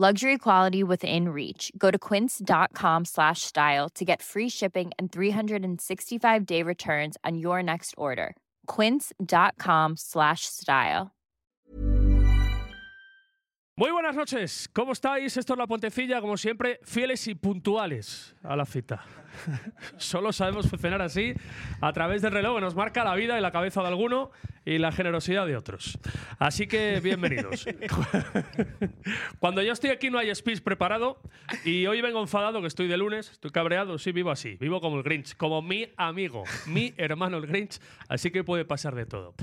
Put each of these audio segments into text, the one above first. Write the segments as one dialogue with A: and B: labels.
A: Luxury quality within reach. Go to quince.com slash style to get free shipping and 365 day returns on your next order. Quince.com slash style.
B: Muy buenas noches, ¿cómo estáis? Esto es La Pontecilla, como siempre, fieles y puntuales a la cita. Solo sabemos funcionar así a través del reloj que nos marca la vida y la cabeza de alguno y la generosidad de otros. Así que bienvenidos. Cuando yo estoy aquí no hay speech preparado y hoy vengo enfadado que estoy de lunes, estoy cabreado, sí, vivo así, vivo como el Grinch, como mi amigo, mi hermano el Grinch, así que puede pasar de todo.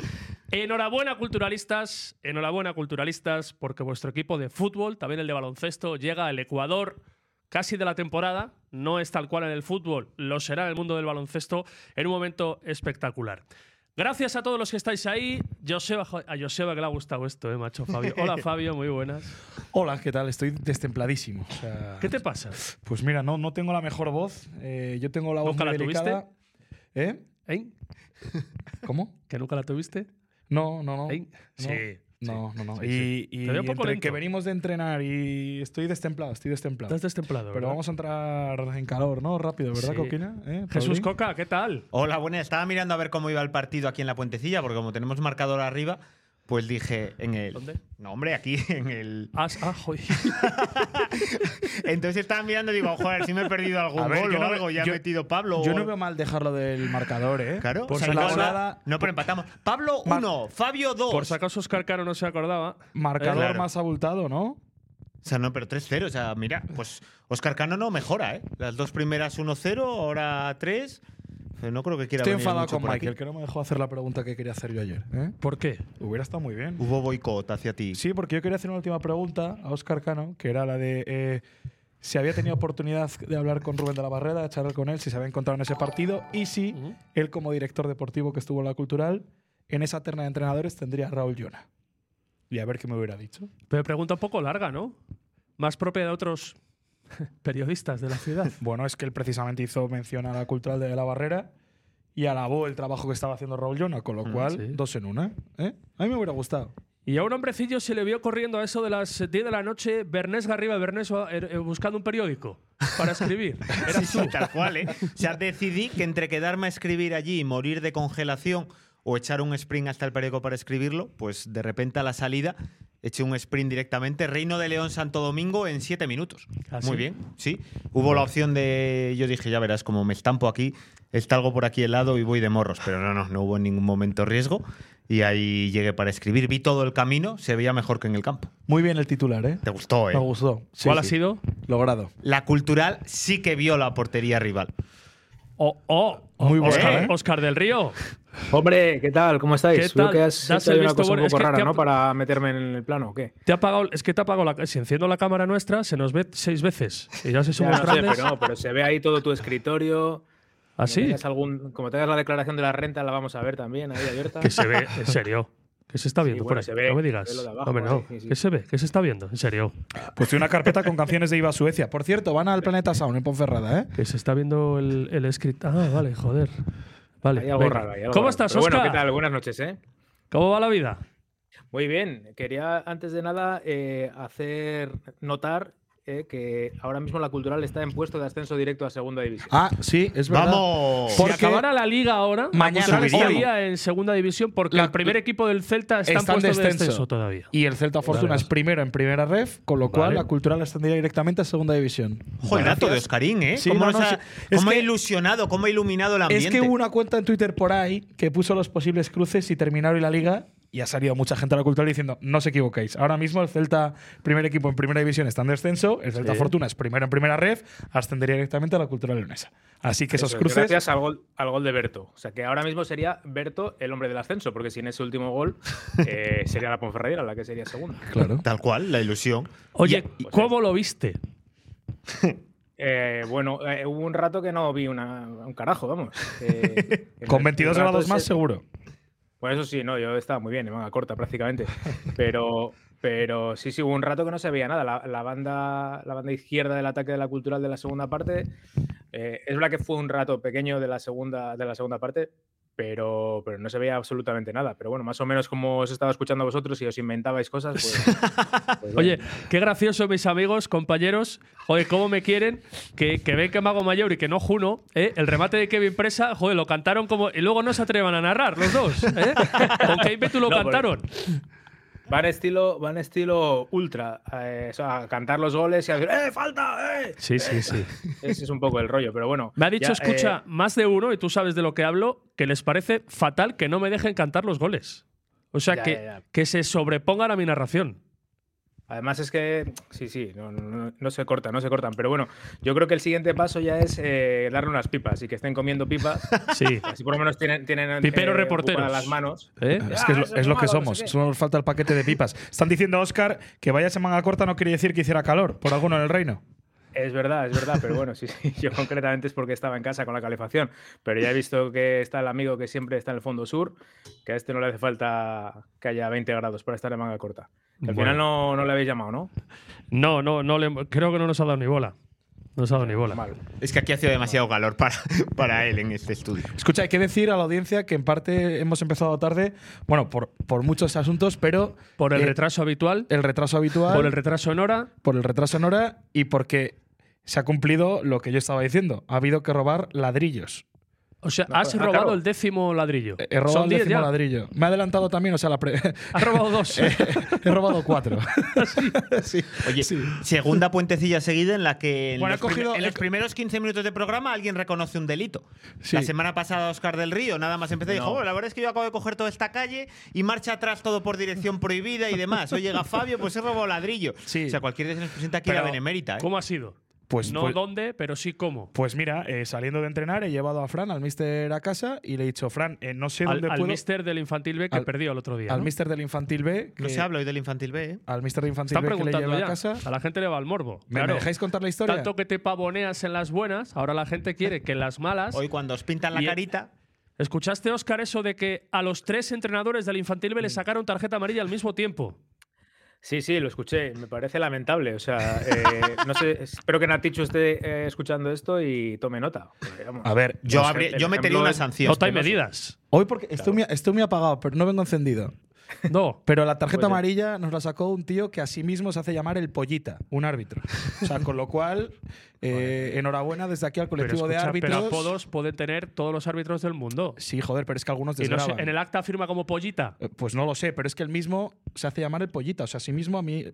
B: Enhorabuena culturalistas, enhorabuena culturalistas, porque vuestro equipo de fútbol, también el de baloncesto, llega al Ecuador casi de la temporada, no es tal cual en el fútbol, lo será en el mundo del baloncesto, en un momento espectacular. Gracias a todos los que estáis ahí. Joseba, jo- a Joseba que le ha gustado esto, eh, macho Fabio. Hola Fabio, muy buenas.
C: Hola, ¿qué tal? Estoy destempladísimo. o sea,
B: ¿Qué te pasa?
C: Pues mira, no, no tengo la mejor voz. eh, yo tengo la voz
B: ¿Nunca
C: muy
B: la
C: delicada. ¿Eh?
B: ¿Eh?
C: ¿Cómo?
B: ¿Que nunca la tuviste?
C: No, no, no.
B: ¿Eh?
C: No,
B: Sí.
C: No, no, no.
B: sí,
C: Y, y
B: Te veo un poco
C: entre
B: lento.
C: que venimos de entrenar y estoy destemplado, estoy destemplado.
B: Estás destemplado.
C: Pero vamos a entrar en calor, ¿no? Rápido, ¿verdad,
B: Sí.
C: Coquina? ¿Eh,
B: Jesús
C: Paulín?
B: Coca, ¿qué tal?
D: Hola, buenas. Estaba mirando a ver cómo iba el partido aquí en la puentecilla, porque como tenemos marcador arriba, pues dije en el.
B: ¿Dónde?
D: No, hombre, aquí en el.
B: As- ah, joder.
D: Entonces estaba mirando y digo, joder, si me he perdido algún
C: A ver,
D: gol
C: yo
D: o
C: no-
D: algo, ya
C: yo-
D: ha metido Pablo.
C: Yo
D: o-
C: no veo mal dejarlo del marcador, ¿eh?
D: Claro,
C: Por
D: o
C: si
D: sea, no,
C: acaso,
D: no, no, pero empatamos. Pablo
C: Mar-
D: 1, Fabio 2.
B: Por si acaso Oscar Caro no se acordaba.
C: marcador
D: Claro.
C: más abultado, ¿no?
D: O sea, no, pero 3-0. O sea, mira, pues Oscar Cano no mejora, ¿eh? Las dos primeras 1-0, ahora 3. Pero no creo que quiera
C: Estoy
D: venir
C: enfadado
D: mucho
C: con
D: por aquí.
C: Michael, que no me dejó hacer la pregunta que quería hacer yo ayer. ¿eh?
B: ¿Por qué?
C: Hubiera estado muy bien.
D: Hubo boicot hacia ti.
C: Sí, porque yo quería hacer una última pregunta a Óscar Cano, que era la de eh, si había tenido oportunidad de hablar con Rubén de la Barrera, de charlar con él, si se había encontrado en ese partido y si él como director deportivo que estuvo en la cultural, en esa terna de entrenadores tendría a Raúl Llona. Y a ver qué me hubiera dicho.
B: Pero pregunta un poco larga, ¿no? Más propia de otros periodistas de la ciudad.
C: Bueno, es que él precisamente hizo mención a la cultural de la Barrera y alabó el trabajo que estaba haciendo Raúl Llona, con lo cual,
B: Mm, sí.
C: dos en una. ¿eh? A mí me hubiera gustado.
B: Y a un hombrecillo se le vio corriendo a eso de las 10 de la noche, Bernés Garriba Bernés, eh, eh, buscando un periódico para escribir. Era
D: Sí, sí, tal cual, ¿eh? O sea, decidí que entre quedarme a escribir allí y morir de congelación o echar un sprint hasta el periódico para escribirlo, pues de repente a la salida eché un sprint directamente. Reino de León Santo Domingo en siete minutos.
B: ¿Ah, sí?
D: Muy bien, sí. Hubo la opción de. Yo dije, ya verás, como me estampo aquí, está algo por aquí helado y voy de morros. Pero no, no, no hubo en ningún momento riesgo. Y ahí llegué para escribir. Vi todo el camino, se veía mejor que en el campo.
C: Muy bien el titular, ¿eh?
D: Te gustó, ¿eh?
C: Me gustó. Sí,
B: ¿Cuál ha
C: sí.
B: sido?
C: Logrado.
D: La cultural sí que vio la portería rival.
B: Oh, oh, oh,
C: Muy
B: Oscar,
C: buena, ¿eh?
B: Oscar del Río.
E: Eh,
F: Hombre, ¿qué tal? ¿Cómo estáis?
B: ¿Qué
F: Creo
B: tal?
F: que has
B: ¿Das
F: hecho
B: el
F: ahí una
B: visto
F: cosa un
B: bueno? Es
F: poco
B: que te
F: rara,
B: ha-
F: ¿no? Para meterme en el plano, ¿o qué?
B: Te ha apagado, es que te ha apagado la si enciendo la cámara nuestra, se nos ve seis veces. Y ya se
F: Ya,
B: somos
F: no sé,
B: grandes. Ah,
F: pero, no, pero se ve ahí todo tu escritorio. Como
B: Así.
F: tengas algún- como tengas la declaración de la renta, la vamos a ver también ahí abierta.
B: Que se ve, en serio. ¿Qué se está viendo?
E: bueno,
B: por ahí?
E: se ve,
B: no me
E: se
B: digas.
E: ve lo de abajo, ¿eh?
B: Hombre, no.
E: sí, sí, sí.
B: ¿Qué se ve? ¿Qué se está viendo? En serio.
C: Pues tiene una carpeta con canciones de Iba Suecia. Por cierto, van al Planeta Sound en Ponferrada, ¿eh?
B: Que se está viendo el, el script. Ah, vale, joder. Vale.
E: Hay algo
B: venga.
E: raro. hay algo
B: ¿Cómo
E: raro.
B: estás,
E: Pero
B: Oscar?
E: Bueno, ¿qué tal? Buenas noches, ¿eh?
B: ¿Cómo va la vida?
E: Muy bien. Quería, antes de nada, eh, hacer notar eh, que ahora mismo la cultural está en puesto de ascenso directo a segunda división.
C: Ah, sí, es verdad.
D: ¡Vamos!
C: Porque-
B: si acabara la liga ahora,
C: Mañana
B: Cultural
C: subiríamos.
B: estaría en segunda división porque
C: La-
B: el primer equipo del Celta está en
C: Está en
B: puesto de
C: descenso.
B: descenso todavía.
C: Y el Celta Fortuna
B: Vale.
C: es primero en primera ref, con lo cual
B: Vale.
C: la cultural ascendería directamente a segunda división.
D: Ojo, el dato de Oscarín, ¿eh?
C: Sí,
D: ¿Cómo,
C: no,
D: nos
C: no,
D: ha,
C: sí. Es
D: cómo ha
C: que-
D: ilusionado, cómo ha iluminado el ambiente?
C: Es que hubo una cuenta en Twitter por ahí que puso los posibles cruces y terminaron la liga. Y ha salido mucha gente a la cultural diciendo, no os equivoquéis. Ahora mismo el Celta, primer equipo en primera división, está en descenso. El Celta
B: Sí.
C: Fortuna es primero en primera ref, ascendería directamente a la cultural leonesa. Así que esos
E: Eso es,
C: cruces.
E: Gracias al gol, al gol de Berto. O sea, que ahora mismo sería Berto el hombre del ascenso, porque sin ese último gol eh, sería la Ponferradina la que sería segunda.
C: Claro.
D: Tal cual, la ilusión.
B: Oye,
D: Ya-
C: pues
B: ¿cómo lo viste?
E: Eh, bueno, eh, hubo un rato que no vi una- un carajo, vamos. Eh, el-
C: Con
E: el
C: 22
E: rato
C: grados
E: ese-
C: más, seguro.
E: Pues eso sí, no, yo estaba muy bien, en manga corta prácticamente. Pero, pero sí, sí, hubo un rato que no se veía nada. La, la banda, la banda izquierda del ataque de la cultural de la segunda parte, eh, es verdad que fue un rato pequeño de la segunda, de la segunda parte, pero, pero no se veía absolutamente nada. Pero bueno, más o menos como os estaba escuchando a vosotros y os inventabais cosas, pues, pues bueno.
B: Oye, qué gracioso, mis amigos, compañeros. Oye, cómo me quieren. Que, que ven que Mago Mayor y que no Juno. ¿eh? El remate de Kevin Presa, joder, lo cantaron como. Y luego no se atrevan a narrar los dos. ¿eh? ¿Con qué ímpetu lo
E: No, porque-
B: cantaron?
E: Van estilo, van estilo ultra, eh, o sea, a cantar los goles y a decir, ¡eh, falta! ¡eh!
B: Sí, sí, sí.
E: Ese es un poco el rollo, pero bueno.
B: Me ha dicho,
E: ya,
B: escucha,
E: eh,
B: más de uno, y tú sabes de lo que hablo, que les parece fatal que no me dejen cantar los goles. O sea,
E: Ya,
B: que,
E: ya, ya.
B: que se sobrepongan a mi narración.
E: Además es que, sí, sí, no, no- no- no se corta, no se cortan. Pero bueno, yo creo que el siguiente paso ya es eh, darle unas pipas y que estén comiendo pipas.
B: Sí.
E: Así por lo menos tienen, tienen
B: Pipero
E: eh,
B: reporteros.
E: ocupadas las manos.
B: ¿Eh?
C: Es
E: Ah,
C: que es lo,
E: eso es
C: es lo que
E: malo, no
C: somos.
E: sé qué.
C: Solo nos falta el paquete de pipas. Están diciendo, Oscar, que vaya semana corta no quiere decir que hiciera calor, por alguno en el reino.
E: eh, Es verdad, es verdad, pero bueno, sí, sí, yo concretamente es porque estaba en casa con la calefacción. Pero ya he visto que está el amigo que siempre está en el fondo sur, que a este no le hace falta que haya 20 grados para estar en manga corta. Al final no, no le habéis llamado, ¿no?
B: No, no, no le- creo que no nos ha dado ni bola. No nos ha dado ni bola.
E: Mal.
D: Es que aquí hacía demasiado calor para, para él en este estudio.
C: Escucha, hay que decir a la audiencia que en parte hemos empezado tarde, bueno, por, por muchos asuntos, pero.
B: Por el
C: eh,
B: retraso habitual,
C: el retraso habitual,
B: por el retraso en hora,
C: por el retraso en hora y porque se ha cumplido lo que yo estaba diciendo. Ha habido que robar ladrillos.
B: o sea, has
E: ah,
B: robado
E: claro.
B: el décimo ladrillo.
C: He robado
B: Son
C: el
B: diez
C: décimo
B: ya.
C: ladrillo. Eh, Me ha adelantado también, o sea, la pre-
B: Has robado dos.
C: he robado cuatro. Sí.
D: Oye, segunda puentecilla seguida en la que en,
C: Bueno, he
D: los,
C: cogido-
D: prim- en
C: he
D: los
C: co-
D: primeros 15 minutos de programa alguien reconoce un delito.
C: Sí.
D: La semana pasada Oscar del Río nada más empezó y dijo, "Oh, la verdad es que yo acabo de coger toda esta calle y marcha atrás todo por dirección prohibida y demás. Hoy llega Fabio, pues he robado ladrillo.
C: Sí.
D: O sea, cualquier día se nos presenta aquí
C: Pero,
D: la benemérita. ¿eh?
B: ¿Cómo ha sido?
C: Pues-
B: no
C: pues-
B: dónde, pero sí cómo.
C: Pues mira, eh, saliendo de entrenar he llevado a Fran, al mister, a casa y le he dicho, Fran, eh, no sé
B: Al,
C: dónde
B: al
C: puedo…
B: mister del infantil B que
C: al-
B: perdió el otro día.
C: al
B: ¿no?
C: mister del infantil B.
D: No
C: que-
D: se habla hoy del infantil B, ¿eh?
C: Al mister del infantil
B: Están
C: B que le
B: preguntando
C: lleva
B: ya.
C: a casa.
B: A la gente le va el morbo.
C: ¿Me,
B: claro.
C: me dejáis contar la historia?
B: Tanto que te pavoneas en las buenas, ahora la gente quiere que en las malas.
D: Hoy cuando os pintan la
B: Y-
D: carita,
B: ¿Escuchaste, Óscar, eso de que a los tres entrenadores del Infantil B le sacaron tarjeta amarilla al mismo tiempo?
E: Mm. Sí, sí, lo escuché. Me parece lamentable. O sea, eh, no sé, espero que Natichu esté eh, escuchando esto y tome nota. porque, vamos,
C: A ver,
D: yo,
E: pues,
D: habría-
E: el
D: yo metería
E: ejemplo
D: una
E: es-
D: sanción.
B: Nota y medidas.
C: hoy porque estoy, muy, estoy muy apagado, pero no vengo encendido.
B: No.
C: Pero la tarjeta
B: Pues
E: Puede ser.
C: amarilla nos la sacó un tío que a sí mismo se hace llamar el pollita, un árbitro. O sea, con lo cual, eh, enhorabuena desde aquí al
B: Pero,
C: colectivo de
B: escucha,
C: árbitros.
B: pero apodos pueden tener todos los árbitros del mundo.
C: Sí, joder, pero es que algunos
B: Y no sé,
C: desgraban.
B: en el acta firma como pollita.
C: Eh, Pues no lo sé, pero es que el mismo se hace llamar el pollita. O sea, a sí mismo a mí.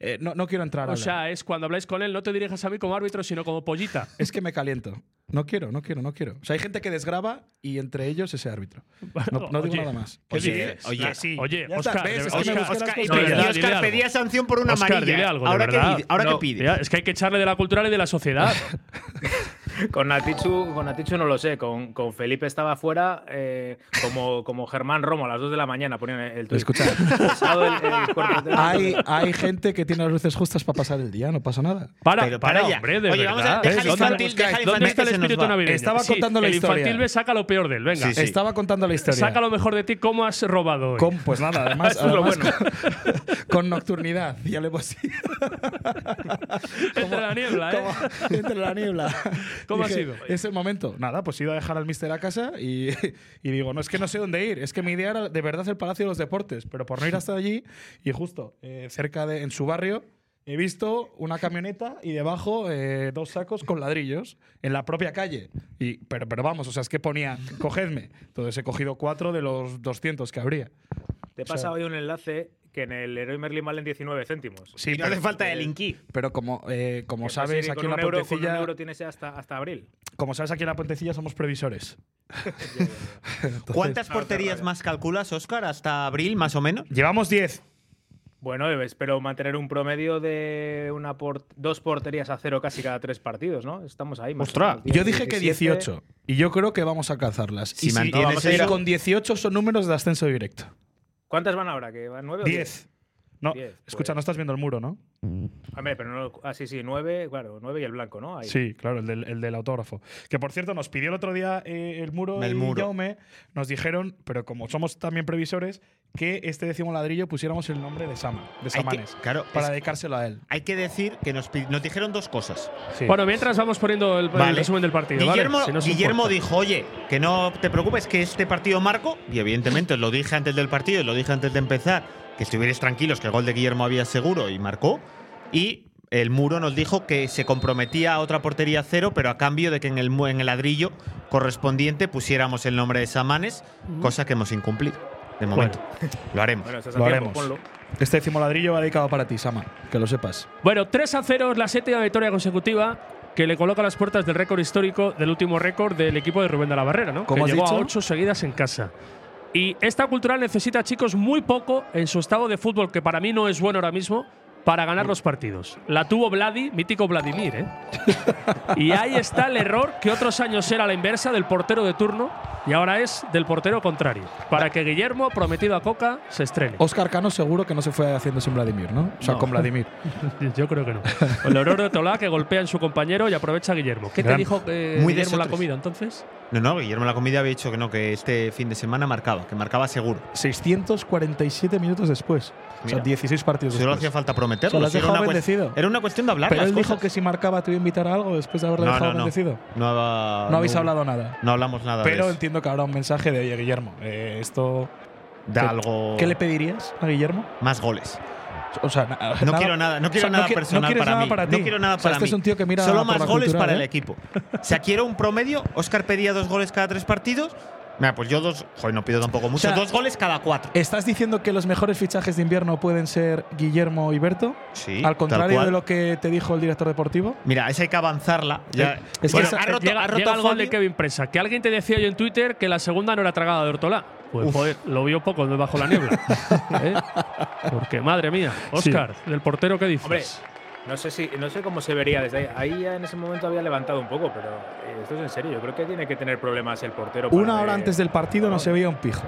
C: eh, no, no quiero entrar a
B: O sea, es cuando habláis con él, no te dirijas a mí como árbitro, sino como pollita.
C: Es que me caliento. No quiero, no quiero, no quiero. O sea, hay gente que desgraba y entre ellos ese árbitro. No, no digo
B: Oye,
C: nada más.
B: ¿qué
D: Oye,
B: dices?
D: oye,
B: Nah,
D: sí.
B: Oye,
C: Ya está,
B: Óscar,
C: ¿ves?
B: de-
C: Es que me
B: Oscar,
C: busqué las
B: Oscar,
C: cosas.
D: Y-
B: de
D: y
B: verdad,
D: Oscar
B: dile algo.
D: pedía sanción por una
B: Oscar,
D: amarilla. ¿eh?
B: dile algo, de
D: ahora que
B: verdad.
D: pide. Ahora
E: No,
D: que pide.
B: Ya, es que hay que echarle de la cultura y de la sociedad.
E: Con Natichu, con Natichu no lo sé. Con, con Felipe estaba afuera eh, como, como Germán Romo a las 2 de la mañana ponían el tuit.
C: Escucha.
E: Pesado el- el cuerpo técnico.
C: Hay, hay gente que tiene las luces justas para pasar el día, no pasa nada.
B: Para,
D: Pero
B: para,
D: para ya.
B: hombre, de
D: Oye,
B: verdad.
D: vamos a dejar
B: ¿eh?
D: el
B: ¿Dónde-
D: infantil, deja el
B: ¿Dónde está el
D: infantil que se nos
B: espíritu
D: va?
B: navideño?
C: Estaba
B: Sí,
C: contando la
B: el
C: historia.
B: infantil ve, saca lo peor de él, venga. eh,
D: Sí, sí.
C: Estaba contando la historia.
B: Saca lo mejor de ti, cómo has robado hoy.
C: Con- pues nada, además,
B: Eso es lo
C: además con, con nocturnidad y alevosía.
B: Entre la niebla, ¿eh?
C: Como- entre la niebla.
B: ¿Cómo ha
C: Dije,
B: sido?
C: Es el momento. Nada, pues he ido a dejar al mister a casa y, y digo, no es que no sé dónde ir, es que mi idea era de verdad el Palacio de los Deportes, pero por no ir hasta allí y justo eh, cerca de, en su barrio, he visto una camioneta y debajo eh, dos sacos con ladrillos en la propia calle. Y, pero, pero vamos, o sea, es que ponía, cogedme. Entonces he cogido cuatro de los 200 que habría.
E: Te he pasado hoy un enlace que en el Héroe Merlin valen 19 céntimos.
C: Sí,
D: Y no hace falta delinquir.
C: Pero como, eh, como
E: Que pasa
C: sabes,
E: que
C: aquí
E: con
C: en la
E: un euro, con un
C: puentecilla,
E: euro tienes hasta, hasta abril.
C: como sabes, aquí en la puentecilla somos previsores.
D: ¿Cuántas porterías más calculas, Oscar, hasta abril, más o menos?
C: Llevamos 10.
E: Bueno, eh, espero mantener un promedio de una por- dos porterías a cero casi cada tres partidos, ¿no? Estamos ahí. más o menos,
C: Yo
E: 10,
C: dije que 18. Y yo creo que vamos a alcanzarlas.
D: Si
C: y
D: mantienes
C: vamos a ir
D: eso-
C: con 18 son números de ascenso directo.
E: ¿Cuántas van ahora? ¿Que van nueve? o
C: 10. No,
E: Diez, pues.
C: escucha, no estás viendo el muro, ¿no?
E: Hombre, pero no. Ah, sí, sí, nueve, claro, nueve y el blanco, ¿no? Ahí.
C: Sí, claro, el del, el del autógrafo. Que por cierto, nos pidió el otro día eh, el muro
D: El
C: y
D: muro.
C: Jaume, nos dijeron, pero como somos también previsores, que este décimo ladrillo pusiéramos el nombre de Sama, de
D: Hay que-
C: Samanes.
D: claro,
C: para
D: es-
C: dedicárselo a él.
D: Hay que decir que nos, pi- nos dijeron dos cosas.
C: Sí.
B: Bueno, mientras vamos poniendo el, el
D: Vale.
B: resumen del partido. ¿vale?
D: Guillermo,
B: Si no os
D: Guillermo
B: importa.
D: dijo, oye, que no te preocupes, que este partido marco, y evidentemente os lo dije antes del partido, os lo dije antes de empezar, que estuvierais tranquilos, que el gol de Guillermo había seguro y marcó. Y el muro nos dijo que se comprometía a otra portería cero, pero a cambio de que en el, mu- en el ladrillo correspondiente pusiéramos el nombre de Samanes, cosa que hemos incumplido. De momento. Lo haremos.
E: Bueno, estás
C: Lo
E: a tiempo,
C: haremos.
E: ponlo.
C: Este décimo ladrillo va dedicado para ti, Sama, que lo sepas.
B: Bueno, 3 a 0 es la séptima victoria consecutiva que le coloca a las puertas del récord histórico, del último récord del equipo de Rubén de la Barrera, ¿no?
C: ¿Cómo
B: que
C: has
B: llegó a
C: dicho?
B: 8 seguidas en casa. Y esta cultural necesita, chicos, muy poco en su estado de fútbol, que para mí no es bueno ahora mismo, para ganar
C: Mm.
B: los partidos. La tuvo Vladi, mítico Vladimir, ¿eh? y ahí está el error que otros años era la inversa del portero de turno y ahora es del portero contrario. Para que Guillermo, prometido a Coca, se estrene.
C: Oscar Cano seguro que no se fue haciendo sin Vladimir, ¿no? O sea,
B: No.
C: con Vladimir.
B: Yo creo que no. El horror de Tolá que golpea en su compañero y aprovecha a Guillermo. ¿Qué
C: Gran.
B: te dijo eh,
D: Muy
B: Guillermo
D: de
B: la
D: esos tres.
B: comida entonces?
D: No, no, Guillermo la comida había dicho que no, que este fin de semana marcaba, que marcaba seguro.
C: 647 minutos después. o sea,
D: Mira.
C: 16 partidos
D: Solo
C: después.
D: hacía falta prometerlo.
C: Se lo has
D: si era
C: dejado
D: una cuest-
C: bendecido.
D: Era una cuestión de hablar.
C: Pero
D: las
C: él dijo
D: cosas.
C: que si marcaba te iba a invitar a algo después de haberle dejado bendecido.
D: No, ha-
C: No, habéis hablado nada.
D: No hablamos nada de
C: Pero
D: eso.
C: entiendo que habrá un mensaje de, oye, Guillermo, eh, esto…
D: De
C: ¿Qué-
D: algo
C: ¿Qué le pedirías a Guillermo?
D: más goles.
C: O sea,
D: No quiero nada, no quiero
C: o sea,
D: nada
C: qui-
D: personal
C: quieres
D: para
C: nada
D: mí.
C: ti.
D: No quiero nada
C: O sea,
D: para
C: este
D: mí.
C: es un tío que mira
D: Solo
C: por
D: más
C: la
D: goles
C: cultura,
D: para
C: ¿eh?
D: el equipo. O sea, quiero un promedio. Oscar pedía dos goles cada tres partidos. Mira, pues yo dos. Joder, no pido tampoco mucho.
C: sea,
D: dos goles cada cuatro.
C: ¿Estás diciendo que los mejores fichajes de invierno pueden ser Guillermo y Berto?
D: Sí,
C: Al
D: tal
C: contrario
D: cual.
C: de lo que te dijo el director deportivo.
D: Mira, esa hay que avanzarla. Ya-
C: Eh, es que
D: Bueno,
C: esa-
D: ha roto,
B: llega
D: ha roto
B: llega el gol
D: Fabio.
B: de Kevin Presa. Que alguien te decía yo en Twitter que la segunda no era tragada de Hortolá. Pues
C: Uf.
B: joder, lo vio poco de bajo la niebla. ¿Eh? Porque madre mía, Oscar, del portero que dices.
E: Hombre, no sé, si, no sé cómo se vería desde ahí. Ahí ya en ese momento había levantado un poco, pero eh, esto es en serio. Yo creo que tiene que tener problemas el portero. para
C: Una hora
E: ver-
C: antes del partido no
E: no.
C: se veía un pijo.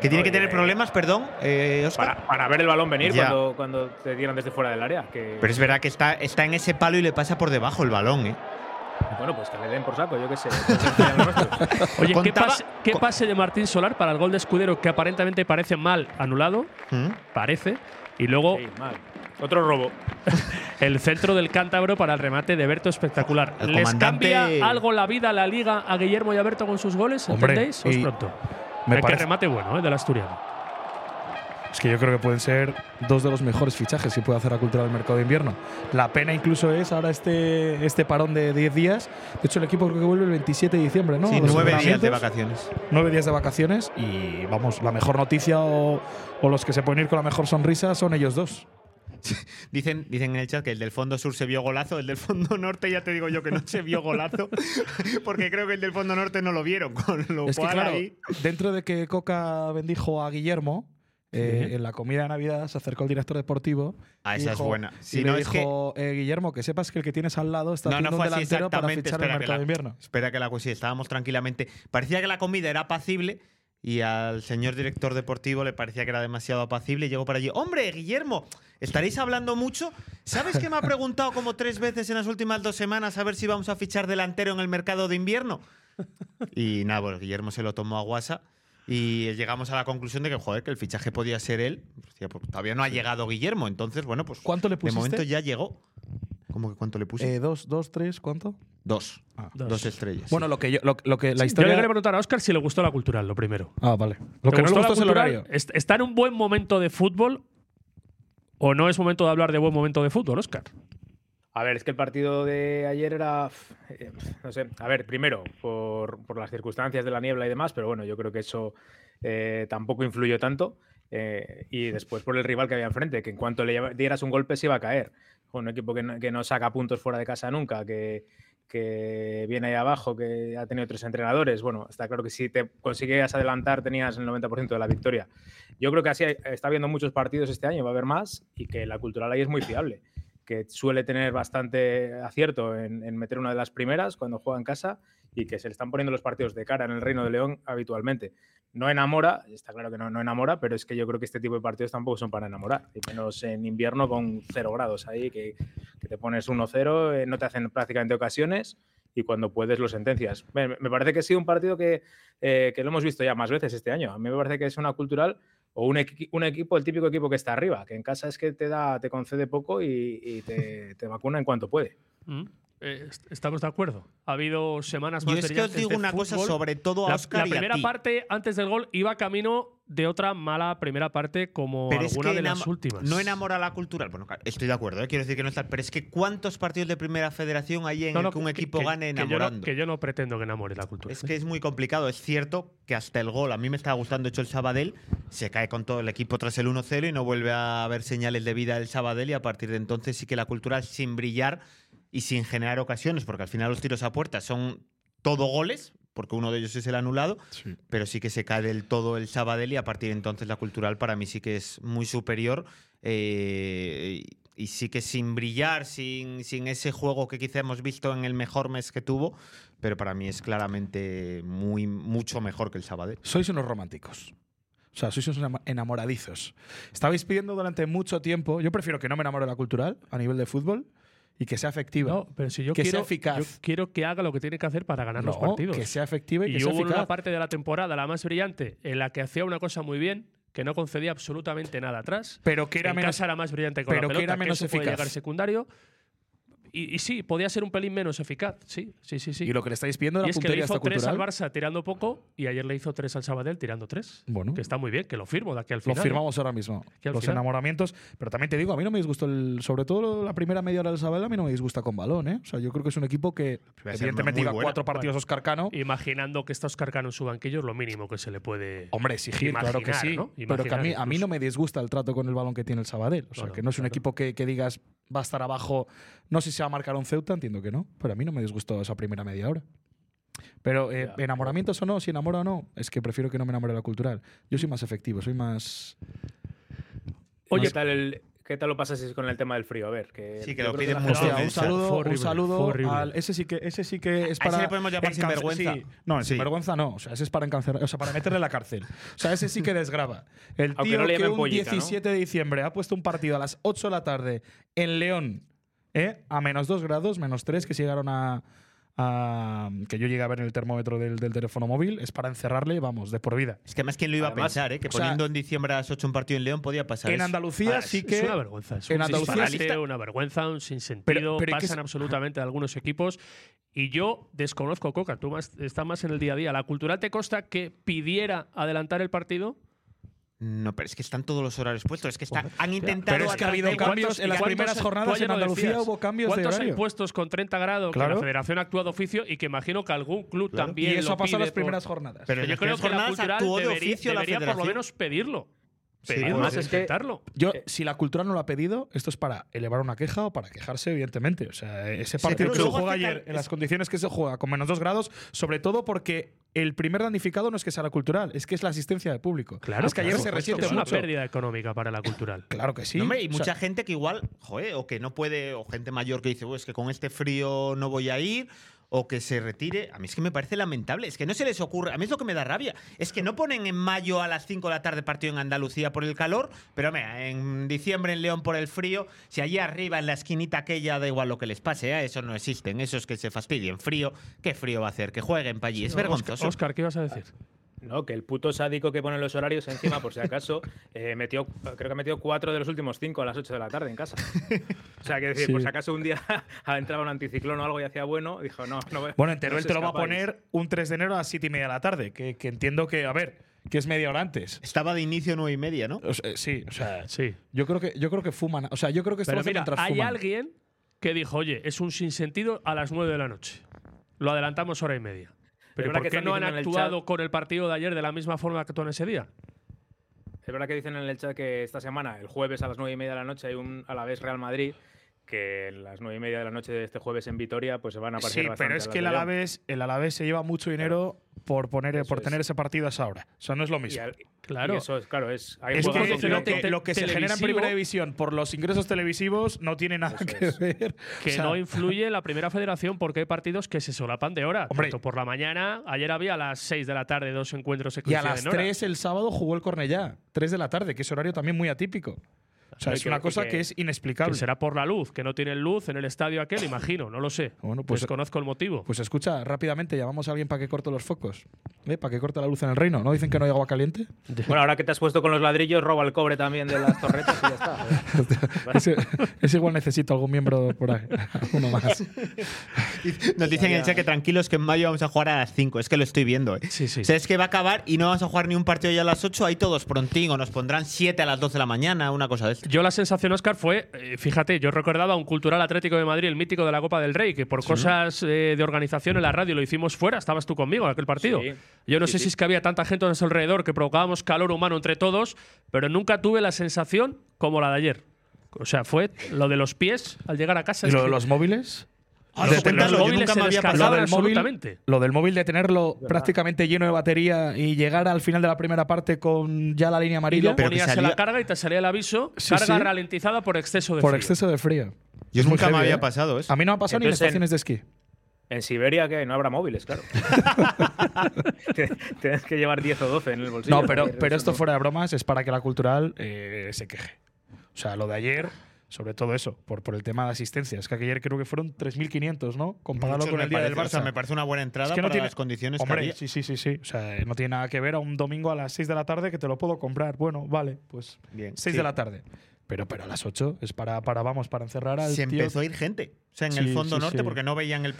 D: Que tiene que
E: Oye.
D: tener problemas, perdón, eh, Oscar.
E: Para, para ver el balón venir
D: Ya.
E: cuando, cuando te tiran desde fuera del área. Que,
D: Pero es verdad que está, está en ese palo y le pasa por debajo el balón, ¿eh?
E: Bueno, pues que le den por saco, yo qué sé. que se vayan los nuestros.
B: Oye, ¿qué,
D: contaba-
B: pase, qué
D: co-
B: pase de Martín Solar para el gol de Escudero que aparentemente parece mal anulado?
D: ¿Mm?
B: Parece. Y luego
E: Sí, mal. Otro robo.
B: el centro del cántabro para el remate de Berto espectacular.
D: El
B: ¿Les
D: comandante-
B: cambia algo la vida a la liga a Guillermo y a Berto con sus goles?
C: Hombre,
B: ¿Entendéis?
C: y-
B: Os pronto.
C: me
B: Hay que
C: parece-
B: remate bueno, ¿eh? del asturiano.
C: Es que yo creo que pueden ser dos de los mejores fichajes que puede hacer la cultura del mercado de invierno. La pena incluso es ahora este, este parón de 10 días. De hecho, el equipo creo que vuelve el 27 de diciembre, ¿no?
D: Sí,
C: A los
D: nueve días de
C: entrenamientos.
D: vacaciones.
C: Nueve días de vacaciones y, vamos, la mejor noticia o, o los que se pueden ir con la mejor sonrisa son ellos dos.
D: Dicen, dicen en el chat que el del fondo sur se vio golazo, el del fondo norte ya te digo yo que no se vio golazo, porque creo que el del fondo norte no lo vieron, con lo
C: Es que,
D: cual
C: claro,
D: ahí…
C: dentro de que Coca bendijo a Guillermo, eh, en la comida de Navidad se acercó el director deportivo.
D: Ah,
C: y
D: esa
C: dijo-
D: es buena. Si
C: y
D: no,
C: le
D: es que-
C: dijo, "Eh, Guillermo, que sepas que el que tienes al lado está
D: No, no
C: haciendo
D: fue
C: un
D: así
C: delantero para
D: exactamente.
C: fichar el
D: Espera que,
C: mercado
D: la,
C: de invierno.
D: espera que la cosilla, estábamos tranquilamente. Parecía que la comida era apacible y al señor director deportivo le parecía que era demasiado apacible y llegó para allí. Hombre, Guillermo, estaréis hablando mucho. ¿Sabes que me ha preguntado como tres veces en las últimas dos semanas a ver si vamos a fichar delantero en el mercado de invierno? Y nada, pues Guillermo se lo tomó a guasa. Y llegamos a la conclusión de que, joder, que el fichaje podía ser él. Hostia, pues todavía no ha llegado Guillermo, entonces, bueno, pues.
C: ¿Cuánto le
D: De momento
C: pusiste?
D: ya llegó. ¿Cómo que cuánto le puse?
C: Eh, dos, dos, tres, ¿cuánto? Ah.
D: Dos.
B: dos.
D: dos. estrellas.
C: Bueno,
D: Ah. sí.
C: lo que yo, lo, lo que la
B: Yo le
C: historia.
B: quería preguntar a Oscar si le gustó la cultural, lo primero.
C: ah, vale. Lo
B: ¿Te
C: que no le
B: la
C: gustó es el
B: cultural?
C: horario.
B: ¿Est- ¿Está en un buen momento de fútbol o no es momento de hablar de buen momento de fútbol, Oscar?
E: A ver, es que el partido de ayer era. pf, eh, pf, No sé. A ver, primero, por, por las circunstancias de la niebla y demás, pero bueno, yo creo que eso eh, tampoco influyó tanto. Eh, y después por el rival que había enfrente, que en cuanto le lleva- dieras un golpe se iba a caer. Con Un equipo que no, que no saca puntos fuera de casa nunca, que, que viene ahí abajo, que ha tenido tres entrenadores. Bueno, está claro que si te conseguías adelantar tenías el 90% de la victoria. Yo creo que así hay- está habiendo muchos partidos este año, va a haber más y que la cultural ahí es muy fiable que suele tener bastante acierto en, en meter una de las primeras cuando juega en casa y que se le están poniendo los partidos de cara en el Reino de León habitualmente. No enamora, está claro que no, no enamora, pero es que yo creo que este tipo de partidos tampoco son para enamorar, y menos en invierno con cero grados ahí, que, que te pones 1-0, eh, no te hacen prácticamente ocasiones y cuando puedes lo sentencias. Me, me parece que ha sido un partido que, eh, que lo hemos visto ya más veces este año. A mí me parece que es una cultural o un, equi- un equipo, el típico equipo que está arriba, que en casa es que te da, te concede poco y, y te, te vacuna en cuanto puede.
B: Mm. Eh, est- estamos de acuerdo. Ha habido semanas
D: Yo
B: más
D: es que os
B: brillantes
D: digo
B: de
D: una cosa,
B: fútbol.
D: sobre todo a
B: La,
D: Oscar
B: la
D: y a
B: primera
D: ti.
B: parte antes del gol iba camino de otra mala primera parte como
D: Pero es
B: alguna
D: que
B: de las
D: enam-
B: últimas.
D: No enamora la cultural. Bueno, claro, estoy de acuerdo, ¿eh? quiero decir que no está. Pero es que ¿cuántos partidos de primera federación hay en
B: No, no,
D: el que un
B: que-
D: equipo
B: que-
D: gane
B: que yo no-
D: enamorando?
B: Que yo, no, pretendo que enamore la cultura.
D: Es que es muy complicado. Es cierto que hasta el gol, a mí me estaba gustando hecho el Sabadell, se cae con todo el equipo tras el 1-0 y no vuelve a haber señales de vida el Sabadell y a partir de entonces sí que la cultural sin brillar y sin generar ocasiones, porque al final los tiros a puerta son todo goles, porque uno de ellos es el anulado, pero sí que se cae del todo el Sabadell y a partir de entonces la cultural para mí sí que es muy superior. eh, y sí que sin brillar, sin, sin ese juego que quizá hemos visto en el mejor mes que tuvo, pero para mí es claramente muy mucho mejor que el Sabadell.
C: Sois unos románticos. O sea, sois unos enam- enamoradizos. Estabais pidiendo durante mucho tiempo. Yo prefiero que no me enamore la cultural a nivel de fútbol y que sea efectiva.
B: No, pero si yo
C: que sea
B: quiero,
C: eficaz.
B: yo quiero que haga lo que tiene que hacer para ganar los
C: No,
B: partidos.
C: Que sea efectiva y,
B: y
C: que sea
B: hubo
C: eficaz.
B: una parte de la temporada, la más brillante, en la que hacía una cosa muy bien, que no concedía absolutamente nada atrás.
C: Pero que era
B: en
C: menos-
B: casa era más brillante con la
C: pero que
B: pelota,
C: era menos
B: eso puede
C: eficaz.
B: llegar secundario. Y, y sí, podía ser un pelín menos eficaz. Sí, sí, sí, sí.
C: Y lo que le estáis
B: Y
C: pidiendo era
B: es que le
C: puntería
B: hizo
C: hasta
B: tres
C: cultural.
B: al Barça tirando poco y ayer le hizo tres al Sabadell tirando tres.
C: Bueno.
B: Que está muy bien, que lo firmo de aquí al
C: Lo
B: final. ¿eh?
C: firmamos ahora mismo.
B: Que al
C: Los
B: final-
C: enamoramientos. Pero también te digo, a mí no me disgustó, el, sobre todo la primera media hora del Sabadell, a mí no me disgusta con balón. ¿eh? O sea, yo creo que es un equipo que
D: Va a ser
C: evidentemente
D: muy
C: iba
D: buena.
C: cuatro partidos Oscar Cano.
B: Imaginando que está Oscar Cano en su banquillo es lo mínimo que se le puede.
C: Hombre, exigir, claro que
B: imaginar,
C: sí.
B: ¿no?
C: Pero que a mí,
B: Imaginar
C: a mí
B: incluso.
C: no me disgusta el trato con el balón que tiene el Sabadell. O sea,
B: No, no,
C: que no es un
B: claro.
C: equipo que, que digas va a estar abajo. No sé si va a marcar un Ceuta, entiendo que no. Pero a mí no me disgustó esa primera media hora. Pero eh, enamoramientos o no, si enamora o no, es que prefiero que no me enamore la cultural. Yo soy más efectivo, soy más.
E: Oye, ¿qué tal, el- qué tal lo pasasteis con el tema del frío? A ver, que,
D: Sí, que
E: yo
D: lo
E: creo
D: piden
E: la
D: mucho.
E: gente-
C: Hostia, un
D: Esa.
C: saludo,
B: Fue horrible,
C: un saludo
B: fue horrible.
C: al- ese sí que ese sí que es
D: A ese
C: para
D: le podemos llamar
C: encance-
D: sinvergüenza.
C: sí. no, el
D: Sí.
C: sinvergüenza no, o sea, ese es para encarcelar, o sea, para meterle en la cárcel. O sea, ese sí que desgraba. El
E: Aunque
C: tío
E: no le
C: que
E: llamen
C: un
E: pollica, ¿no?
C: 17 de diciembre ha puesto un partido a las 8 de la tarde en León, ¿eh? A menos 2 grados, menos 3 que se llegaron a a- que yo llegué a ver en el termómetro del, del teléfono móvil, es para encerrarle, vamos, de por vida.
D: Es que más quien lo iba a
E: Además,
D: pensar, ¿eh? que
C: o sea,
D: poniendo en diciembre a las 8 un partido en León podía pasar
C: En
D: eso.
C: Andalucía
B: Ah, es-
C: sí que
B: es una vergüenza. Es un
C: en Andalucía sí
B: disparate,
C: está-
B: una vergüenza, un sinsentido.
C: Pero- pero es que
B: pasan
C: es-
B: absolutamente de algunos equipos. Y yo desconozco, Coca, tú más, estás más en el día a día. ¿La cultural te consta que pidiera adelantar el partido?
D: No, pero es que están todos los horarios puestos. Es que está- han intentado.
C: Pero es que ha
D: atrás
C: habido
D: de-
B: ¿Cuántos-
C: cambios en las
B: cuántos-
C: primeras
B: tú
C: jornadas
B: ayer
C: en
B: no
C: Andalucía
B: decías?
C: hubo cambios de
B: ¿Cuántos
C: horario?
B: impuestos con 30 grados que
C: Claro.
B: la federación actúa de oficio y que imagino que algún club también
C: y eso
B: lo
C: ha pasado en
B: pide
C: las primeras
B: por-
C: jornadas.
D: Pero en
B: Yo
D: las
B: creo
D: tres
B: que la
D: jornadas
B: cultural
D: actuó de
B: debería,
D: oficio la
B: debería por lo
D: federación.
B: menos pedirlo.
D: Sí,
B: Pedir
D: bueno,
B: más,
E: es que-
B: intentarlo.
C: Yo, si la cultura no lo ha pedido, esto es para elevar una queja o para quejarse, evidentemente. O sea, ese
D: Sí, pero
C: partido que se
D: luego
C: juega
D: es que
C: ayer,
D: tal-
C: en las condiciones que se juega, con menos dos grados, sobre todo porque el primer damnificado no es que sea la cultural, es que es la asistencia de público. es que ayer
B: por
C: se
B: supuesto,
C: resiente
B: Es una
C: mucho.
B: pérdida económica para la cultural.
C: Claro que sí.
D: No, hombre, y
C: O sea,
D: mucha gente que igual, joder, o que no puede, o gente mayor que dice, "Buah, es que con este frío no voy a ir, o que se retire. A mí es que me parece lamentable, es que no se les ocurre, a mí es lo que me da rabia, es que no ponen en mayo a las 5 de la tarde partido en Andalucía por el calor, pero hombre, en diciembre en León por el frío, si allí arriba en la esquinita aquella da igual lo que les pase, ¿eh? esos no existen, esos que se fastidien, frío, qué frío va a hacer, que jueguen para allí, es vergonzoso.
B: Oscar, ¿qué ibas a decir?
E: No, que el puto sádico que pone los horarios encima, por si acaso, eh, metió, creo que ha metido cuatro de los últimos cinco a las 8 de la tarde en casa. O sea, que decir,
C: Sí.
E: por si acaso un día entraba un anticiclón o algo y hacía bueno, dijo, no, no voy-
C: Bueno, en
E: no
C: Teruel
E: os
C: te lo va a
E: escapáis.
C: poner un 3 de enero a las 7 y media de la tarde, que, que entiendo que, a ver, que es media hora antes.
D: Estaba de inicio nueve y media, ¿no?
C: O sea, sí, o sea,
B: Sí.
C: yo creo que, yo creo que fuman. O sea, yo creo que esto lo
B: Pero
C: hacen
B: mira,
C: mientras
B: hay
C: fuman.
B: alguien que dijo, oye, es un sinsentido a las 9 de la noche. Lo adelantamos hora y media. Pero
E: verdad
B: ¿por
E: que
B: qué
E: están
B: no han
E: diciendo en el
B: actuado
E: chat-
B: con el partido de ayer de la misma forma que actuaron ese día?
E: Es verdad que dicen en el chat que esta semana, el jueves a las 9 y media de la noche, hay un a la vez Real Madrid, que a las 9 y media de la noche de este jueves en Vitoria, pues se van a
C: Sí,
E: aparecer
C: pero
E: bastante
C: es
E: a las
C: que el
E: de León.
C: Alavés, el Alavés se lleva mucho dinero por, poner, por
E: es.
C: tener ese partido a esa hora. O sea, no es lo
E: Y
C: mismo.
E: al-
B: Claro.
E: y eso es, claro, es. hay
C: Es
E: juegos
C: que
E: donde-
C: lo que,
B: te-
C: lo que se genera en
B: televisivo-
C: primera división por los ingresos televisivos no tiene nada
E: Eso
C: que
E: es.
C: ver.
B: Que
C: O sea,
B: no influye en la primera federación porque hay partidos que se solapan de hora.
C: Hombre.
B: Tanto por la mañana, ayer había a las 6 de la tarde dos encuentros que
C: y a
B: coinciden
C: las
B: en hora.
C: 3 el sábado jugó el Cornellá, 3 de la tarde, que es horario también muy atípico. O sea,
E: Hay
C: es
E: que-
C: una
E: hay
C: cosa
E: que-
C: que es
B: Que
C: inexplicable.
B: será por la luz, que no tienen luz en el estadio aquel, imagino, no lo sé.
C: Bueno, pues-
B: Desconozco el motivo.
C: Pues escucha, rápidamente llamamos a alguien para que corte los focos. ¿Eh? Para que corte la luz en el reino. ¿No dicen que no hay agua caliente?
E: Bueno, ahora que te has puesto con los ladrillos, roba el cobre también de las torretas y ya está.
C: Ese, ese igual necesito algún miembro por ahí. Uno más.
D: Nos dicen en el chat que tranquilos que en mayo vamos a jugar a las 5. Es que lo estoy viendo, ¿eh?
B: Sí, sí.
D: O sea, es que va a acabar y no vamos a jugar ni un partido ya a las 8. Ahí todos prontín, o nos pondrán 7 a las 12 de la mañana, una cosa de esto.
B: Yo la sensación, Oscar, fue, eh, fíjate, yo recordaba un cultural Atlético de Madrid, el mítico de la Copa del Rey, que por cosas eh, de organización en la radio lo hicimos fuera, estabas tú conmigo en aquel partido.
E: Sí.
B: Yo no
E: Sí,
B: sé
E: sí.
B: si es que había tanta gente a nuestro alrededor que provocábamos calor humano entre todos, pero nunca tuve la sensación como la de ayer. O sea, fue lo de los pies al llegar a casa.
C: ¿Y
B: es
C: lo
B: que
C: de los móviles? Ah,
D: Ahora
B: los
D: cuéntalo, yo
B: móviles
D: nunca
B: se
D: me había
B: descargaban
D: pasado.
C: del móvil,
B: absolutamente.
C: lo del móvil de tenerlo prácticamente lleno de batería y llegar al final de la primera parte con ya la línea
B: Y
C: amarilla
B: lo
D: Pero que
B: ponías en la
D: salía-
B: carga y te salía el aviso,
C: Sí,
B: carga
C: sí.
B: ralentizada por exceso de
C: por
B: frío.
C: exceso de frío.
D: Yo
C: muy
D: nunca me
C: heavy,
D: había
C: ¿eh?
D: pasado eso.
C: A mí no me ha pasado
E: Entonces,
C: ni en estaciones de esquí.
E: En Siberia, que no habrá móviles, claro. Te- Tienes que llevar 10 o 12 en el bolsillo.
C: No, pero,
E: Eso
C: pero esto
E: no-
C: fuera de bromas es para que la cultural eh, se queje. O sea, lo de ayer, sobre todo eso, por, por el tema de asistencias, que ayer creo que fueron 3.500, ¿no? Compararlo
D: Muchos
C: con
D: me
C: el día del
D: parece- o sea,
C: Barça.
D: me parece una buena entrada
C: Es que no
D: para
C: tiene-
D: las condiciones
C: Hombre,
D: que había.
C: sí, sí, sí, sí. O sea, eh, no tiene nada que ver a un domingo a las 6 de la tarde que te lo puedo comprar. Bueno, vale, pues
D: Bien,
C: 6
D: sí.
C: de la tarde. Pero, pero a las 8 es para, para vamos, para encerrar al
D: Se
C: tío.
D: empezó a ir gente. O sea, en
C: Sí,
D: el fondo
C: sí,
D: norte,
C: sí.
D: porque no veían el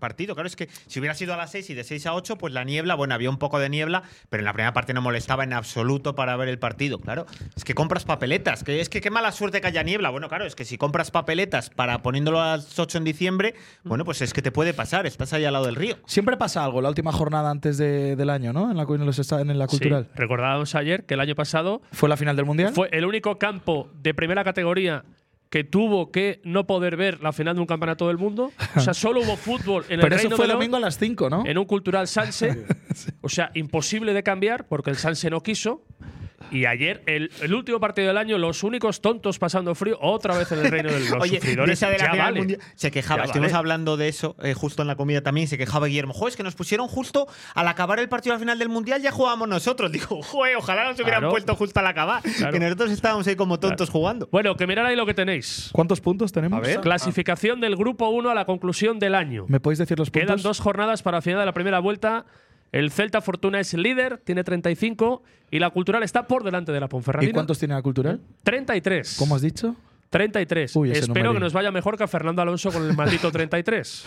D: partido. Claro, es que si hubiera sido a las 6 y de 6 a 8, pues la niebla, bueno, había un poco de niebla, pero en la primera parte no molestaba en absoluto para ver el partido, claro. Es que compras papeletas, que es que qué mala suerte que haya niebla. Bueno, claro, es que si compras papeletas para poniéndolo a las 8 en diciembre, bueno, pues es que te puede pasar, estás ahí al lado del río.
C: Siempre pasa algo la última jornada antes de- del año, ¿no? En la, cu- en los esta- en la
B: Sí,
C: cultural.
B: Recordábamos ayer que el año pasado
C: ¿Fue la final del Mundial?
B: Fue el único campo de primera categoría que tuvo que no poder ver la final de un campeonato del mundo. O sea, solo hubo fútbol en el
C: pero eso
B: Reino
C: fue
B: de León,
C: domingo a las 5, ¿no?
B: en un cultural Sanse. O sea, imposible de cambiar porque el Sanse no quiso. Y ayer, el, el último partido del año, los únicos tontos pasando frío, otra vez en el Reino del Los
D: Oye,
B: sufridores,
D: de esa de la
B: ya
D: final
B: vale.
D: mundial- se quejaba,
B: Ya
D: estuvimos
B: vale.
D: hablando de eso eh, justo en la comida también, y se quejaba Guillermo, joder, es que nos pusieron justo al acabar el partido al final del mundial, ya jugábamos nosotros. Dijo, joder, ojalá nos hubieran
B: Claro.
D: puesto justo al acabar,
B: Claro.
D: que nosotros estábamos ahí como tontos jugando.
B: Bueno, que mirad ahí lo que tenéis.
C: ¿Cuántos puntos tenemos?
D: ¿Eh?
B: Clasificación del grupo 1 a la conclusión del año.
C: ¿Me podéis decir los puntos?
B: Quedan dos jornadas para la final de la primera vuelta. El Celta Fortuna es líder, tiene 35 y la Cultural está por delante de la Ponferradina.
C: ¿Y cuántos tiene la cultural?
B: 33.
C: ¿Cómo has dicho?
B: 33.
C: Uy, ese
B: Espero que
C: numerín.
B: nos vaya mejor que a Fernando Alonso con el maldito 33.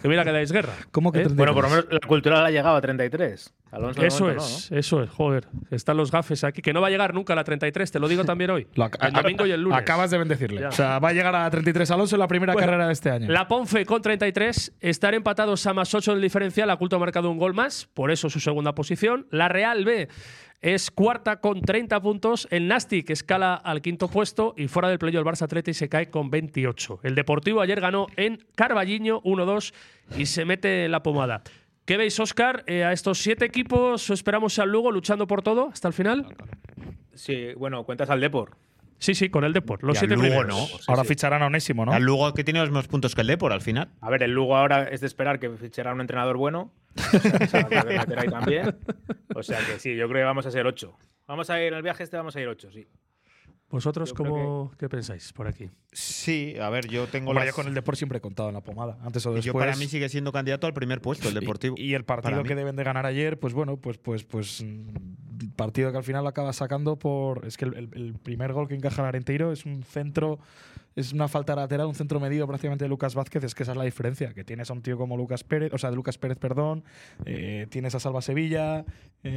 B: que mira que dais guerra.
C: ¿Cómo que
B: ¿eh?
C: 33?
E: Bueno, por lo menos la cultural ha llegado a 33. Alonso de
B: Eso
E: momento no, ¿no?
B: es, eso es, joder. Están los gafes aquí, que no va a llegar nunca a la 33, te lo digo también hoy.
C: Lo ac-
B: el domingo y el lunes.
C: Acabas de bendecirle.
B: Ya.
C: O sea, va a llegar a 33 Alonso en la primera
B: Bueno,
C: carrera de este año.
B: La Ponfe con 33, estar empatados a más 8 en el diferencial, la Culto ha marcado un gol más, por eso su segunda posición. La Real B es cuarta con 30 puntos, el Nastic escala al quinto puesto y fuera del playo el Barça Atleti se cae con 28. El Deportivo ayer ganó en Carballiño 1-2 y se mete en la pomada. ¿Qué veis, Oscar? a estos siete equipos esperamos al Lugo luchando por todo hasta el final.
E: Sí, bueno, cuentas al Depor.
B: Sí, sí, con el Deport. Los
D: Y al
B: siete
D: Lugo,
B: primeros.
D: ¿no?
C: Ahora ficharán a Onésimo, ¿no?
D: Al Lugo que tiene los mismos puntos que el Depor al final.
E: A ver, el Lugo ahora es de esperar que fichará un entrenador bueno. O sea, que se va a meter ahí también. O sea que sí, yo creo que vamos a ser ocho. Vamos a ir en el viaje este, vamos a ir ocho, sí.
B: ¿Vosotros
E: Yo creo
B: cómo, qué pensáis por aquí?
D: Sí, a ver, yo tengo
C: Hombre,
D: las-
C: yo con el Deport siempre he contado en la pomada, antes o
D: yo
C: después.
D: para mí sigue siendo candidato al primer puesto el Deportivo.
C: Y el partido
D: Para mí.
C: que deben de ganar ayer, pues bueno, pues pues pues mm, partido que al final acaba sacando por es que el, el- el primer gol que encaja Arenteiro es un centro es una falta lateral, un centro medido prácticamente de Lucas Vázquez, es que esa es la diferencia, que tienes a un tío como Lucas Pérez, o sea, de Lucas Pérez, perdón, eh, tienes a Salva Sevilla,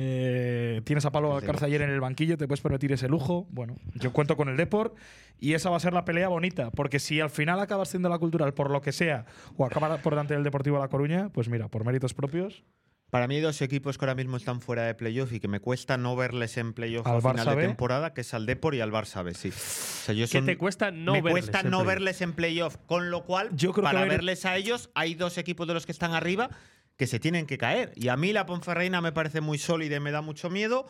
C: eh, tienes a Pablo Alcarce ayer en el banquillo, te puedes permitir ese lujo, bueno, yo cuento con el Deport y esa va a ser la pelea bonita, porque si al final acabas siendo la cultural por lo que sea, o acabas por delante del Deportivo La Coruña, pues mira, por méritos propios,
D: Para mí hay dos equipos que ahora mismo están fuera de playoff y que me cuesta no verles en playoff
C: ¿Al
D: al final
C: Barça
D: de
C: B?
D: temporada, que es al Depor y al Barça B, sí. O sea, yo
B: ¿Qué
D: son-
B: te cuesta no
D: me
B: verles
D: cuesta
B: en
D: no
B: playoff?
D: verles en playoff, con lo cual
C: Yo creo que
D: para
C: va a haber-
D: verles a ellos hay dos equipos de los que están arriba que se tienen que caer. Y a mí la Ponferreina me parece muy sólida y me da mucho miedo.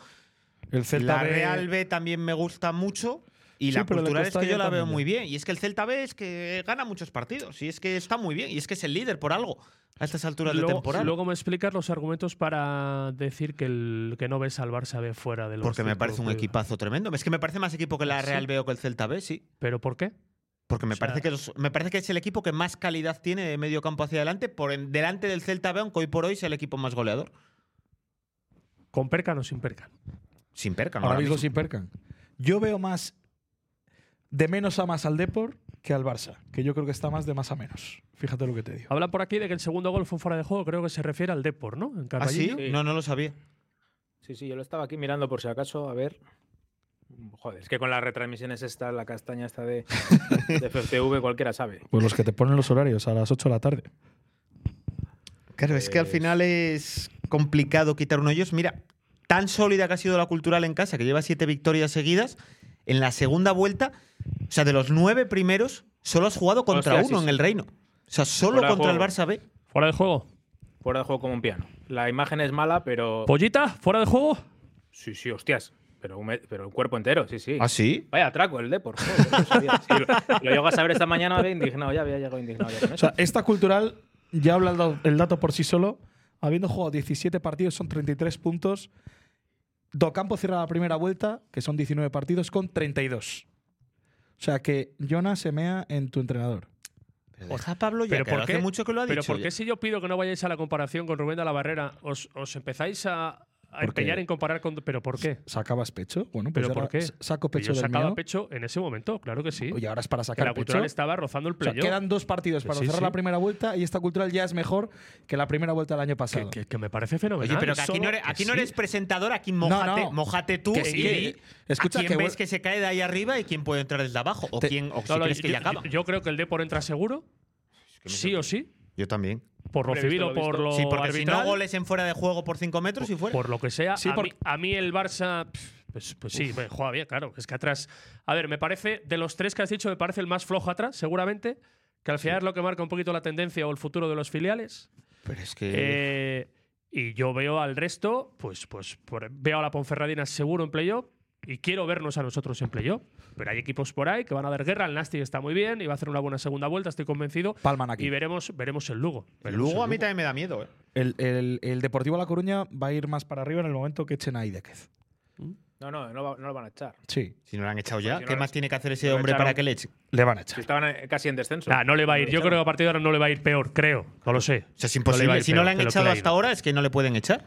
C: el Celta
D: la
C: B-
D: Real B también me gusta mucho. Y
C: Sí,
D: la
C: pero le
D: cultural es
C: costó
D: que yo
C: ayer
D: la veo
C: también. ¿eh?
D: muy bien. Y es que el Celta B es que gana muchos partidos. Y es que está muy bien. Y es que es el líder por algo a estas alturas de
B: Luego,
D: temporada.
B: luego me explicas los argumentos para decir que, el, que no ves al Barça B fuera de los
D: porque me
B: cinco
D: parece un
B: primeros.
D: equipazo tremendo. Es que me parece más equipo que la
B: ¿Ah, sí?
D: Real B o que el Celta B, sí.
B: ¿Pero por qué?
D: Porque me,
B: O sea-
D: parece que los- me parece que es el equipo que más calidad tiene de medio campo hacia adelante, por en- delante del Celta B, aunque hoy por hoy sea el equipo más goleador.
B: ¿Con Percan o sin Percan?
D: Sin perca, ¿no?
C: Ahora
D: Ahora
C: mismo
D: mismo.
C: sin Percan. Yo veo más de menos a más al Depor que al Barça, que yo creo que está más de más a menos. Fíjate lo que te digo.
B: Hablan por aquí de que el segundo gol fue fuera de juego, creo que se refiere al Depor, ¿no? En
D: ¿Ah, sí?
B: Carballiño.
E: Sí.
D: No, no lo sabía.
E: Sí, sí, yo lo estaba aquí mirando por si acaso, a ver. Joder, es que con las retransmisiones esta, la castaña esta de, de FFTV, cualquiera sabe.
C: Pues los que te ponen los horarios a las 8 de la tarde.
D: Claro, es que al
E: Pues-
D: final es complicado quitar uno de ellos. Mira, tan sólida que ha sido la cultural en casa, que lleva siete victorias seguidas, en la segunda vuelta, o sea, de los nueve primeros, solo has jugado contra
E: Hostia, sí,
D: uno
E: sí.
D: en el reino. O sea, solo
E: Fuera de
D: contra el
E: juego.
D: Barça B.
B: ¿Fuera de juego?
E: Fuera de juego como un piano. La imagen es mala, pero.
B: ¿Pollita? ¿Fuera de juego?
E: Sí, sí, hostias. Pero, un me- pero el cuerpo entero, sí, sí.
D: ¿Ah, sí?
E: Vaya atraco el Depor. joder, no sabía. Sí, lo, lo llego a saber esta mañana, había indignado, ya había llegado indignado. ya con
C: O
E: eso.
C: sea, esta cultural ya habla el da- el dato por sí solo. Habiendo jugado 17 partidos, son 33 puntos. Docampo cierra la primera vuelta, que son 19 partidos, con 32. O sea que Jonas se mea en tu entrenador.
D: Deja a Pablo ya,
B: ¿Pero
D: que
B: por
D: hace
B: qué?
D: mucho que lo ha
B: Pero
D: dicho.
B: ¿por qué
D: ya.
B: si yo pido que no vayáis a la comparación con Rubén de la Barrera, os, os empezáis a, a empeñar en comparar con... ¿Pero por qué?
C: ¿Sacabas pecho? Bueno, pues
B: ¿Pero
C: ahora
B: por qué?
C: s- saco pecho
B: yo
C: del
B: sacaba
C: mío.
B: pecho en ese momento, claro que sí.
C: Y ahora es para
B: que
C: sacar
B: la
C: pecho.
B: cultural estaba rozando el
C: O sea,
B: playoff.
C: quedan dos partidos para
B: Sí,
C: cerrar
B: sí.
C: la primera vuelta y esta cultural ya es mejor que la primera vuelta del año
B: que,
C: pasado.
B: que- que me parece fenomenal.
D: Oye, pero que aquí
B: Solo
D: no eres,
B: que
D: aquí no
B: sí.
D: eres presentador, aquí
C: No,
D: mojate,
C: no.
D: mojate tú
C: Que
D: y
C: sí,
D: di
C: que- escucha,
D: a quién
C: que
D: ves
C: vuel-
D: que se cae de ahí arriba y quién puede entrar desde abajo. O
C: Te-
D: quién, o si
B: No, no,
D: crees que
B: yo,
D: ya acaba.
B: yo- yo creo que el Depor entra seguro, sí o sí,
D: Yo también.
B: por lo
E: Previsto
B: civil
E: lo
B: o por
E: visto.
B: lo
D: Sí, porque si no pues.
B: arbitral,
D: goles en fuera de juego por 5 metros y fuera.
B: por lo que sea.
C: Sí,
B: a,
C: porque-
B: mí, a mí el Barça, pf, pues, pues sí, bueno, juega bien, claro. Es que atrás, a ver, me parece de los tres que has dicho me parece el más flojo atrás, seguramente, que al final es lo que marca un poquito la tendencia o el futuro de los filiales.
D: Pero es que.
B: Eh, y yo veo al resto, pues, pues por- veo a la Ponferradina seguro en playoff y quiero vernos a nosotros en playoff. Pero hay equipos por ahí que van a dar guerra. El Nasty está muy bien y va a hacer una buena segunda vuelta, estoy convencido.
C: Palman aquí.
B: Y veremos, veremos el Lugo.
D: el
B: Veremos
D: Lugo a
B: el
D: mí también me da miedo, ¿eh?
C: El, el- el Deportivo La Coruña va a ir más para arriba en el momento que echen a Idequez.
B: ¿Mm?
E: No, no, no, va- no lo van a echar.
C: Sí,
D: Pues Si no lo han echado ya,
E: si no
D: ¿qué
E: lo-
D: más tiene que hacer ese
E: lo
D: hombre para
E: echaron.
D: que le eche?
C: le van a
E: Si
C: echar.
E: estaban eh, casi en descenso.
B: Nah, no le va a ir. Yo
E: echaron.
B: creo que a partir de ahora no le va a ir peor, creo. No lo sé.
D: O sea, es
B: No le va a
D: imposible.
B: ir
D: si no
B: peor
D: lo han
B: de que
D: echado
B: le ha
D: hasta
B: ido.
D: ahora, es que no le pueden echar.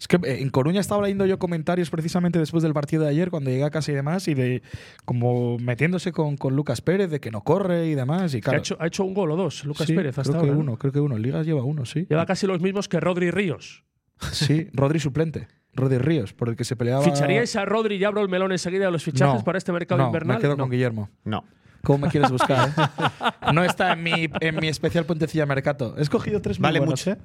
C: Es que eh, en Coruña estaba leyendo yo comentarios precisamente después del partido de ayer, cuando llegué a casa y demás, y de como metiéndose con, con Lucas Pérez, de que no corre y demás. Y
B: Que
C: claro,
B: Ha, hecho, ha hecho un gol o dos, Lucas
C: sí,
B: Pérez, hasta
C: creo
B: ahora.
C: que
B: ¿no?
C: uno, creo que uno. En Ligas lleva uno, sí.
B: Lleva casi los mismos que Rodri Ríos.
C: Sí, Rodri suplente. Rodri Ríos, por el que se peleaba.
B: ¿Ficharíais a Rodri y abro el melón enseguida de los fichajes
C: No,
B: para este mercado
C: no,
B: invernal?
C: Me quedo
B: No.
C: con Guillermo.
D: No.
C: ¿Cómo me quieres buscar? eh? no está en mi, en mi especial puentecilla mercato. He escogido tres muy
D: Vale
C: buenos,
D: mucho.
C: ¿eh?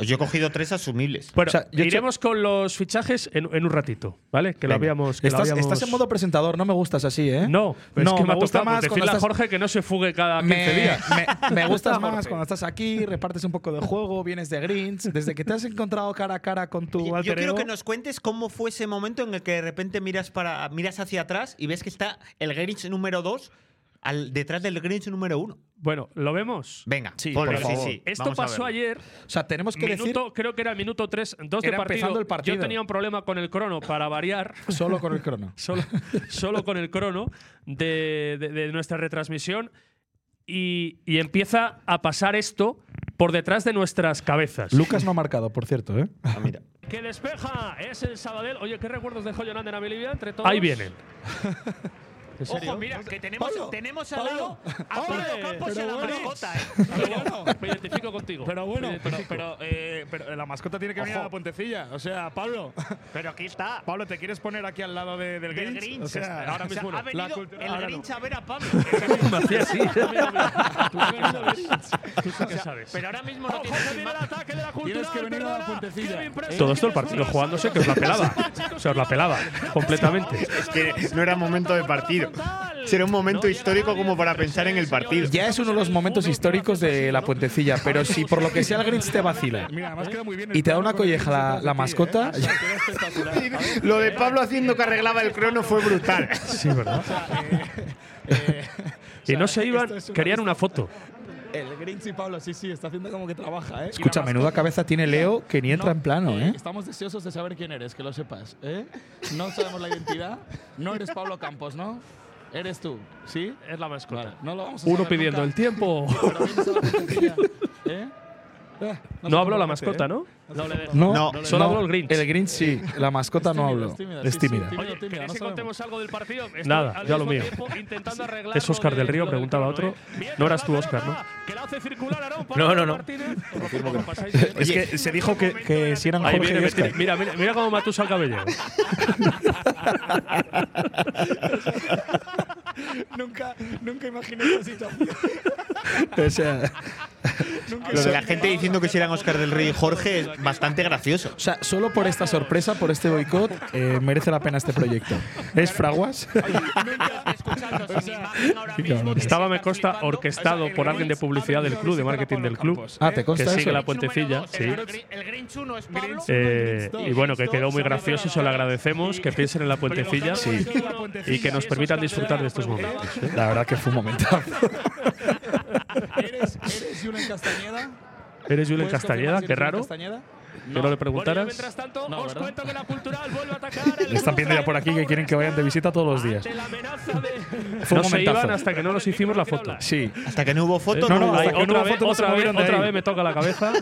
D: Yo he cogido tres asumibles.
B: Bueno,
G: O sea, yo he hecho-
B: iremos con los fichajes en, en un ratito, ¿vale? Que lo
D: Venga.
B: habíamos. que lo
C: Estás,
B: habíamos-
C: estás en modo presentador, no me gustas así, ¿eh?
B: No, es
G: No,
B: que me,
G: me
B: ha
G: gusta
B: tocado
G: más cuando
B: pues, decirle a
G: estás-
B: Jorge que no se fugue cada 15
C: Me,
B: días.
C: me- me gustas más
H: Jorge.
C: cuando estás aquí, repartes un poco de juego, vienes de greens. Desde que te has encontrado cara a cara con tu
D: Yo-
C: alter
D: Yo quiero
C: ego-
D: que nos cuentes cómo fue ese momento en el que de repente miras, para, miras hacia atrás y ves que está el Grinch número 2 detrás del Grinch número 1.
B: Bueno, lo vemos.
D: Venga,
C: Sí,
D: ponlo,
C: por favor.
B: Esto
D: vamos a
B: pasó
D: verlo.
B: ayer.
C: O sea, tenemos que
B: Minuto, creo que era minuto 3, 2 de
C: Era empezando
B: partido.
C: el partido.
B: Yo tenía un problema con el crono para variar.
C: decir solo con el crono.
B: solo, solo con el crono de, de- de nuestra retransmisión y, y empieza a pasar esto por detrás de nuestras cabezas.
G: Lucas no ha marcado, por cierto, ¿eh?
D: Ah, mira.
B: Que despeja, es el Sabadell. Oye, ¿qué recuerdos dejó Jonander a mi vida entre todos? Ahí vienen.
D: Ojo, mira, que tenemos,
C: Pablo,
D: tenemos al
C: Pablo,
D: lado a
B: hombre,
D: Pablo Campos y a
B: pero
D: la
B: bueno.
D: mascota, ¿eh?
B: Me identifico contigo.
G: Pero bueno,
B: Me
G: pero,
B: identifico.
G: pero, eh, pero la mascota tiene que venir a la puentecilla. O sea, Pablo,
D: Pero aquí está.
G: Pablo, ¿te quieres poner aquí al lado de- del
D: Del
G: Grinch?
D: Grinch.
G: O sea,
D: O sea, ha
G: la
D: venido
G: cultura-
D: el
G: ahora no.
D: Grinch a ver a Pablo.
B: Me hacía así. Tú qué sabes.
D: Pero ahora mismo no tiene ni ma-
G: Tienes que venir a la puentecilla.
B: Todo esto el partido jugándose que os la pelaba. Se os la pelaba completamente.
D: Es que no era momento de partido. Será un momento histórico como para pensar en el partido.
C: Ya es uno de los momentos históricos de la puentecilla, pero si por lo que sea el Grinch te vacila
G: Mira, además queda muy bien. el
C: y te da
G: plano
C: una
G: con el
C: colleja
G: Grinch
C: la,
G: detrás de ti,
C: la
G: ¿eh?
C: mascota,
G: Queda espectacular.
D: Lo de Pablo haciendo que arreglaba el crono fue brutal.
B: Sí, ¿verdad? y no se iban,
C: esto es una
B: querían una foto.
C: el Grinch y Pablo, sí, sí, está haciendo como que trabaja, ¿eh?
G: Y la
C: Escucha,
G: mascota-
C: menuda cabeza tiene Leo que ni entra en plano, ¿eh?
G: Estamos deseosos de saber quién eres, que lo sepas. ¿eh? No sabemos la identidad. No eres Pablo Campos, ¿no? Eres tú, ¿sí?
B: Es la mascota.
G: No lo vamos a
B: Uno
G: saber
B: pidiendo
G: nunca,
B: el tiempo.
G: pero vienes a la puentecilla, ¿eh? Ah,
B: No
G: se
B: habló la
G: compromete,
B: mascota,
G: ¿eh?
B: ¿no? No le
D: No,
B: solo habló el Grinch.
C: El Grinch sí, la mascota no habló.
G: Es tímida,
C: Es
G: sí, sí,
C: tímida.
G: tímida, tímida, no
B: que
G: sabemos.
B: contemos algo del partido? Estoy Nada, al yo lo mismo mío. tiempo intentando arreglar Es lo Óscar de- del Río, lo preguntaba crono, otro. ¿eh? Bien, No eras tú, Fernando Óscar, Lorca, Que la hace circular Aarón para
E: No, no,
B: Pablo
E: no.
B: Martínez. Lo pasáis bien.
G: Es que se dijo que, que si eran
B: Ahí
G: Jorge y
B: viene, mira,
G: Óscar.
B: mira, mira, mira cómo Matusa al cabello.
C: Nunca, nunca imaginé esa situación.
G: O sea,
D: Lo de la gente diciendo que si eran Oscar del Rey y Jorge es bastante gracioso.
C: O sea, solo por esta sorpresa, por este boicot, eh, merece la pena este proyecto. ¿Es Fraguas?
B: Estaba, me consta, orquestado por alguien de publicidad del club, de marketing del club.
C: Ah, ¿te
B: Que
C: consta
B: sigue
C: eso?
B: la puentecilla. Sí.
D: El Grinch 1 es Pablo.
B: Eh, y bueno, que quedó muy gracioso, se lo agradecemos, que piensen en la puentecilla y que nos permitan disfrutar de estos momentos. ¿eh?
C: La verdad que fue un momentazo.
G: ¿Eres, eres Julen Castañeda?
B: ¿Eres Julen
G: ¿Puedes confirmar
B: Castañeda?
G: si
B: Qué
G: eres Julen
B: raro
G: Castañeda?
B: que no le
E: Bueno, y
B: preguntaras.
E: mientras tanto,
G: No,
E: os
G: ¿verdad?
E: cuento que la cultural vuelve a atacar. al
C: Me están pidiendo ya por aquí que
E: Getafe
C: quieren que vayan de visita todos los días.
E: ante la amenaza de-
C: Fue
B: No
C: un
B: se iban
C: momentazo.
B: hasta que no nos hicimos la foto.
C: Sí.
D: Hasta que no hubo
C: No,
D: foto, no,
C: no,
D: hubo
C: hasta
B: Ay,
C: que no
D: foto.
B: otra
C: hubo
B: vez,
C: foto, no se
B: otra vez,
C: movieron de
B: otra
C: ahí.
B: vez me toca la cabeza.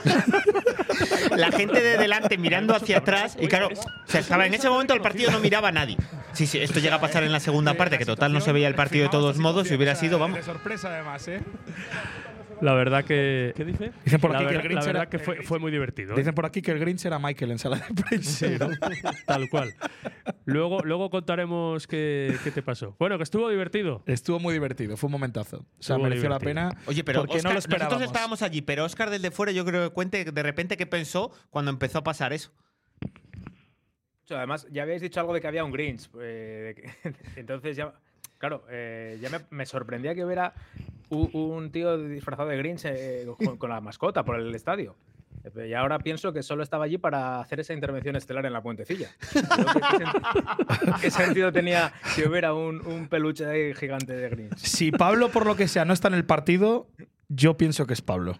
D: La gente de delante mirando hacia atrás y claro, o sea, estaba en ese momento el partido no miraba a nadie. Sí, sí, esto llega a pasar en la segunda parte, que total no se veía el partido de todos modos y hubiera sido, vamos.
G: De sorpresa, además, ¿eh?
B: La verdad que. ¿Qué dice?
C: Dicen por
B: la
C: aquí que el
B: verdad,
C: Grinch
B: la verdad
C: era-
B: que fue, fue muy divertido. ¿eh?
C: Dicen por aquí que el Grinch era Michael en sala de prensa.
B: Sí, ¿no? Tal cual. Luego, luego contaremos qué, qué te pasó. Bueno, que estuvo divertido.
C: Estuvo muy divertido, fue un momentazo. O sea,
B: Estuvo
C: mereció la
B: divertido.
C: pena.
D: Oye, pero
C: porque no
D: Óscar-
C: lo esperábamos.
D: nosotros estábamos allí, pero Oscar desde fuera yo creo que cuente de repente qué pensó cuando empezó a pasar eso.
E: Además, ya habéis dicho algo de que había un Grinch. eh, de que- entonces ya, claro, eh, ya me, me sorprendía que hubiera u- un, tío disfrazado de Grinch eh, con, con la mascota por el estadio. Eh, pero Y ahora pienso que solo estaba allí para hacer esa intervención estelar en la puentecilla. Creo que ¿Qué, sen- qué sentido tenía que hubiera un, un peluche ahí gigante de Grinch?
C: Si Pablo, por lo que sea, no está en el partido, yo pienso que es Pablo.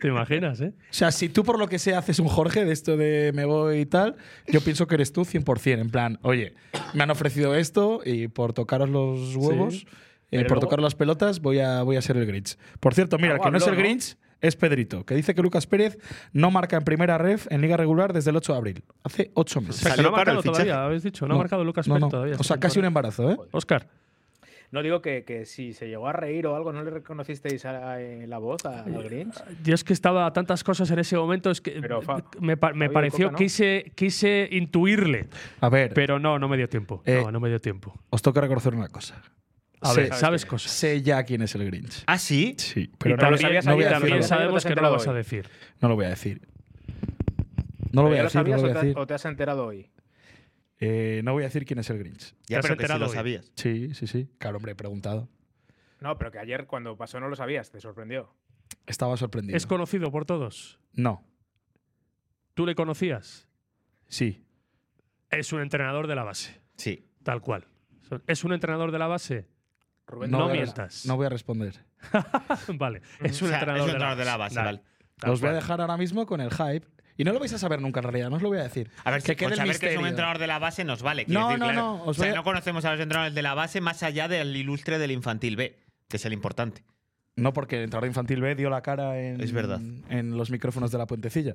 B: ¿Te imaginas, eh?
C: O sea, si tú por lo que sea haces un Jorge de esto de me voy y tal, yo pienso que eres tú 100%. En plan, oye, me han ofrecido esto y por tocaros los huevos,
B: Sí.
C: eh,
E: Pero
C: por
E: luego-
C: tocar las pelotas, voy a, voy a ser el Grinch. Por cierto, mira, el
E: Algo
C: que no es
E: habló,
C: el
E: ¿no?
C: Grinch es Pedrito, que dice que Lucas Pérez no marca en primera ref en liga regular desde el 8 de abril. Hace 8
B: O
C: meses.
B: sea, que
D: Salió
B: no ha
D: caro el
B: marcado
D: fichaje.
B: todavía, habéis dicho. No, ha marcado Lucas
C: no,
B: Pérez
C: no.
B: todavía.
C: O sea, casi un embarazo, ¿eh?
B: Oscar.
E: No digo que, que si se llegó a reír o algo, ¿no le reconocisteis a- eh, la voz a, a Grinch?
B: Yo es que estaba a tantas cosas en ese momento, es que
E: Pero, Fa,
B: me, pa-
E: ha
B: me
E: habido
B: pareció,
E: coca, ¿no?
B: quise, quise intuirle,
C: A ver,
B: pero no, no me dio tiempo.
C: Eh,
B: no, no me dio tiempo.
C: os toca reconocer una cosa.
B: A
C: Sí.
B: ver, sabes cosas.
C: Sé ya quién es el Grinch.
D: ¿Ah, sí?
C: Sí, pero
B: y
E: lo
C: no,
B: también,
E: sabías
B: y
E: ayer,
B: también
E: también lo
B: sabemos
E: sabías
B: que no
E: enterado
B: lo vas a
E: hoy.
B: decir.
C: no lo voy a decir. No lo voy a
E: ¿Ya lo
C: decir, no
E: sabías
C: lo voy
E: o
C: a
E: te-
C: decir.
E: o te has enterado hoy?
C: Eh, no voy a decir quién es el Grinch.
D: Ya,
C: has
D: pero que sí
C: enterado
D: lo
C: hoy?
D: sabías.
C: Sí, sí, sí. Claro, hombre, he preguntado.
E: No, pero que ayer cuando pasó no lo sabías, te sorprendió.
C: Estaba sorprendido.
B: Es conocido por todos.
C: no,
B: ¿Tú le conocías?
C: sí.
B: Es un entrenador de la base,
D: Sí.
B: tal cual. ¿Es un entrenador de la base?
E: Rubén,
B: No
C: voy a-
B: mientas.
C: No voy a responder.
B: vale. Es un
D: Mm. O sea,
B: entrenador,
D: es un entrenador de la base,
B: Nah,
D: vale.
B: tal
C: Os voy a
B: cual.
C: dejar ahora mismo con el hype. Y no lo vais a saber nunca en realidad, no os lo voy a decir.
D: A ver,
C: que
D: que
C: quede el
D: saber que es
C: misterio.
D: un entrenador de la base nos vale.
C: No,
D: quiero decir,
C: no,
D: claro.
C: no, os
D: O sea,
C: voy a-
D: no conocemos a los entrenadores de la base más allá del ilustre del infantil B, que es el importante.
C: No, porque el entrenador infantil B dio la cara en,
D: Es verdad.
C: en los micrófonos de la puentecilla.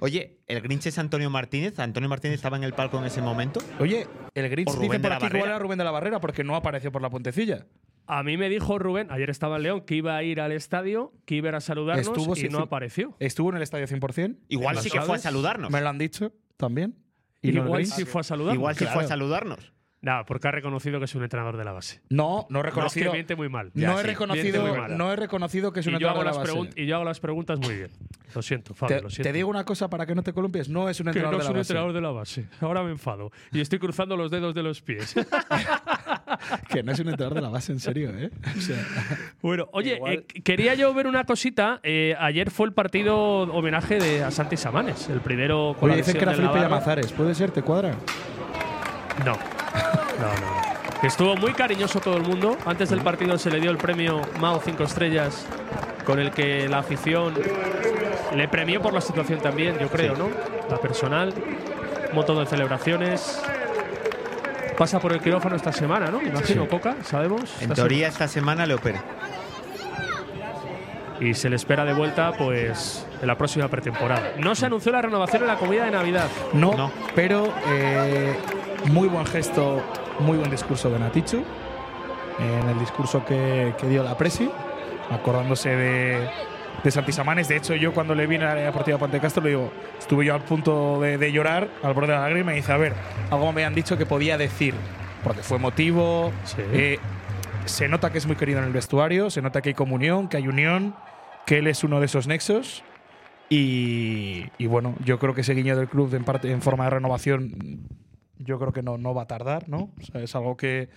D: Oye, el Grinch es Antonio Martínez. Antonio Martínez estaba en el palco en ese momento.
C: Oye, el Grinch
D: O Rubén
C: dice
D: de
C: por
D: la
C: aquí que igual
D: Barrera.
C: era Rubén de la Barrera porque no apareció por la puentecilla.
B: A mí me dijo Rubén, ayer estaba en León, que iba a ir al estadio, que iba a ir a saludarnos
C: Estuvo
B: y
C: sin-
B: no apareció.
C: Estuvo en el estadio 100%.
D: Igual
B: ¿Lo
D: sí que fue a
B: sabes?
D: saludarnos.
C: Me lo han dicho también. Y no el
B: Igual
C: Grinch.
B: si fue a saludarnos.
D: Igual sí fue a
C: Claro.
D: saludarnos.
B: Nada, porque ha reconocido que es un entrenador de la base.
C: No, no he
B: No, es
C: reconocido.
B: que miente muy mal.
C: no he
D: sí.
B: Miente muy
C: reconocido,
B: mal.
C: no he reconocido que es un
B: y, yo hago
C: entrenador de
B: las
C: la base.
B: pregun- y yo hago las preguntas muy bien. Lo siento, Fabio,
C: Te,
B: lo
C: te
B: siento.
C: digo una cosa para que no te columpies. No es un
B: que
C: entrenador
B: no
C: de
B: soy
C: la
B: un
C: base.
B: entrenador de la base. Ahora me enfado. Y estoy cruzando los dedos de los pies.
C: Que no es un entrenador de la base, en serio, ¿eh? O sea,
B: bueno, oye, eh, quería yo ver una cosita. Eh, ayer fue el partido homenaje de a Santi Samanes, el primero con
C: oye,
B: la lesión
C: dicen que era
B: del
C: Felipe
B: Navarro.
C: Llamazares. ¿Puede ser? ¿Te cuadra?
B: No. No, no. Que Estuvo muy cariñoso todo el mundo. Antes del partido se le dio el premio Mao 5 estrellas, con el que la afición le premió por la situación también, yo creo, ¿no? La personal. Un montón de celebraciones. Pasa por el quirófano esta semana, ¿no? Me Imagino, Coca, sabemos.
D: En
B: Esta
D: teoría, esta semana le opera.
B: se- Y se le espera de vuelta, pues, en la próxima pretemporada. No se anunció la renovación en la comida de Navidad.
C: No,
D: No.
C: pero eh, muy buen gesto, muy buen discurso de Natichu. En el discurso que, que dio la Presi, acordándose de, de Santi Samanes. De hecho, yo cuando le vi en la área deportiva Ponte Castro, le digo, estuve yo al punto de, de llorar, al borde de la lágrima, y dice, a ver, algo me han dicho que podía decir, porque fue motivo.
B: Sí.
C: se nota que es muy querido en el vestuario, se nota que hay comunión, que hay unión, que él es uno de esos nexos. Y, y bueno, yo creo que ese guiño del club en, parte, en forma de renovación, yo creo que no, no va a tardar, ¿no? O sea, es algo que.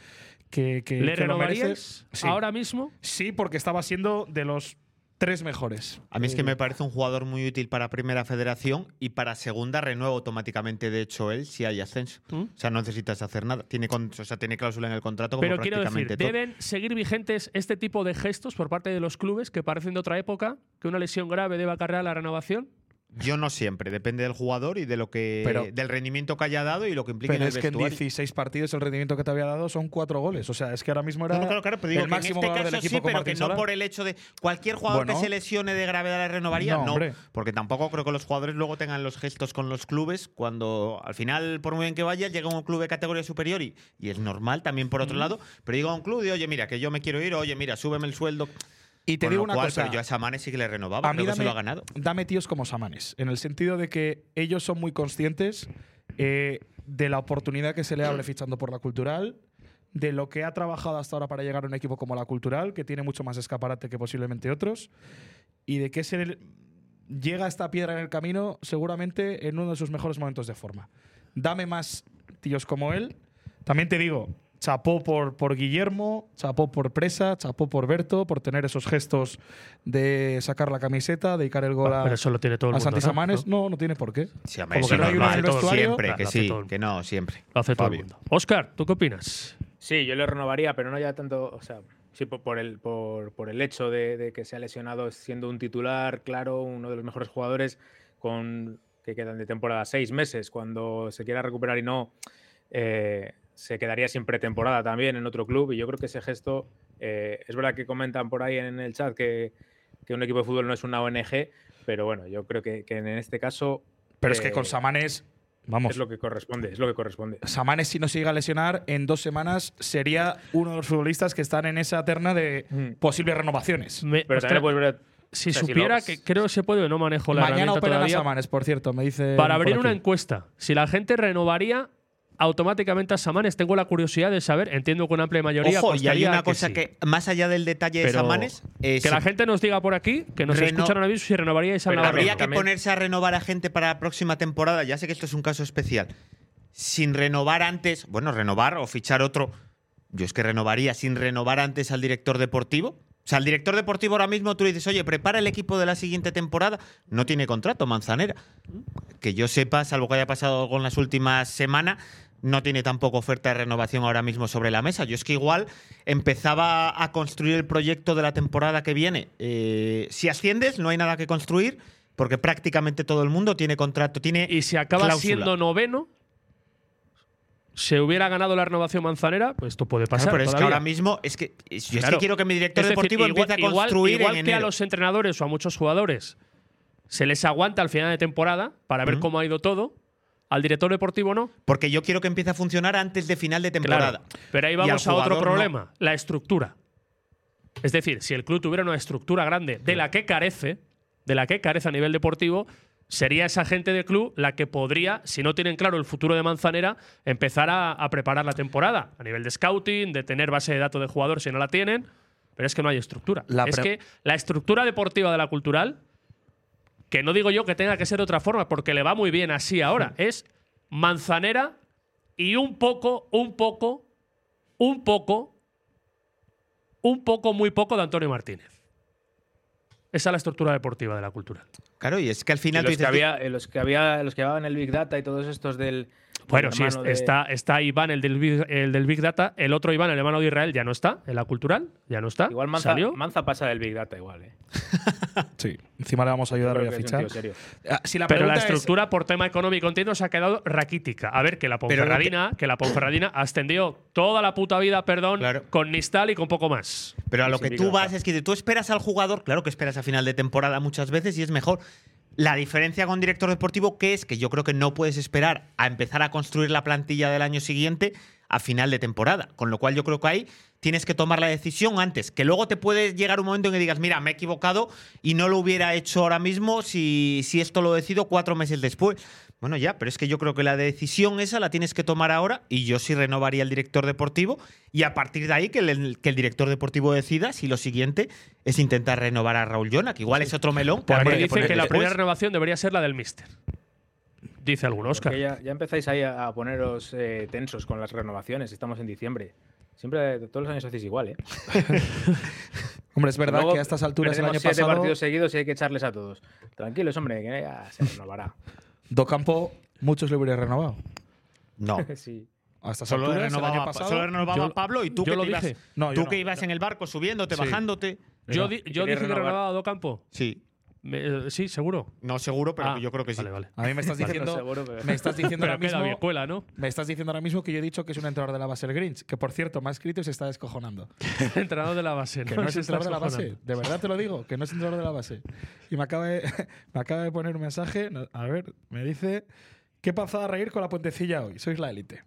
C: que, que
B: ¿Le
C: que lo merece.
B: renovarías
C: Sí.
B: ahora mismo?
C: sí, porque estaba siendo de los tres mejores.
D: A mí es que me parece un jugador muy útil para Primera Federación y para Segunda renueva automáticamente, de hecho, él si hay ascenso.
B: ¿Mm?
D: O sea, no necesitas hacer nada. Tiene, con- o sea, tiene cláusula en el contrato como
B: Pero quiero
D: prácticamente
B: decir,
D: todo.
B: ¿deben seguir vigentes este tipo de gestos por parte de los clubes que parecen de otra época? ¿Que una lesión grave deba acarrear la renovación?
D: Yo no siempre, depende del jugador y de lo que
C: Pero-
D: del rendimiento que haya dado y lo que implica
C: Pero
D: en el
C: es que en
D: vestuario.
C: 16 partidos el rendimiento que te había dado son cuatro goles. O sea, es que ahora mismo era
D: No, no, claro, claro, pero digo
C: el
D: que en
C: máximo
D: este
C: goleador
D: caso
C: del equipo
D: sí,
C: con
D: pero que
C: Martín
D: no
C: Solar.
D: por el hecho de cualquier jugador
C: Bueno.
D: que se lesione de gravedad la renovaría,
C: No,
D: no,
C: hombre.
D: porque tampoco creo que los jugadores luego tengan los gestos con los clubes cuando al final, por muy bien que vaya, llega un club de categoría superior y, y es normal también por otro
C: Mm.
D: lado, pero llega un club de, oye, mira, que yo me quiero ir, oye, mira, súbeme el sueldo.
C: Y te
D: Con
C: digo
D: lo
C: una
D: cual,
C: cosa.
D: pero yo a Samanes sí que le renovaba, creo que se lo ha ganado.
C: dame tíos como Samanes, en el sentido de que ellos son muy conscientes eh, de la oportunidad que se le abre fichando por la cultural, de lo que ha trabajado hasta ahora para llegar a un equipo como la cultural, que tiene mucho más escaparate que posiblemente otros, y de que se le- llega esta piedra en el camino seguramente en uno de sus mejores momentos de forma. Dame más tíos como él. También te digo, chapó por, por Guillermo, chapó por Presa, chapó por Berto, por tener esos gestos de sacar la camiseta, dedicar el
E: Ah,
C: gol a,
B: Ah, Pero eso lo tiene todo el
C: a
B: mundo,
C: Santi
B: ¿no?
C: Samanes. ¿no? no, tiene por qué.
D: Sí, hombre,
C: Como que
D: eso es
C: no hay uno en
D: normal,
C: el vestuario.
D: siempre,
B: Claro,
D: que
B: lo hace
D: sí,
B: todo el
D: que no, siempre.
B: Lo hace todo el
D: Fabio.
B: mundo. Oscar, ¿tú qué opinas?
E: Sí, yo le renovaría, pero no ya tanto, o sea, sí po- por el, por, por el hecho de, de que se ha lesionado siendo un titular, claro, uno de los mejores jugadores con que quedan de temporada seis meses, cuando se quiera recuperar y no, eh, se quedaría sin pretemporada también en otro club y yo creo que ese gesto, eh, es verdad que comentan por ahí en el chat que, que un equipo de fútbol no es una ONG, pero bueno, yo creo que, que en este caso
C: Pero es que con
E: Eh,
C: Samanes,
E: es
C: vamos,
E: lo que corresponde, es lo que corresponde.
C: Samanes si no se llega a lesionar en dos semanas sería uno de los futbolistas que están en esa terna de
E: Mm.
C: posibles renovaciones.
B: Me-
E: Pero
B: ostras,
E: también puedes ver
B: si
E: o sea, si
B: supiera
E: lo-
B: que creo que se puede, no manejo la
C: Mañana
B: herramienta
C: operan a
B: todavía.
C: Samanes, por cierto, me dice.
B: Para
C: por
B: abrir
C: aquí.
B: una encuesta, si la gente renovaría automáticamente a Samanes. Tengo la curiosidad de saber, entiendo con amplia mayoría.
D: Ojo, y hay
B: apostaría
D: una cosa
B: sí.
D: que, más allá del detalle de
B: Pero
D: Samanes, eh,
B: que
D: se-
B: la gente nos diga por aquí, que nos
D: Reno-
B: escuchan ahora mismo, si renovaríais a
E: Pero
B: Navarro.
D: habría que
E: también-
D: ponerse a renovar a gente para la próxima temporada. Ya sé que esto es un caso especial. Sin renovar antes, bueno, renovar o fichar otro. Yo es que renovaría sin renovar antes al director deportivo. O sea, al director deportivo ahora mismo tú le dices, oye, prepara el equipo de la siguiente temporada. No tiene contrato, Manzanera. Que yo sepa, salvo que haya pasado algo en las últimas semanas, no tiene tampoco oferta de renovación ahora mismo sobre la mesa. Yo es que igual empezaba a construir el proyecto de la temporada que viene. Eh, si asciendes, no hay nada que construir, porque prácticamente todo el mundo tiene contrato, tiene
B: Y si acaba
D: cláusula.
B: siendo noveno, se hubiera ganado la renovación manzanera, pues esto puede
D: Claro,
B: pasar.
D: pero es que
B: todavía.
D: ahora mismo es que es- yo es
B: Claro.
D: que quiero que mi director
B: Es decir,
D: deportivo
B: igual-
D: empiece a
B: igual-
D: construir
B: igual
D: en
B: que a
D: enero.
B: los entrenadores o a muchos jugadores se les aguanta al final de temporada para ver
D: Ujú.
B: cómo ha ido todo. Al director deportivo no.
D: porque yo quiero que empiece a funcionar antes de final de temporada.
B: Claro. Pero ahí
D: Y al
B: vamos a otro
D: jugador no.
B: problema, la estructura. Es decir, si el club tuviera una estructura grande de la que carece, de la que carece a nivel deportivo, sería esa gente del club la que podría, si no tienen claro el futuro de Manzanera, empezar a, a preparar la temporada a nivel de scouting, de tener base de datos de jugador si no la tienen. Pero es que no hay estructura.
H: La
B: es
H: pre-
B: que la estructura deportiva de la cultural que no digo yo que tenga que ser de otra forma, porque le va muy bien así ahora. Es manzanera y un poco, un poco, un poco, un poco, muy poco de Antonio Martínez. Esa es la estructura deportiva de la cultura.
D: Claro, y es que al
E: Y
D: final tú
E: los, que
D: dices,
E: había, eh, los que había, los que llevaban el Big Data y todos estos del.
B: Bueno,
E: del
B: sí, es-
E: hermano de-
B: está, está Iván, el del, Big, el del Big Data. El otro Iván, el hermano de Israel, ya no está. En la cultural, ya no está.
E: Igual Manza,
B: Salió.
E: Manza pasa del Big Data, igual. ¿eh?
C: Sí, encima le vamos a ayudar
E: Creo
C: hoy a
E: que es un
C: fichar.
E: tío serio.
C: Ah, si la
B: Pero la
C: pregunta es-
B: estructura por tema económico, entiendo, se ha quedado raquítica. A ver, que la
D: Pero lo
B: Ponferradina, que... la Ponferradina ascendió toda la puta vida, perdón,
D: Claro.
B: con Nistal y con poco más.
D: Pero a lo
E: Pues Sí,
D: que
E: Big
D: tú
E: Data.
D: vas es que tú esperas al jugador, claro que esperas a final de temporada muchas veces y es mejor. La diferencia con director deportivo que es que yo creo que no puedes esperar a empezar a construir la plantilla del año siguiente a final de temporada, con lo cual yo creo que ahí tienes que tomar la decisión antes, que luego te puede llegar un momento en que digas, mira, me he equivocado y no lo hubiera hecho ahora mismo si, si esto lo decido cuatro meses después. Bueno, ya, pero es que yo creo que la decisión esa la tienes que tomar ahora y yo sí renovaría el director deportivo y a partir de ahí que el, que el director deportivo decida si lo siguiente es intentar renovar a Raúl Llona, que igual es otro melón.
B: Por
D: habría
B: aquí
D: que
B: dice
D: poner
B: que la
D: después.
B: primera renovación debería ser la del Mister. Dice algún Oscar.
E: Porque ya, ya empezáis ahí a, a poneros eh, tensos con las renovaciones. Estamos en diciembre. Siempre, todos los años hacéis igual, ¿eh?
C: Hombre, es verdad
E: Luego
C: que a estas alturas el
E: perdemos
C: año
E: siete
C: pasado
E: partidos seguidos y hay que echarles a todos. Tranquilos, hombre, que ya se renovará.
C: Docampo muchos le hubieran renovado.
D: No,
E: Sí.
C: A estas
D: solo
C: alturas el año
D: renovaba,
C: pasado
D: solo renovaba
B: Yo-
D: a Pablo y tú
B: yo
D: que
B: lo
D: te ibas-
B: dije.
C: No, yo
D: tú
C: no.
D: que ibas en el barco subiéndote,
C: Sí.
D: bajándote.
B: Yo, di- yo
E: quería
B: dije que
E: renovar.
B: renovaba a Docampo.
D: Sí,
B: Me- eh, sí, seguro.
D: no seguro, pero
B: Ah,
D: yo creo que sí.
B: Vale, vale.
C: a mí me estás
E: Vale.
C: diciendo,
E: No, seguro, pero-
C: me estás diciendo
B: Pero
C: ahora
B: queda bien,
C: mismo
B: cuela, ¿no?
C: me estás diciendo ahora mismo que yo he dicho que es un entrenador de la base el Grinch, que por cierto me ha escrito y se está descojonando.
B: entrenador de la base.
C: Que no es
B: Se está
C: entrenador de la base,
B: acojonando.
C: de verdad te lo digo, que no es entrenador de la base. Y me acaba de, me acaba de poner un mensaje, no, a ver, me dice, qué pasada reír con la puentecilla hoy, sois la élite.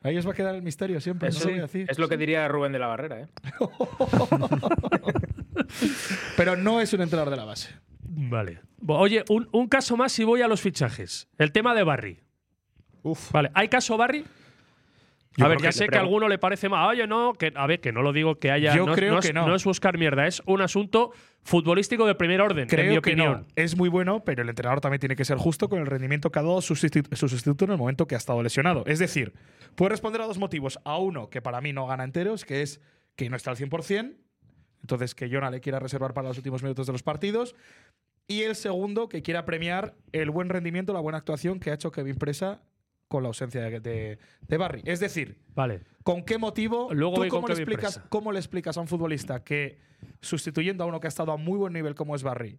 C: Ahí os va a quedar el misterio siempre, no
E: Eso
C: lo voy a decir.
E: es lo que diría Rubén de la Barrera, ¿eh?
C: Pero no es un entrenador de la base.
B: Vale. Bo- Oye, un, un caso más y voy a los fichajes. El tema de Barry.
C: Uf.
B: Vale, ¿hay caso Barry?
C: Yo
B: a ver,
C: creo
B: ya
C: que
B: sé
C: le
B: que a alguno le parece mal. Oye, no, que, a ver, que no lo digo que haya.
C: Yo
B: no, es-
C: creo
B: no es-
C: que no.
B: no es buscar mierda, es un asunto futbolístico de primer orden, en mi
C: Creo que
B: opinión.
C: no. Es muy bueno, pero el entrenador también tiene que ser justo con el rendimiento que ha dado su sustitu- su sustituto en el momento que ha estado lesionado. Es decir, puede responder a dos motivos. A uno, que para mí no gana enteros, que es que no está al 100%, entonces que Jonah le quiera reservar para los últimos minutos de los partidos. Y el segundo, que quiera premiar el buen rendimiento, la buena actuación que ha hecho Kevin Presa con la ausencia de, de- de Barry. Es decir,
B: Vale.
C: ¿Con qué motivo?
B: Luego
C: ¿Tú
B: voy con
C: cómo, le
B: Kevin
C: explicas,
B: Presa.
C: cómo le explicas a un futbolista que sustituyendo a uno que ha estado a muy buen nivel como es Barry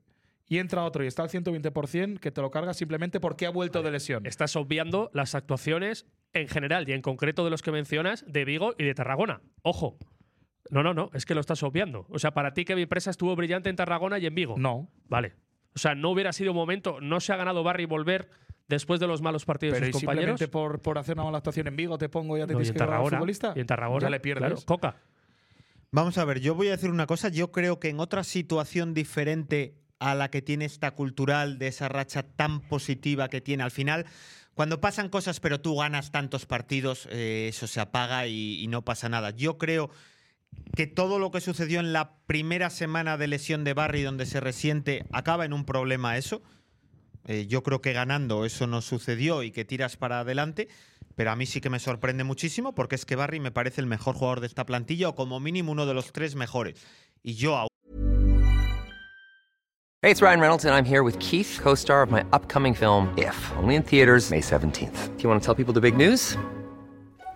C: y entra otro y está al 120% que te lo cargas simplemente porque ha vuelto de lesión?
B: Estás obviando las actuaciones en general y en concreto de los que mencionas de Vigo y de Tarragona. Ojo. No, no, no, es que lo estás obviando. O sea, para ti Kevin Presa estuvo brillante en Tarragona y en Vigo.
C: No,
B: Vale. O sea, no hubiera sido momento, no se ha ganado Barry volver después de los malos partidos
C: pero
B: de
C: ¿y
B: sus compañeros.
C: simplemente por, por hacer una mala actuación en Vigo te pongo ya te
B: No, y
C: tienes
B: en
C: que grabar al
B: Tarragona.
C: futbolista.
B: Y en Tarragona.
C: Ya le pierdes.
B: claro. Coca.
D: Vamos a ver, yo voy a decir una cosa. Yo creo que en otra situación diferente a la que tiene esta cultural, de esa racha tan positiva que tiene. Al final, cuando pasan cosas, pero tú ganas tantos partidos, eh, eso se apaga y, y no pasa nada. Yo creo que todo lo que sucedió en la primera semana de lesión de Barry, donde se resiente, acaba en un problema eso. Eh, yo creo que ganando eso no sucedió y que tiras para adelante, pero a mí sí que me sorprende muchísimo porque es que Barry me parece el mejor jugador de esta plantilla o como mínimo uno de los tres mejores. Y yo aún
H: Hey, it's Ryan Reynolds, and I'm here with Keith, co star of my upcoming film, If, only in theaters, May 17th. Do you want to tell people the big news?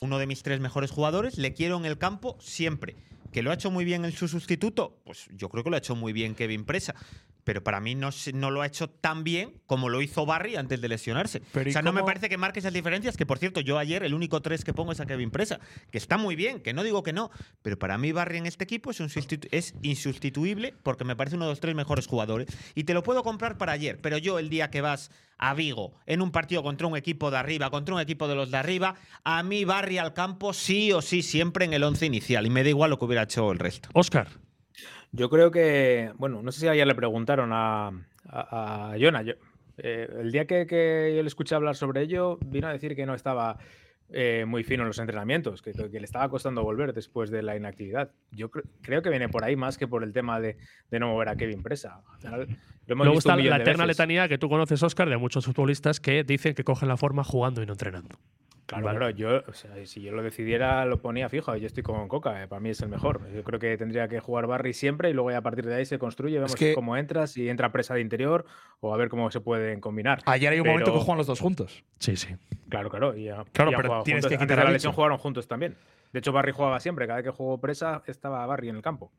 D: uno de mis tres mejores jugadores, le quiero en el campo siempre. ¿Que lo ha hecho muy bien en su sustituto? Pues yo creo que lo ha hecho muy bien Kevin Presa. Pero para mí no, se- no lo ha hecho tan bien como lo hizo Barry antes de lesionarse.
C: Pero ¿y
D: o sea, no me
C: cómo-
D: parece que marque esas diferencias. Que por cierto, yo ayer el único tres que pongo es a Kevin Presa. Que está muy bien, que no digo que no. Pero para mí Barry en este equipo es, un sustitu- es insustituible porque me parece uno de los tres mejores jugadores. Y te lo puedo comprar para ayer. Pero yo el día que vas a Vigo en un partido contra un equipo de arriba, contra un equipo de los de arriba, a mí Barry al campo sí o sí siempre en el once inicial. Y me da igual lo que hubiera hecho el resto.
B: Oscar.
E: Yo creo que, bueno, no sé si ayer le preguntaron a, a, a Jonah. Yo- eh, el día que, que yo le escuché hablar sobre ello, vino a decir que no estaba eh, muy fino en los entrenamientos, que, que le estaba costando volver después de la inactividad. Yo cre- creo que viene por ahí más que por el tema de, de no mover a Kevin Presa. Al final, Lo hemos visto
B: Luego
E: un
B: está la
E: millón de
B: eterna
E: veces.
B: letanía que tú conoces, Oscar, de muchos futbolistas que dicen que cogen la forma jugando y no entrenando.
E: Claro,
B: Vale.
E: claro, yo, o sea, si yo lo decidiera, lo ponía fijo. Yo estoy con Coca, eh, para mí es el mejor. Yo creo que tendría que jugar Barry siempre y luego ya a partir de ahí se construye, vemos
C: que-
E: cómo entra, si entra presa de interior o a ver cómo se pueden combinar.
C: Ayer hay un momento
E: Pero-
C: que juegan los dos juntos.
B: Sí, sí.
E: Claro, claro. Y ya-
C: Claro,
E: y ya
C: pero
E: jugaban
C: tienes
E: juntos.
C: que
E: Antes
C: quitar
E: de
C: a
E: la lesión
C: Bicho.
E: jugaron juntos también. De hecho, Barry jugaba siempre. Cada vez que jugó presa, estaba Barry en el campo.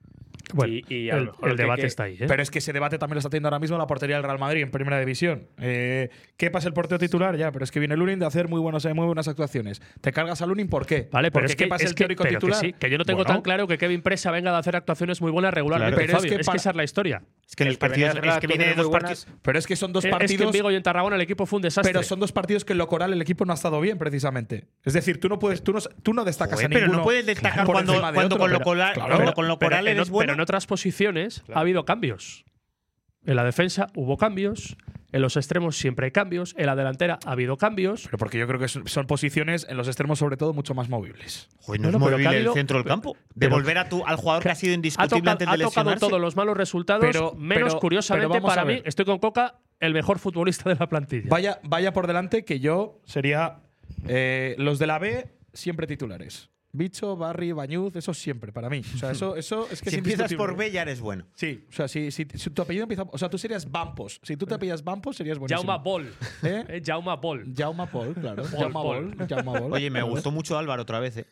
B: Bueno,
E: Y- y a lo
B: el,
E: mejor
B: el
E: que-
B: debate
E: que-
B: está ahí. ¿eh?
C: Pero es que ese debate también lo está teniendo ahora mismo la portería del Real Madrid en primera división. Eh, ¿Qué pasa el portero titular? Ya, pero es que viene Lunin de hacer muy, buenos, eh, muy buenas actuaciones. Te cargas a Lunin, ¿por qué?
B: Vale, pero
C: Porque
B: es que,
C: ¿qué pasa
B: es
C: el
B: que-
C: teórico
B: pero que
C: titular?
B: sí, que yo no tengo
C: Bueno,
B: tan claro que Kevin Presa venga de hacer actuaciones muy buenas regularmente,
C: Claro, pero
B: Fabio. Es
C: es
B: que,
C: que para-
B: esa es la historia. Eh,
D: Es que en
E: El
D: los
E: que venía
D: partidos.
E: de
D: Es que viene de
E: actuaciones
D: dos
E: muy buenas,
D: partidos.
C: Pero es que son dos
B: Es-
C: partidos.
B: Es que en Vigo y en Tarragona el equipo fue un desastre.
C: Pero son dos partidos que en lo coral el equipo no ha estado bien, precisamente. Es decir, tú no puedes, tú no, tú no destacas
D: Joder,
C: a
D: pero
C: ninguno.
D: no puedes destacar
C: por
D: cuando-
C: encima de
D: cuando
C: otro,
D: con lo
C: pero-
D: coral-
C: claro,
D: cuando
C: pero-
D: con lo
B: Pero
D: coral
B: en
D: eres
B: ot-
D: bueno.
B: pero en otras posiciones ha habido cambios. En la defensa hubo cambios, en los extremos siempre hay cambios, en la delantera ha habido cambios.
C: Pero porque yo creo que son, son posiciones en los extremos, sobre todo, mucho más movibles.
D: Joder, no,
B: No, no,
D: es
B: pero
D: movible
B: Camilo-
D: el centro del campo.
B: pero-
D: Devolver a tu, al jugador que ha sido
B: Ha
D: indiscutible
B: tocado,
D: antes de
B: ha tocado
D: lesionarse.
B: todos los malos resultados,
C: Pero-
B: menos
C: pero-
B: curiosamente
C: pero vamos
B: para
C: a
B: mí,
C: ver.
B: estoy con Coca, el mejor futbolista de la plantilla.
C: Vaya, vaya por delante que yo sería eh, los de la B siempre titulares. Bicho, Barry, Bañuz, eso siempre, para mí. O sea, eso, eso es que
D: Si
C: es
D: empiezas por
C: indiscutible.
D: B, ya eres bueno.
C: Sí, o sea, si, si- si tu apellido empieza. O sea, tú serías Bampos. Si tú te apellas Bampos, serías buenísimo.
B: Jauma Ball.
C: ¿Eh?
B: Eh, Jaume Ball.
C: Jauma Paul, claro.
B: Paul,
C: Jauma
B: Paul.
C: Ball, Jauma Ball.
D: Oye, me
C: Claro.
D: gustó mucho Álvaro otra vez, ¿eh?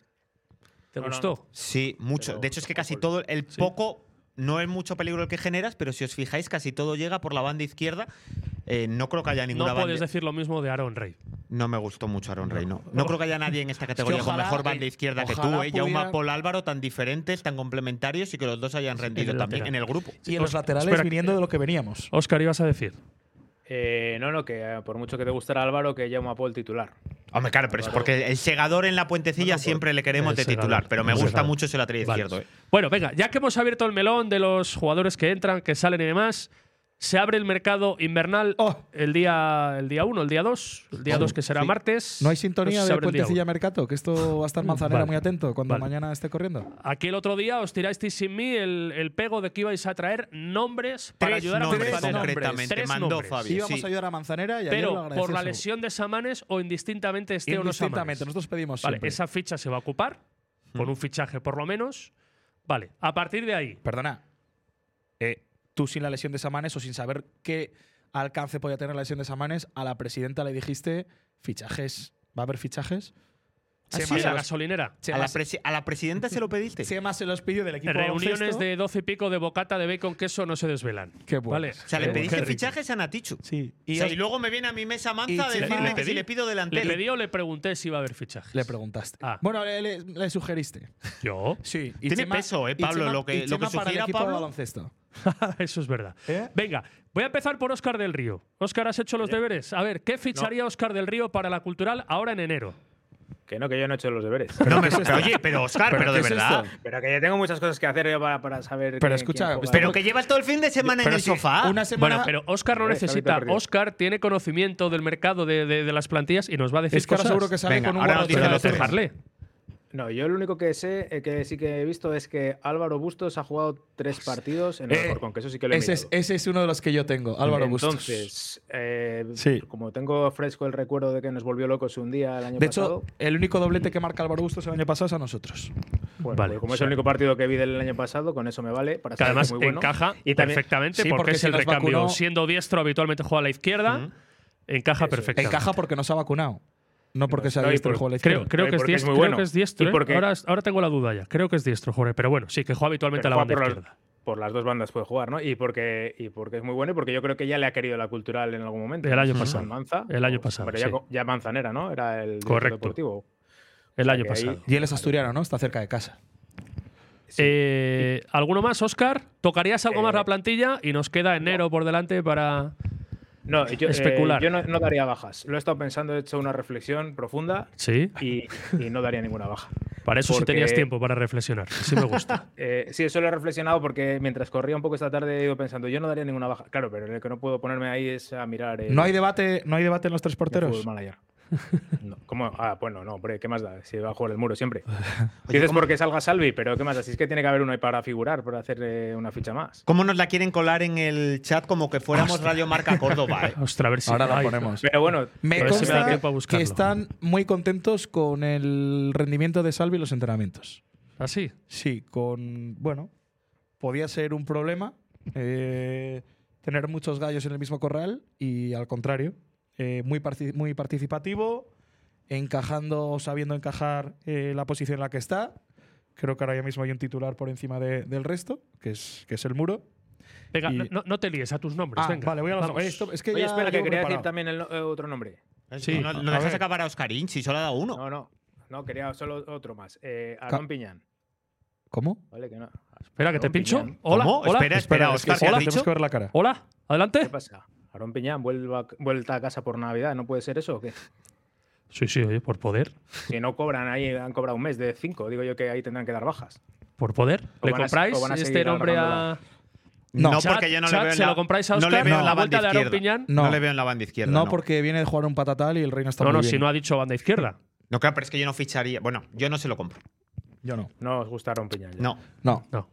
B: ¿Te
E: No, no,
B: gustó?
D: Sí, mucho.
E: Pero
D: de hecho, es que
E: poco
D: casi
E: gol.
D: todo, el poco, no es mucho peligro el que generas, pero si os fijáis, casi todo llega por la banda izquierda. Eh, no creo que haya
B: No
D: ninguna
B: puedes
D: banda.
B: decir lo mismo de Aaron Rey.
D: No me gustó mucho Aaron Rey, no. No creo que haya nadie en esta categoría
C: ojalá,
D: con mejor banda
C: eh,
D: izquierda que tú,
C: ojalá
D: ¿eh? Jauma
C: pudiera-
D: Paul Álvaro, tan diferentes, tan complementarios y que los dos hayan rendido
B: el
D: también
B: lateral.
D: en el grupo.
C: Y en los laterales
B: espera, eh, oh,
C: viniendo de lo que veníamos.
B: Oscar, ibas a decir.
E: Eh, no, no, que eh, por mucho que te gustara Álvaro, que llama a Paul titular.
D: Hombre, claro, pero es porque el segador en la puentecilla siempre le queremos
B: El
D: de
B: segador,
D: titular, pero me
B: el
D: gusta
B: segador.
D: mucho ese lateral
B: Vale.
D: izquierdo, ¿eh?
B: Bueno, venga, ya que hemos abierto el melón de los jugadores que entran, que salen y demás, Se abre el mercado invernal
C: Oh.
B: el día el día 1, el día 2, el día 2 que será martes.
C: No hay
B: sé
C: sintonía
B: si se
C: de
B: abre el día
C: Puentecilla
B: uno.
C: Mercato, que esto va a estar Manzanera
B: Vale.
C: muy atento cuando
B: Vale.
C: mañana esté corriendo.
B: Aquí el otro día os tirasteis sin mí el, el pego de que ibais a traer nombres para
D: Tres
B: ayudar
D: nombres,
B: a Manzanera.
D: concretamente,
B: Tres
D: mandó
B: nombres.
D: Fabi. Sí,
C: Sí, vamos
D: sí.
C: a ayudar a Manzanera y ayer lo
B: Pero
C: agradeció
B: por la
C: Saúl.
B: lesión de Samanes o indistintamente esté o no
C: Indistintamente,
B: Samanes.
C: nosotros pedimos
B: Vale,
C: siempre.
B: esa ficha se va a ocupar,
C: Hmm.
B: con un fichaje por lo menos. Vale, a partir de ahí,
C: Perdona, eh, tú sin la lesión de Samanes o sin saber qué alcance podía tener la lesión de Samanes, a la presidenta le dijiste fichajes. ¿Va a haber fichajes?
B: se va
C: Chema,
B: Ah, a la
C: los-
B: gasolinera.
D: ¿A la,
C: Chema, se-
D: presi- a la presidenta se lo pediste?
C: Chema se los pidió del equipo
B: Reuniones
C: baloncesto.
B: de 12 y pico de bocata de bacon queso no se desvelan.
C: Qué bueno.
B: ¿Vale?
D: O sea, le
B: Eh, qué
D: pediste
B: rico.
D: fichajes a Natichu.
C: Sí.
D: O
C: Y
D: sea,
C: os-
D: y luego me viene a mi mesa
C: y
D: manza a
C: Chema-
D: decirme
C: Le
D: que si le pido
B: ¿Le
D: delantero.
B: pedí o le pregunté si iba a haber fichajes?
C: le preguntaste.
B: Ah.
C: Bueno, le, le- le sugeriste.
B: Yo.
C: Sí.
D: Tiene peso, eh,
C: y
D: Pablo, lo que-
C: y
D: lo que
C: Chema para el
D: sugiera
C: equipo de
D: Pablo.
C: baloncesto.
B: Eso es verdad.
C: ¿Eh?
B: Venga, voy a empezar por Óscar del Río. Óscar, ¿has hecho los deberes? A ver, ¿qué ficharía Óscar del Río para la cultural ahora en enero?
E: Que no, que yo no he hecho los deberes.
D: No, me- oye, pero Oscar, pero, de
C: qué es
D: verdad.
C: esto?
E: Pero que yo tengo muchas cosas que hacer yo para, para saber.
C: Pero
E: quién-
C: escucha,
E: quién juega.
D: Pero que llevas todo el fin de semana en el
C: si
D: sofá.
C: Una semana.
B: bueno, pero Óscar no
E: Joder, está
B: necesita.
E: bien perdido.
B: Óscar tiene conocimiento del mercado de, de- de las plantillas y nos va a decir
C: es que ahora
B: cosas.
C: seguro que sale
D: Venga,
C: con un
D: ahora
C: buen
D: nos
C: tiro
D: dice
C: de
D: los
C: tres.
B: dejarle.
E: No, yo lo único que sé, eh, que sí que he visto, es que Álvaro Bustos ha jugado tres partidos en el
C: Eh,
E: Alcorcón, que eso sí que lo he
C: Ese es,
E: mirado.
C: ese es uno de los que yo tengo, Álvaro Bustos.
E: Entonces, eh,
C: Sí.
E: como tengo fresco el recuerdo de que nos volvió locos un día el año
C: De
E: pasado,
C: hecho, el único doblete que marca Álvaro Bustos el año pasado es a nosotros.
E: bueno,
B: vale,
E: pues como
B: o sea-
E: es el único partido que vi del año pasado, con eso me vale para
B: Que
E: saber
B: además
E: es muy bueno.
B: encaja
E: y también,
B: perfectamente
C: Sí,
B: porque,
C: porque
B: es
C: se
B: el
C: nos
B: recambio.
C: vacunó.
B: Siendo diestro, habitualmente juega a la izquierda. Encaja perfectamente.
C: Encaja porque nos ha vacunado. No porque
E: No,
C: sea
E: no, y
C: diestro el
E: por-
C: juego de la
B: Creo,
C: izquierda.
B: creo
E: No, y
B: que, es
E: porque es
B: diestro,
E: muy
B: creo
E: bueno.
B: que es diestro.
E: Y
B: ¿eh?
E: porque-
B: Ahora, ahora tengo la duda ya. Creo que es diestro, Jorge. Pero bueno, sí, que juega habitualmente a la
E: Pero
B: banda
E: juega por,
B: izquierda.
E: las, por las dos bandas puede jugar, ¿no? Y porque, y porque es muy bueno y porque yo creo que ya le ha querido la cultural en algún momento.
B: El año
E: Con
B: pasado.
E: Manza,
B: El año
E: o-
B: pasado,
E: Pero ya,
B: sí.
E: co- ya Manzanera, ¿no? Era el director
B: Correcto.
E: deportivo.
B: El año
E: que ahí-
B: pasado.
C: Y él es asturiano, ¿no? Está cerca de casa.
B: Eh, ¿Alguno más, Oscar? ¿Tocarías algo más
E: Eh,
B: la plantilla? Y nos queda enero por delante para.
E: No, yo, eh,
B: Especular.
E: yo no, no daría bajas. Lo he estado pensando, he hecho una reflexión profunda
B: Sí.
E: y, y no daría ninguna baja.
B: Para eso sí
E: Porque-
B: tenías tiempo para reflexionar. Sí me gusta.
E: Eh, sí, eso lo he reflexionado porque mientras corría un poco esta tarde he ido pensando, yo no daría ninguna baja. Claro, pero lo que no puedo ponerme ahí es a mirar. eh,
C: No hay debate, no hay debate en los tres
E: el
C: porteros.
E: Football Manager. No, ¿cómo? Ah, bueno, no, hombre, ¿qué más da? Si va a jugar el muro siempre. Dices porque salga Salvi, pero ¿qué más da? Si es que tiene que haber uno ahí para figurar, para hacer eh, una ficha más.
D: ¿Cómo nos la quieren colar en el chat como que fuéramos Radio Marca Córdoba? eh?
B: Ostras, a ver si.
C: Ahora la
B: ay,
C: ponemos.
E: Pero bueno,
C: Me
B: a ver si me da
C: consta
B: tiempo a buscarlo.
C: que están muy contentos con el rendimiento de Salvi y los entrenamientos.
B: Así.
C: Sí, con. Bueno, podía ser un problema eh, tener muchos gallos en el mismo corral y al contrario, eh, muy, parti- muy participativo, encajando, sabiendo encajar eh, la posición en la que está. Creo que ahora ya mismo hay un titular por encima de- del resto, que es, que es el muro.
B: Venga,
C: Y-
B: no, no te líes a tus nombres.
C: Ah,
B: Pues venga,
C: vale, voy a los
B: vamos.
C: Oye, esto- es que
E: oye,
C: ya
E: espera, que
C: llevo
E: quería
C: preparado.
E: decir también el no- eh, otro nombre.
B: Sí.
D: No, no
C: A
D: dejas
C: ver.
D: acabar a Oscarín, si solo ha dado uno.
E: No, no, no, quería solo otro más. Eh, Aarón Piñán.
C: ¿Cómo?
E: Vale, que no.
B: Espera, que te
E: Aarón
B: pincho.
E: Piñán.
B: Hola.
D: ¿Cómo?
B: Hola.
D: Espera, espera,
C: es que
D: Oscar,
C: sí,
D: ¿qué has
C: tenemos
D: dicho?
C: que ver la cara.
B: Hola.
E: ¿Qué
B: Adelante.
E: pasa? Aarón Piñán, vuelva, vuelta a casa por Navidad, ¿no puede ser eso o qué?
B: Sí, sí, oye, por poder.
E: Si no cobran ahí, han cobrado un mes de cinco, digo yo que ahí tendrán que dar bajas.
B: Por poder.
E: O
B: ¿Le
E: van a-
B: compráis
E: o van a
B: este
E: seguir
B: nombre a.
E: alargándola.
C: No.
D: No,
B: Chat,
D: porque yo no
B: chat,
D: le veo en
B: se
D: la,
B: lo compráis a
D: no
B: Oscar,
D: le veo
B: no,
D: en
B: la
D: la
B: vuelta
D: banda
B: de Aarón
D: izquierda.
B: Piñán.
D: No.
C: No.
D: le veo en la banda izquierda.
C: No,
D: no.
C: porque viene de jugar un patatal y el reino está
B: No,
C: muy
B: no,
C: bien.
B: si no ha dicho banda izquierda.
D: No, claro, pero es que yo no ficharía. Bueno, yo no se lo compro.
C: Yo no.
E: No os gusta Aarón Piñán. ya.
D: No.
C: No.
B: No.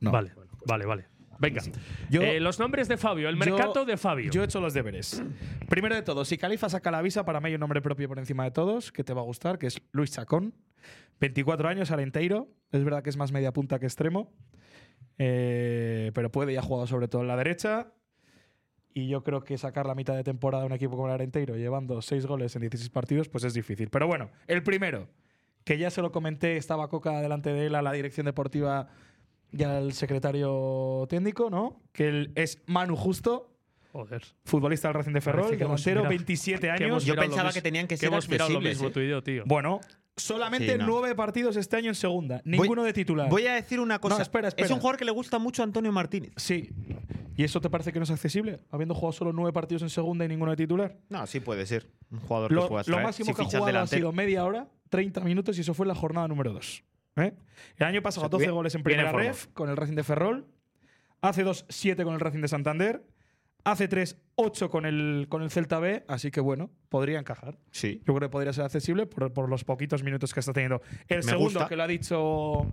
C: No.
B: Vale, vale, vale. Venga.
C: Yo-
B: Eh, los nombres de Fabio, el
C: Yo-
B: mercado de Fabio.
C: Yo he hecho los deberes. Primero de todo, si Califa saca la visa, para mí hay un nombre propio por encima de todos que te va a gustar, que es Luis Chacón. 24 años, arenteiro. Es verdad que es más media punta que extremo. eh, pero puede y ha jugado sobre todo en la derecha. Y yo creo que sacar la mitad de temporada a un equipo como el Arenteiro, llevando 6 goles en 16 partidos, pues es difícil. Pero bueno, el primero, que ya se lo comenté, estaba Coca delante de él a la dirección deportiva y al secretario técnico, ¿no? Que él es Manu Justo,
B: Joder.
C: futbolista del Racing de Ferrol,
B: Parece que hemos
C: delantero,
B: mirado-
C: 27
B: que hemos
C: años.
D: Yo
B: mirado lo
D: pensaba
B: mismo-
D: que tenían que ser
B: hemos mirado lo
D: accesibles,
B: mismo
D: ¿eh?
B: tú y yo, tío.
C: Bueno, solamente
D: Sí, no.
C: nueve partidos este año en segunda,
D: Voy-
C: ninguno de titular.
D: Voy a decir una cosa.
C: espera,
D: Es
C: espera.
D: un jugador que le gusta mucho a Antonio Martínez.
C: Sí. ¿Y eso te parece que no es accesible? Habiendo jugado solo nueve partidos en segunda y ninguno de titular.
D: No, sí puede ser. Un jugador que
C: Lo,
D: puedas
C: lo
D: traer.
C: máximo
D: si
C: que ha
D: fichas
C: jugado ha
D: delantero.
C: sido media hora, 30 minutos, y eso fue en la jornada número 2. El año pasado,
E: O sea, tú
C: 12
E: bien-
C: goles en
E: bien en
C: primera
E: forma.
C: ref con el Racing de Ferrol. Hace dos, 7 con el Racing de Santander. Hace 3, 8 con el, con el Celta B, así que bueno, podría encajar.
D: Sí.
C: Yo creo que podría ser accesible por, por los poquitos minutos que está teniendo. El segundo
D: gusta.
C: que lo ha dicho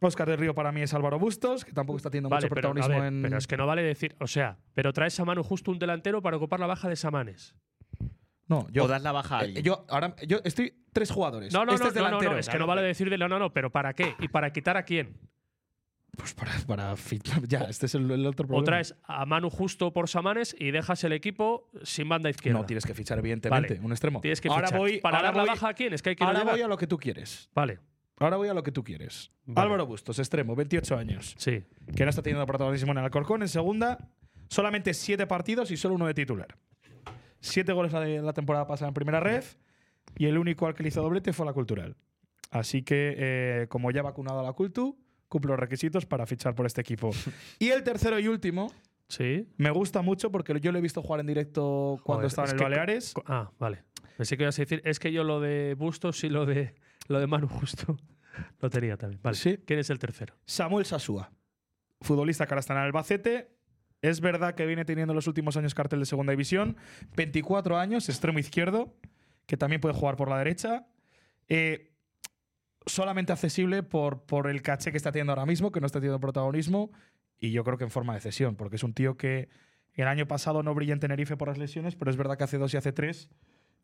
C: Oscar del Río para mí es Álvaro Bustos, que tampoco está teniendo
B: Vale,
C: mucho
B: pero, a
C: protagonismo
B: ver,
C: en.
B: pero es que no vale decir, o sea, pero traes a Manu justo un delantero para ocupar la baja de Samanes.
C: No, yo.
D: o das la baja a
C: eh,
D: alguien.
C: yo, ahora, yo estoy tres jugadores.
B: No, no,
C: Este
B: no,
C: es
B: no, no,
C: delantero.
B: no, es que no vale decirle no, no, no, pero ¿para qué? ¿Y para quitar a quién?
C: Pues para, para fichar- Ya, este es el, el otro problema.
B: O traes a Manu justo por Samanes y dejas el equipo sin banda izquierda.
C: No, tienes que fichar, evidentemente,
B: Vale.
C: un extremo.
B: Tienes que
C: ahora
B: fichar.
C: voy
B: ¿Para
C: ahora
B: dar la
C: voy-
B: baja a quién? Es que hay que no
C: ahora
B: llega.
C: voy a lo que tú quieres.
B: Vale,
C: Ahora voy a lo que tú quieres.
B: Vale.
C: Álvaro Bustos, extremo, 28 años,
B: sí.
C: que no está teniendo protagonismo en el Alcorcón. En segunda, solamente 7 partidos y solo uno de titular. 7 goles la, de- la temporada pasada en primera red y el único al que le hizo doblete fue a la Cultural. Así que, eh, como ya ha vacunado a la Cultu, cumple los requisitos para fichar por este equipo. y el tercero y último,
B: Sí.
C: me gusta mucho porque yo lo he visto jugar en directo cuando
B: Joder,
C: estaba
B: es
C: en el
B: que-
C: Baleares.
B: Co- Ah, vale. Pensé que ibas a decir, es que yo lo de Bustos y lo de lo de Manu justo lo tenía también. Vale.
C: Sí.
B: ¿Quién es el tercero?
C: Samuel Sasúa, futbolista que ahora está en Albacete. Es verdad que viene teniendo en los últimos años cartel de segunda división. 24 años, extremo izquierdo, que también puede jugar por la derecha. Eh, solamente accesible por, por el caché que está teniendo ahora mismo, que no está teniendo protagonismo. Y yo creo que en forma de cesión, porque es un tío que el año pasado no brilla en Tenerife por las lesiones, pero es verdad que hace dos y hace tres.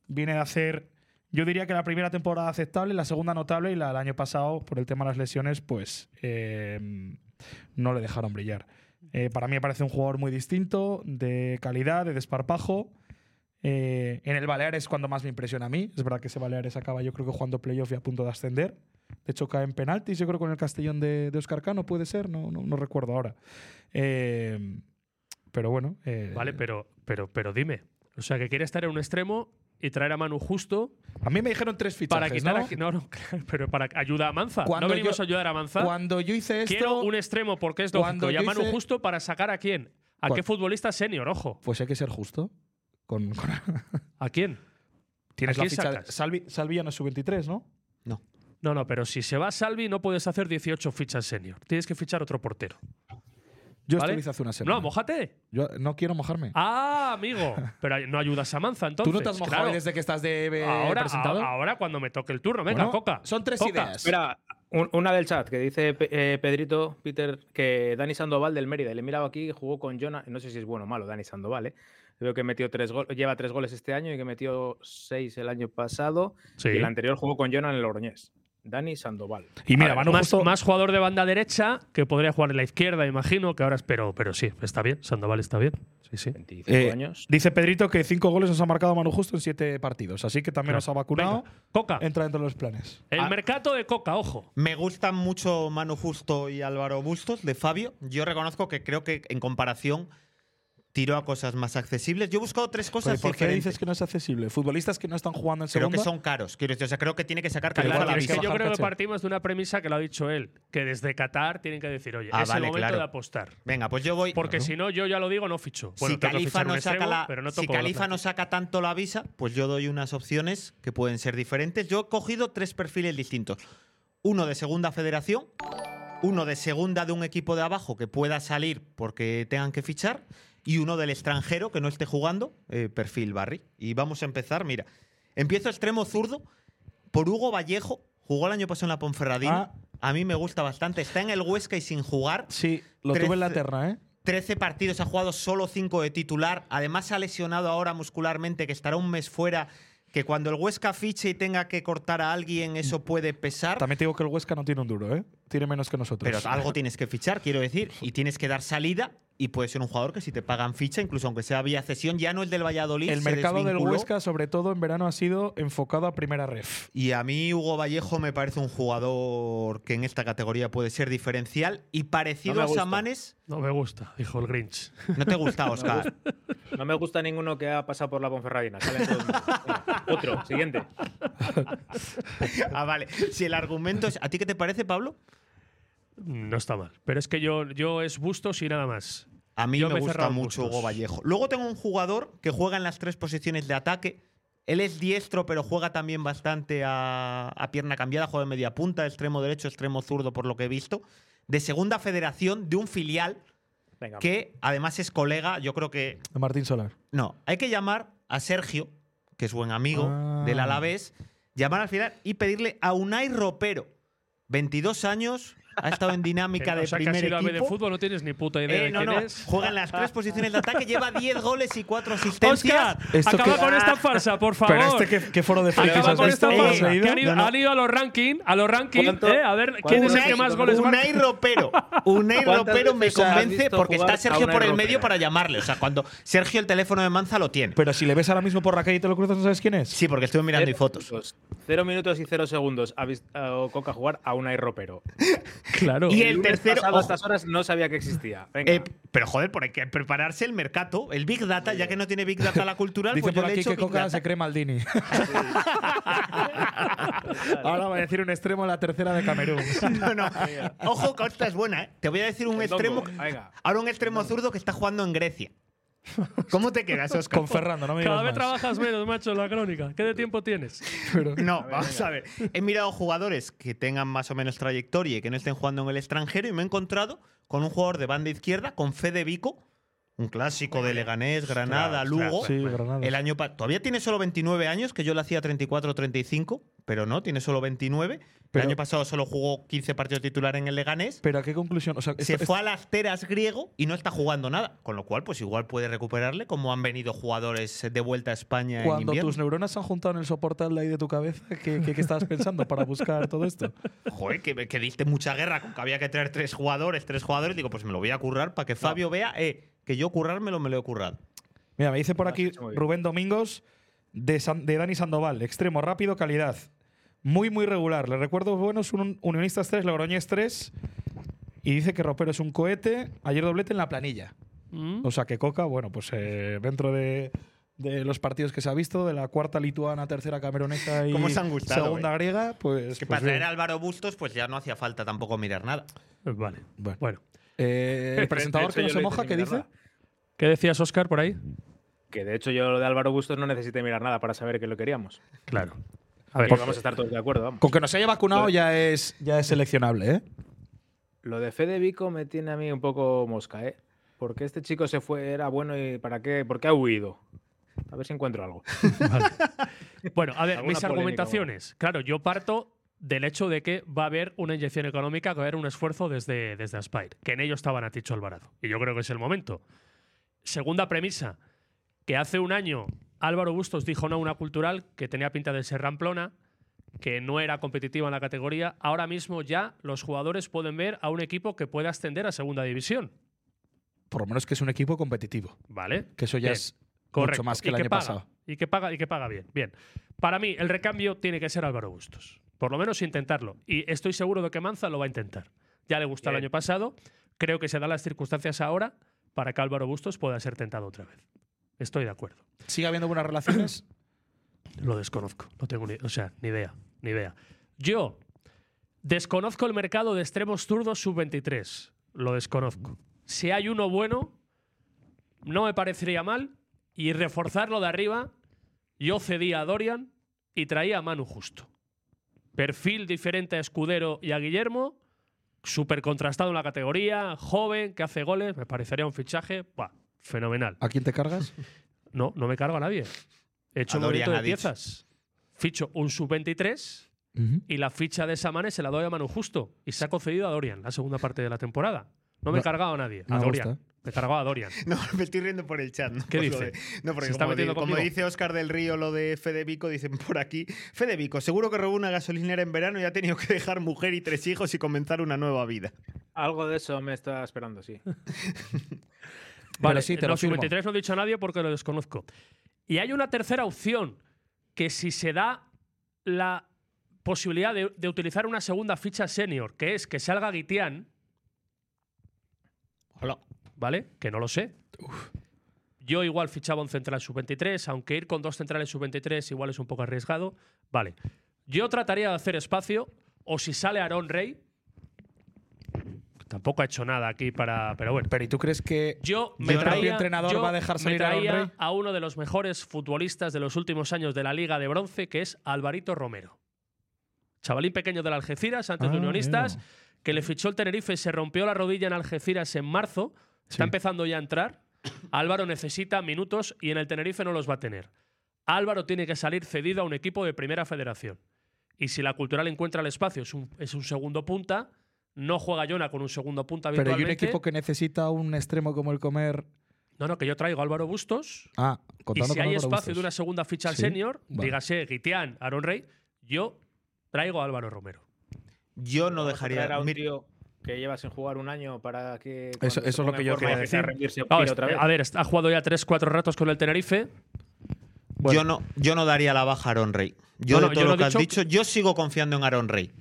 C: Viene de hacer, yo diría que la primera temporada aceptable, la segunda notable y la del año pasado, por el tema de las lesiones, pues eh, no le dejaron brillar. Eh, para mí me parece un jugador muy distinto, de calidad, de desparpajo. Eh, en el Baleares cuando más me impresiona a mí. Es verdad que ese Baleares acaba yo creo que jugando playoff y a punto de ascender. De hecho cae en penaltis, yo creo con el Castellón de, de Oscar Cano, puede ser, no, no, no recuerdo ahora. Eh, pero bueno. eh,
B: Vale, pero, pero, pero dime. O sea, que quiere estar en un extremo y traer a Manu justo
C: A mí me dijeron tres fichajes,
B: para quitar
C: ¿no?
B: a- no, no, claro, pero para ayuda a Manza.
C: Cuando
B: no venimos
C: yo-
B: a ayudar a Manza.
C: Cuando yo hice esto,
B: Quiero un extremo porque es lógico.
C: Cuando
B: Y a
C: yo
B: Manu
C: hice-
B: justo para sacar a quién. ¿A
C: Cu-
B: qué futbolista senior? Ojo.
C: pues hay que ser justo. Con, con-
B: ¿A quién?
C: tienes
B: ¿A
C: la
B: quién
C: ficha de
B: sacas?
C: Salvi, Salvi ya no es su 23, ¿no?
B: No, no, pero si se va Salvi no puedes hacer 18 fichas senior. Tienes que fichar otro portero.
C: Yo
B: ¿Vale?
C: esto lo hice hace una semana.
B: No, mojate.
C: Yo no quiero mojarme.
B: Ah, amigo. Pero no ayudas a Manza entonces.
C: Tú no te has mojado
B: claro.
C: desde que estás de eh,
B: ahora,
C: presentador.
B: a- ahora cuando me toque el turno. Venga,
C: Bueno,
B: Coca.
C: Son tres
B: Coca.
C: ideas.
E: Mira, un- una del chat que dice Pe- eh, Pedrito, Peter, que Dani Sandoval del Mérida, y le he mirado aquí, jugó con Jonah, no sé si es bueno o malo Dani Sandoval, ¿eh? Veo que metió tres goles, lleva tres goles este año y que metió seis el año pasado,
B: Sí.
E: y el anterior jugó con Jonah en el Oroñés. Dani Sandoval.
C: Y mira, Manu
B: más,
C: Justo-
B: más jugador de banda derecha que podría jugar en la izquierda, imagino, que ahora espero. Pero sí, está bien. Sandoval está bien. Sí, sí.
E: 25
C: Eh,
E: años.
C: Dice Pedrito que cinco goles nos ha marcado Manu Justo en siete partidos, así que también
B: Claro.
C: nos ha vacunado.
B: Venga, Ah. Coca.
C: Entra dentro de los planes.
B: El
D: Ah.
B: mercado de Coca, ojo.
D: Me gustan mucho Manu Justo y Álvaro Bustos de Fabio. Yo reconozco que creo que en comparación tiró a cosas más accesibles. Yo he buscado tres
C: Pero
D: cosas
C: ¿Por qué
D: diferentes.
C: dices que no es accesible? Futbolistas que no están jugando en
D: Pues, Creo
C: segunda.
D: que son caros. Quiero decir, o sea, creo que tiene que sacar
C: Pero
D: calidad
C: igual
D: a la
C: tienes
B: es
C: que
B: que
D: vista.
B: yo
C: bajar
B: creo que
C: caché.
B: partimos de una premisa que lo ha dicho él, que desde Qatar tienen que decir, oye,
D: Ah,
B: es el
D: vale,
B: momento
D: claro.
B: de apostar.
D: Venga, pues yo voy.
B: Porque si no, yo ya lo digo, no ficho. Bueno,
D: si
B: tengo que
D: Califa
B: fichar un
D: no saca,
B: extremo,
D: la-
B: pero no
D: si
B: toco la
D: Khalifa no
B: plantilla.
D: saca tanto la visa, pues yo doy unas opciones que pueden ser diferentes. Yo he cogido tres perfiles distintos. Uno de segunda federación, uno de segunda de un equipo de abajo que pueda salir porque tengan que fichar y uno del extranjero que no esté jugando, eh, perfil Barry. Y vamos a empezar, mira. Empiezo extremo zurdo por Hugo Vallejo, jugó el año pasado en la Ponferradina.
C: Ah.
D: A mí me gusta bastante. Está en el Huesca y sin jugar.
C: Sí, lo
D: Trece-
C: tuve en la terna, ¿eh?
D: 13 partidos, ha jugado solo 5 de titular. Además, se ha lesionado ahora muscularmente, que estará un mes fuera. Que cuando el Huesca fiche y tenga que cortar a alguien, eso puede pesar.
C: También te digo que el Huesca no tiene un duro, ¿eh? Tiene menos que nosotros.
D: Pero algo tienes que fichar, quiero decir. Y tienes que dar salida. Y puede ser un jugador que si te pagan ficha, incluso aunque sea vía cesión, ya no el del Valladolid.
C: el
D: se
C: mercado del
D: desvinculó.
C: Huesca, sobre todo en verano, ha sido enfocado a primera ref.
D: Y a mí Hugo Vallejo me parece un jugador que en esta categoría puede ser diferencial y parecido
E: No me
D: a
E: gusta.
D: Samanes.
B: No me gusta, dijo el Grinch.
D: No te gusta, Oscar.
E: No me gusta ninguno que ha pasado por la Ponferradina. salen todos mal. Venga, Otro, siguiente.
D: ah, vale. Si el argumento es. ¿A ti qué te parece, Pablo?
B: No está mal. Pero es que yo, yo es Bustos y nada más.
D: A mí
B: Yo me
D: me
B: he cerrado
D: gusta
B: en
D: mucho
B: gustos.
D: Hugo Vallejo. Luego tengo un jugador que juega en las tres posiciones de ataque. Él es diestro, pero juega también bastante a, a pierna cambiada, juega de media punta, extremo derecho, extremo zurdo, por lo que he visto. De segunda federación, de un filial
E: Venga.
D: que además es colega, yo creo que
C: Martín Solar.
D: no, hay que llamar a Sergio, que es buen amigo
B: Ah.
D: del Alavés, llamar al final y pedirle a Unai Ropero, 22 años, ha estado en dinámica de
B: o sea, que has
D: primer
B: ido a ver de
D: equipo.
B: fútbol, no tienes ni puta idea
D: Eh,
B: de
D: no,
B: quién
D: no,
B: es.
D: Juega en las tres posiciones de ataque, lleva 10 goles y 4 asistencias.
B: Oscar,
C: Esto
B: acaba
C: que-
B: con esta farsa, por favor.
C: Pero este, ¿qué, qué foro de frikis
B: Acaba
C: has
B: con
C: visto? Eh,
B: esta
C: ¿Lo has
B: farsa.
C: leído?
B: Que han ido, han ido a los rankings, a los rankings,
E: ¿Cuánto-
B: eh, a ver quién es el que más goles marca.
D: Unai Ropero. Unai
E: ¿Cuántas
D: Ropero me
E: veces has
D: convence
E: visto
D: porque
E: jugar
D: está
E: a
D: Sergio
E: Unai
D: por el
E: Ropero?
D: medio para llamarle. O sea, cuando Sergio el teléfono de Manza lo tiene.
C: Pero si le ves ahora mismo por la calle y te lo cruzas, ¿no sabes quién es?
D: Sí, porque estuve mirando y
E: Cero
D: fotos.
E: minutos. Eh, pues, Cero minutos y cero segundos ha visto Coca jugar a Unai Ropero.
B: Claro.
D: Y
E: El
D: el
E: lunes
D: tercero.
E: pasado a
D: ojo,
E: estas horas no sabía que existía. Venga.
D: eh, pero joder, por hay que prepararse el mercado, el Big Data, ya que no tiene Big Data la cultural,
C: Dice
D: pues yo
C: por
D: le he
C: aquí
D: hecho
C: que
D: Big
C: Coca
D: Data.
C: se cree Maldini. Ahora va a decir un extremo en la tercera de Camerún.
D: No, no. Ojo, que esta es buena, ¿eh? Te voy a decir un
E: El
D: extremo.
E: Dongo, venga.
D: Ahora un extremo zurdo que está jugando en Grecia. ¿Cómo te quedas, Oscar?
C: Con Ferrando, no me
B: Cada vez
C: digas más.
B: trabajas menos, macho, en la crónica. ¿Qué de tiempo tienes?
D: No, vamos a ver. He mirado jugadores que tengan más o menos trayectoria y que no estén jugando en el extranjero y me he encontrado con un jugador de banda izquierda, con Fede Vico, un clásico de Leganés, Granada, Lugo.
C: Sí, Granada.
D: El año pa- todavía tiene solo 29 años, que yo le hacía 34 o 35, pero no, tiene solo 29.
C: Pero-
D: el año pasado solo jugó 15 partidos titular en el Leganés.
C: Pero a qué conclusión, o sea,
D: Se
C: esto-
D: fue a las teras griego y no está jugando nada. Con lo cual, pues igual puede recuperarle, como han venido jugadores de vuelta a España en
C: cuando
D: invierno.
C: tus neuronas se han juntado en el soportal de ahí de tu cabeza, ¿qué, qué- qué estabas pensando para buscar todo esto?
D: Joder, que, que diste mucha guerra con que había que traer tres jugadores, tres jugadores. Digo, pues me lo voy a currar para que Fabio vea eh, que yo currármelo me lo he currado.
C: Mira, me dice por aquí
E: hecho muy bien.
C: Rubén Domingos de, San- de Dani Sandoval. Extremo, rápido, calidad. Muy, muy regular. Le recuerdo buenos un, Unionistas 3, Logroñés 3. Y dice que Ropero es un cohete. Ayer doblete en la planilla.
B: Mm.
C: O sea que Coca, bueno, pues eh, dentro de, de los partidos que se ha visto, de la cuarta lituana, tercera camerunesa y
D: ¿Cómo se han gustado,
C: segunda
D: eh?
C: griega, pues.
D: Que
C: pues
D: para traer
C: bien.
D: a Álvaro Bustos, pues ya no hacía falta tampoco mirar nada.
B: Vale.
C: Bueno.
B: Bueno.
C: Eh,
E: De
C: el presentador
E: hecho,
C: que no
E: yo lo
C: se
E: hice
C: moja,
E: sin
C: ¿qué dice?
E: mirarla.
B: ¿Qué decías, Oscar, por ahí?
E: Que de hecho yo lo de Álvaro Bustos no necesité mirar nada para saber que lo queríamos.
B: Claro.
E: A ver, vamos a estar todos de acuerdo, vamos.
C: Con que nos haya vacunado ya es, ya es seleccionable, ¿eh?
E: Lo de Fede Vico me tiene a mí un poco mosca, ¿eh? Porque este chico se fue, era bueno y ¿para qué? ¿Por qué ha huido? A ver si encuentro algo.
B: Bueno, a ver,
E: Alguna
B: mis
E: polémica,
B: argumentaciones. Claro, yo parto del hecho de que va a haber una inyección económica, que va a haber un esfuerzo desde, desde Aspire, que en ello estaba Naticho Alvarado. Y yo creo que es el momento. Segunda premisa, que hace un año Álvaro Bustos dijo no a una cultural que tenía pinta de ser ramplona, que no era competitiva en la categoría. Ahora mismo ya los jugadores pueden ver a un equipo que puede ascender a segunda división.
C: Por lo menos que es un equipo competitivo.
B: ¿Vale?
C: Que eso ya
B: Bien.
C: es
B: Correcto.
C: mucho más que
B: Y
C: el año
B: paga,
C: pasado.
B: Y que paga y que paga bien. Bien. Para mí el recambio tiene que ser Álvaro Bustos. Por lo menos intentarlo y estoy seguro de que Manza lo va a intentar. Ya le gustó el
E: Bien.
B: año pasado, creo que se dan las circunstancias ahora para que Álvaro Bustos pueda ser tentado otra vez. Estoy de acuerdo.
C: ¿Sigue habiendo buenas relaciones?
B: Lo desconozco, no tengo ni, o sea, ni idea, ni idea. Yo desconozco el mercado de extremos zurdos sub-23, lo desconozco. Si hay uno bueno, no me parecería mal y reforzarlo de arriba, yo cedía a Dorian y traía a Manu Justo. Perfil diferente a Escudero y a Guillermo, súper contrastado en la categoría, joven, que hace goles, me parecería un fichaje, ¡buah! fenomenal.
C: ¿A quién te cargas?
B: No, no me cargo a nadie. He hecho
D: A
B: un
D: Dorian
B: movimiento de
D: ha dicho.
B: piezas. Ficho un sub-23 y la ficha de Samane se la doy a Manu Justo. Y se ha concedido a Dorian la segunda parte de la temporada. No me he
C: No,
B: cargado a nadie. A
C: me
B: Dorian.
C: gusta.
B: Me he cargado a Dorian.
D: No, me estoy riendo por el chat. ¿no?
B: ¿Qué
D: Por
B: dice?
D: lo de- no, porque
B: ¿Se está
D: como, di-
B: metiendo
D: como
B: conmigo?
D: dice Oscar del Río lo de Fede Vico, dicen por aquí, Fede Vico, seguro que robó una gasolinera en verano y ha tenido que dejar mujer y tres hijos y comenzar una nueva vida.
E: Algo de eso me está esperando, sí.
B: Vale,
C: sí, te
B: no,
C: lo firmo.
B: sub-23 no he dicho a nadie porque lo desconozco. Y hay una tercera opción que si se da la posibilidad de, de utilizar una segunda ficha senior, que es que salga Guitián,
D: Hola.
B: ¿vale? Que no lo sé. Yo igual fichaba un central sub-23, aunque ir con dos centrales sub-23 igual es un poco arriesgado. Vale. Yo trataría de hacer espacio, o si sale Aaron Rey, que tampoco ha hecho nada aquí para. Pero bueno.
C: Pero ¿y tú crees que
B: Yo
C: el
B: me
C: propio
B: traía,
C: entrenador
B: yo
C: va a dejar
B: me
C: salir a Aaron
B: traía
C: Rey?
B: a uno de los mejores futbolistas de los últimos años de la Liga de Bronce, que es Alvarito Romero. Chavalín pequeño del Algeciras, antes de
C: Ah,
B: Unionistas,
C: mira.
B: que le fichó el Tenerife, se rompió la rodilla en Algeciras en marzo Está empezando ya a entrar. Álvaro necesita minutos y en el Tenerife no los va a tener. Álvaro tiene que salir cedido a un equipo de primera federación. Y si la cultural encuentra el espacio, es un, es un segundo punta. No juega Jona con un segundo punta
C: Pero hay un
B: habitualmente.
C: equipo que necesita un extremo como el comer.
B: No, no, que yo traigo a Álvaro Bustos.
C: Ah,
B: Y
C: contando
B: si
C: con
B: hay
C: Álvaro
B: espacio
C: Bustos.
B: de una segunda ficha al
C: Sí,
B: senior,
C: vale.
B: dígase Guitián, Aaron Rey, yo traigo a Álvaro Romero.
D: Yo no
E: Vamos a
D: dejaría.
E: traer a un
D: Mir-
E: tío que lleva sin jugar un año para que. cuando
C: Eso-
E: se
C: eso es lo
E: ponga
C: que
E: en
C: yo
E: forma
C: quería
E: empiece a
C: decir.
E: rendirse
B: Vamos,
E: otra vez.
B: a ver, ha jugado ya tres, cuatro ratos con el Tenerife. Bueno.
D: yo, no, yo no daría la baja a Aaron Rey. Yo
B: No, no,
D: de todo
B: yo no
D: lo
B: he
D: que has
B: dicho
D: dicho, yo sigo confiando en Aaron Rey.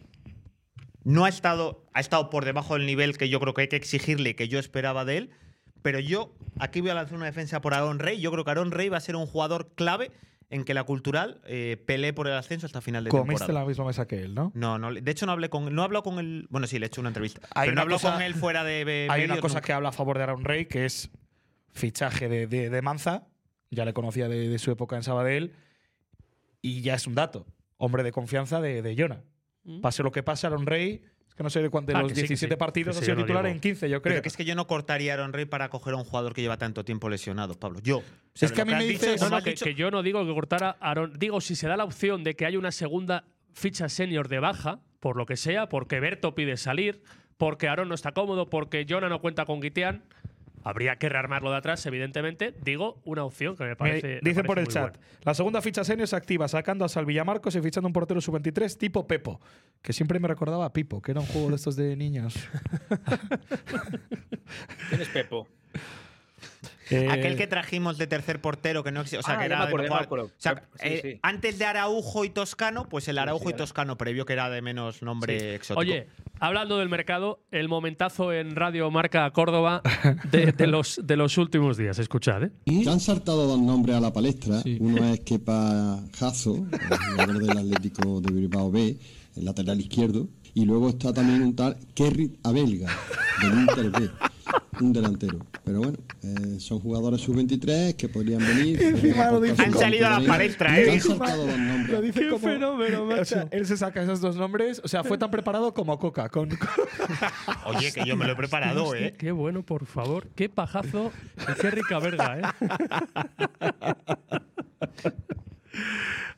D: No ha estado, ha estado por debajo del nivel que yo creo que hay que exigirle, que yo esperaba de él. Pero yo aquí voy a lanzar una defensa por Aaron Rey. Yo creo que Aaron Rey va a ser un jugador clave en que la cultural eh, pelee por el ascenso hasta final de
C: Comiste
D: temporada.
C: la misma mesa que él, ¿no?
D: No, no, de hecho no hablé con no he hablado con él. Bueno, sí, le he hecho una entrevista.
C: Hay
D: pero
C: una
D: no habló
C: cosa-
D: con él fuera de.
B: Eh,
D: de
C: Hay una
D: medios
C: cosa
D: nunca.
C: que habla a favor de Aaron Rey, que es fichaje de, de- de Manza. Ya le conocía de, de su época en Sabadell. Y ya es un dato. Hombre de confianza de, de Jonah. Pase lo que pase, Aaron Rey. Es que no sé de cuántos
B: Ah,
C: de los
B: que sí, que
C: 17
B: sí.
C: partidos
B: Que
C: ha
B: sí,
C: sido
B: yo no
C: titular
B: digo.
C: en 15, yo creo.
D: Pero que es que yo no cortaría a Aaron Rey para coger a un jugador que lleva tanto tiempo lesionado, Pablo. Yo. O sea,
C: Es que
D: lo
C: a mí
D: has
C: me
D: dicho,
C: dices-
D: como
B: No, no,
D: has
B: que,
D: dicho-
B: que yo no digo que cortara a Aaron. Digo, si se da la opción de que haya una segunda ficha senior de baja, por lo que sea, porque Berto pide salir, porque Aaron no está cómodo, porque Jonah no cuenta con Guitián, habría que rearmarlo de atrás, evidentemente. Digo, una opción que me
C: Me
B: parece. me
C: dicen
B: parece
C: por el
B: muy
C: chat.
B: buena.
C: La segunda ficha senior se activa sacando a Salvilla Marcos y fichando un portero sub-23 tipo Pepo. Que siempre me recordaba a Pipo, que era un juego de estos de niños.
E: ¿Quién es Pepo?
C: Eh,
D: Aquel que trajimos de tercer portero que no existe. O sea,
E: Ah,
D: que
E: ya
D: era
E: me
D: del
E: acuerdo, ya me
D: cual-
E: acuerdo.
D: o sea,
E: Sí,
D: eh,
E: sí.
D: Antes de Araujo y Toscano, pues el Araujo
E: sí,
D: y
E: era.
D: Toscano previo que era de menos nombre exótico.
B: Oye, hablando del mercado, el momentazo en Radio Marca Córdoba de, de los, de los últimos días. Escuchad, ¿eh?
I: Ya han saltado dos nombres a la palestra. Uno es Kepa Jazo, el jugador del Atlético de Bilbao B, el lateral izquierdo. Y luego está también un tal Kerry Abelga, del Inter B, un delantero. Pero bueno, eh, son jugadores sub-23 que podrían venir. que podrían
C: Encima lo
I: aportar
C: dice
D: Han
I: su
D: salido a la
I: granito de arena.
D: palestra, ¿eh?
I: Ya han saltado dos nombres.
C: Lo dice
B: Qué
C: como-
B: fenómeno, macho.
C: O sea, él se saca esos dos nombres. O sea, fue tan preparado como Coca. Con, con-
D: Oye, que yo me lo he preparado,
B: Hostia,
D: ¿eh?
B: Qué bueno, por favor. Qué pajazo y qué rica verga, ¿eh?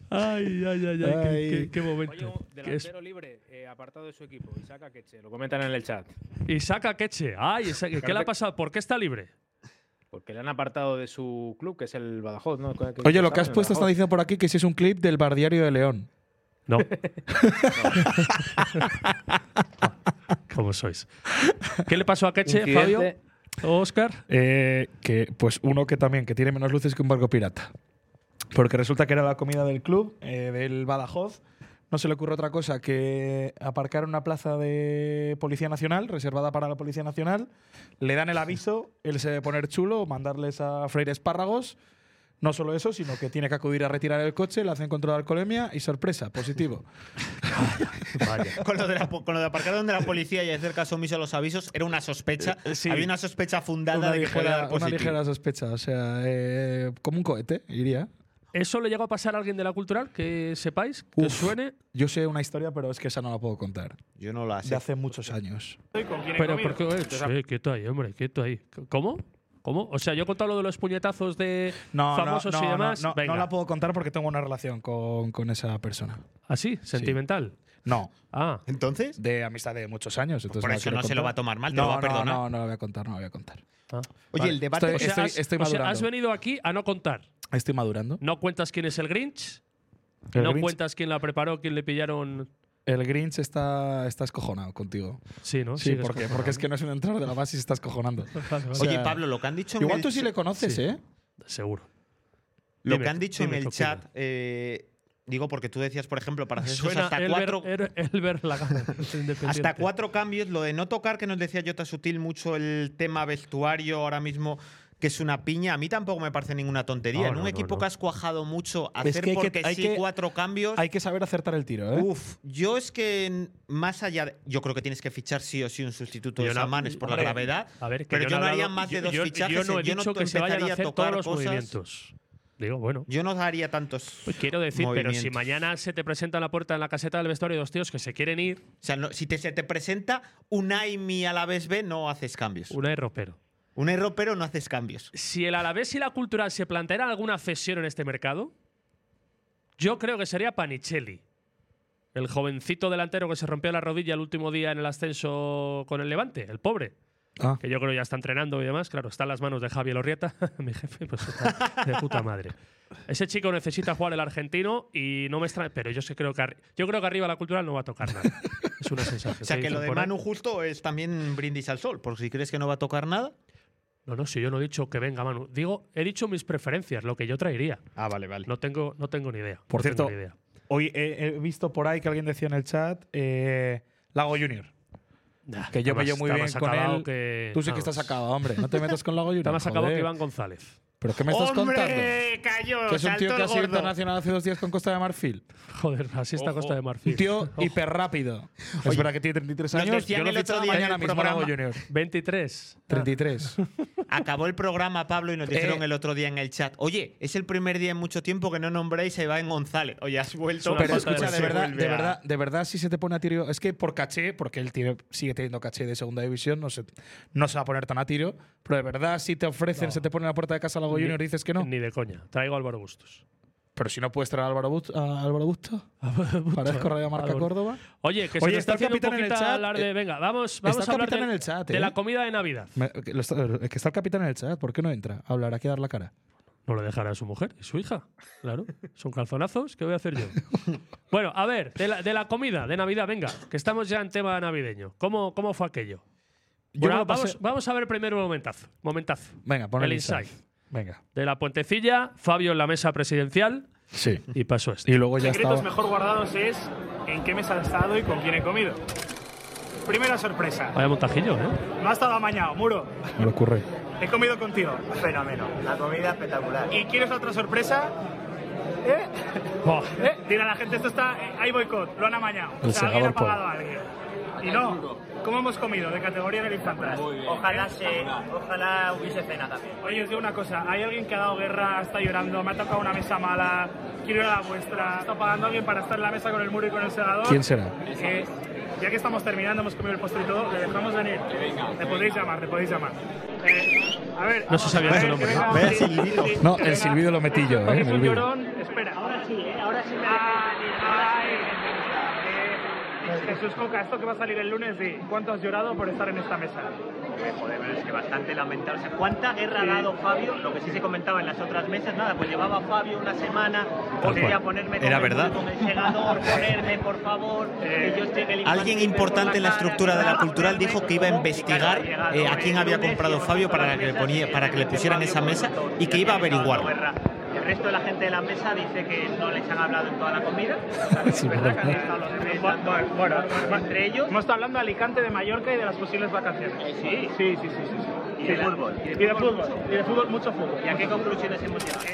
B: ay, ay, ay, ay, qué-
C: Ay.
B: Qué, qué
E: Oye,
B: momento.
E: un
B: Que es-
E: delantero libre, eh, apartado de su equipo, Isaac Akeche, lo comentan en el chat.
B: Isaac Queche. Ay, Isaac, ¿qué le ha pasado? ¿Por qué está libre?
E: Porque le han apartado de su club, que es el Badajoz, ¿no?
C: Oye, lo que has puesto está
E: está
C: diciendo por aquí que si es un clip del Bardiario de León.
B: No. ¿Cómo sois? ¿Qué le pasó a Queche, Fabio?
E: Incidente.
B: Oscar.
C: Eh, que, pues uno que también, que tiene menos luces que un barco pirata. Porque resulta que era la comida del club, eh, del Badajoz. No se le ocurre otra cosa que aparcar en una plaza de Policía Nacional, reservada para la Policía Nacional. Le dan el aviso, él se debe poner chulo, mandarles a freír espárragos. No solo eso, sino que tiene que acudir a retirar el coche, le hacen control de alcoholemia y sorpresa, positivo.
D: Con lo, de la, po- con lo de aparcar donde la policía y hacer caso omiso a los avisos, era una sospecha. Había una sospecha fundada
C: Una
D: de que fuera
C: ligera,
D: dar
C: una
D: positivo.
C: ligera sospecha, o sea, eh, como un cohete, iría.
B: ¿Eso le llegó a pasar a alguien de la cultural? Que sepáis, que
C: Uf.
B: suene.
C: Yo sé una historia, pero es que esa no la puedo contar.
D: Yo no la
C: de
D: sé.
C: hace muchos años.
B: Pero, ¿por qué? Sí, quieto ahí, hombre, quieto ahí. ¿Cómo? ¿Cómo? O sea, yo he contado lo de los puñetazos de
C: No, no,
B: famosos
C: no,
B: y
C: no,
B: demás.
C: no, no
B: Venga.
C: la puedo contar porque tengo una relación con, con esa persona.
B: ¿Ah, sí? ¿Sentimental?
C: No,
B: Ah.
D: Entonces,
C: de amistad de muchos años. entonces
D: por
C: la
D: eso
C: quiero
D: no se
C: contar.
D: lo va a tomar mal, te
C: no,
D: lo va a
C: no,
D: perdonar.
C: No, no la voy a contar, no la voy a contar.
B: ah.
D: Oye, el debate.
C: Estoy,
B: O sea,
C: estoy-
B: has,
C: estoy
B: o sea,
C: madurando.
B: has venido aquí a no contar.
C: Estoy madurando.
B: No cuentas quién es el Grinch,
C: El,
B: no
C: Grinch,
B: cuentas quién la preparó, quién le pillaron.
C: el Grinch está, está escojonado contigo.
B: Sí, ¿no?
C: Sí,
B: Sigues
C: porque,
B: con-
C: porque es que no es un entrar de la base y se está escojonando.
B: Vale, vale.
C: O sea,
D: Oye, Pablo, lo que han dicho en
C: Igual
D: el-
C: tú sí le conoces,
B: sí.
C: ¿eh?
B: Seguro.
D: Lo
B: Dime,
D: que han dicho en
B: dime,
D: el
B: Coquina.
D: chat, eh, digo porque tú decías, por ejemplo, para hacer esos
B: Suena
D: hasta
B: Elber,
D: cuatro,
B: Er- Elber Lagana, independiente.
D: hasta cuatro cambios, lo de no tocar, que nos decía Jota Sutil mucho el tema vestuario ahora mismo, que es una piña, a mí tampoco me parece ninguna tontería.
B: No,
D: en
B: no,
D: un
B: no,
D: equipo
B: no.
D: que has cuajado mucho, hacer
C: Es que hay que-
D: porque
C: hay
D: sí
C: que-
D: cuatro cambios.
C: Hay que saber acertar el tiro, ¿eh?
D: Uf, yo es que n- más allá de- Yo creo que tienes que fichar sí o sí un sustituto de
B: Yo no-
D: Samanes por
B: hombre,
D: la gravedad.
B: A ver, que
D: pero yo,
B: he
D: no haría
B: hablado-
D: más de
B: yo-
D: dos
B: yo-
D: fichajes. ¿eh?
B: Yo no he
D: yo
B: dicho que se vayan a
D: empezaría
B: hacer
D: tocar
B: todos los
D: cosas.
B: movimientos. Digo, bueno.
D: Yo no haría tantos.
B: Pues quiero decir, pero si
D: movimientos.
B: mañana se te presenta en la puerta en la caseta del vestuario dos tíos que se quieren ir,
D: O sea, no- si te, se te presenta un Aimi a la vez B, no haces cambios.
B: una es ropero.
E: Un error, pero no haces cambios.
B: Si el Alavés y la Cultural se plantearan alguna cesión en este mercado, yo creo que sería Panicelli. El jovencito delantero que se rompió la rodilla el último día en el ascenso con el Levante, el pobre.
C: Ah.
B: Que yo creo ya está entrenando y demás. Claro, está en las manos de Javier Orrieta, mi jefe, pues está de puta madre. Ese chico necesita jugar el argentino y no me extraña. Pero yo, sí creo que arri- yo creo que arriba la cultural no va a tocar nada. Es una sensación.
E: O sea,
B: Sí,
E: que lo de
B: por ahí.
E: Manu justo es también brindis al sol, porque si crees que no va a tocar nada.
B: No, no, si yo no he dicho que venga Manu. Digo, he dicho mis preferencias, lo que yo traería.
E: Ah, vale, vale.
B: No tengo, no tengo ni idea.
C: Por
B: no tengo
C: cierto,
B: ni idea.
C: Hoy he, he visto por ahí que alguien decía en el chat eh, Lago Junior. que yo
B: está
C: me llevo
B: más-
C: muy
B: está
C: bien
B: más
C: con
B: acabado
C: él.
B: que-
C: Tú sí que
B: vamos.
C: estás acabado, hombre. No te metas con Lago Junior.
B: Está más acabado que
C: joder.
B: Iván González.
C: ¿Pero qué me estás contando?
E: ¡Hombre! ¡Cayó!
C: Que es un tío
E: saltó
C: que
E: el
C: ha sido
E: gordo.
C: internacional hace dos días con Costa de Marfil.
B: Joder, así está Costa de Marfil.
C: Un tío hiper rápido. Es verdad que tiene 33
E: nos
C: años.
E: decían
C: Yo lo
E: el otro
C: fichaba
E: día en
C: mañana
E: el
C: mismo Lago
E: programa. Ah.
C: Junior.
B: 23.
C: 33.
E: Acabó el programa, Pablo, y
C: Eh.
E: nos dijeron el otro día en el chat. Oye, es el primer día en mucho tiempo que no nombráis a Iván González. Oye, has vuelto.
B: una
C: Pero
B: falta de
C: escucha, de
B: respeto.
C: verdad,
E: Vuelve
C: de
E: a-
C: verdad, de verdad, si se te pone a tiro. Es que por caché, porque él tiene- sigue teniendo caché de segunda división, no se, no se va a poner tan a tiro. Pero de verdad, si te ofrecen, se te pone en la puerta de casa Lago
B: Ni-
C: Junior y dices que no.
B: Ni de coña. Traigo a Álvaro Bustos.
C: Pero si no puedes traer a Álvaro, Bust- a Álvaro Busto, parezco Radio Marca
B: Álvaro.
C: Córdoba.
B: Oye, que se
C: Oye,
B: nos
C: está
B: está,
C: el
B: haciendo un
C: capitán en el
B: poquito
C: chat,
B: hablar de-
C: eh,
B: Venga, vamos,
C: está
B: vamos
C: el
B: a hablar
C: capitán
B: del-
C: en el chat,
B: de
C: eh.
B: la comida de Navidad.
C: Me- que, lo está, que está el capitán en el chat, ¿por qué no entra a hablar aquí a dar la cara?
B: No lo dejará su mujer, es su hija. Claro. Son calzonazos, ¿qué voy a hacer yo? Bueno, a ver, de la, de la comida de Navidad, venga, que estamos ya en tema navideño. ¿Cómo, cómo fue aquello?
C: Yo
B: Bueno,
C: me lo pasé-
B: vamos, vamos a ver primero un momentazo. momentazo.
C: Venga, pon
B: el insight.
C: Venga.
B: De la puentecilla, Fabio en la mesa presidencial
C: Sí.
B: y pasó esto.
C: Y luego ya estaba.
A: mejor guardados es en qué mesa he estado y con quién he comido. Primera sorpresa.
B: Vaya montajillo, ¿eh?
A: No ha estado amañado, muro.
C: Me lo ocurre.
A: He comido contigo. Fenómeno. La comida espectacular. ¿Y quieres otra sorpresa? ¿Eh?
B: Buah.
A: ¿Eh? Dirá la gente, esto está. eh, hay boicot, lo han amañado.
C: El
A: o sea, alguien ha
C: Segabar
A: pagado a alguien. Y no, ¿cómo hemos comido? De categoría en el Infantas. Ojalá, se, ojalá hubiese cena también. Oye, os digo una cosa: hay alguien que ha dado guerra, está llorando, me ha tocado una mesa mala, quiero ir a la vuestra. Está pagando alguien para estar en la mesa con el muro y con el segador.
C: ¿Quién será?
A: Eh, ya que estamos terminando, hemos comido el postre y todo, le dejamos venir. Le podéis llamar, le podéis llamar. Eh, a ver,
B: No se sabía
A: a
B: su
A: ver,
B: nombre.
A: que venga
E: Vaya
A: un-
E: silbido.
A: sí,
C: No,
A: que
C: el
A: venga.
C: silbido lo metí yo, eh,
A: Cogéis
C: en el
A: un
C: vídeo.
A: llorón, Espera. Ahora sí, ¿eh? Ahora sí me Jesús Coca, esto que va a salir el lunes, di, ¿cuánto has llorado por estar en esta mesa?
D: Joder, pero es que bastante lamentable. O sea, ¿Cuánta guerra ha dado Fabio? Lo que sí se comentaba en las otras mesas, nada, pues llevaba Fabio una semana,
E: Tal
D: quería
E: cual.
D: ponerme
E: Era
D: con, el,
E: verdad.
D: con el segador, ponerme, por favor, que yo esté en el infantil,
E: Alguien importante en la estructura de la cultural dijo que iba a investigar eh, a quién había comprado Fabio para que le, ponía, para que le pusieran esa mesa y que iba a averiguarlo.
D: guerra. El resto de la gente de la mesa dice que no les han hablado en toda la comida.
C: Sí,
D: Que han estado los tres dando el foro, entre ellos. Eh,
A: Hemos estado hablando de Alicante, de Mallorca y de las posibles vacaciones.
D: Sí.
A: Sí, sí, sí. sí, sí.
D: Y de fútbol.
A: Y de fútbol, y de fútbol, mucho fútbol.
D: ¿Y a qué conclusiones hemos llegado?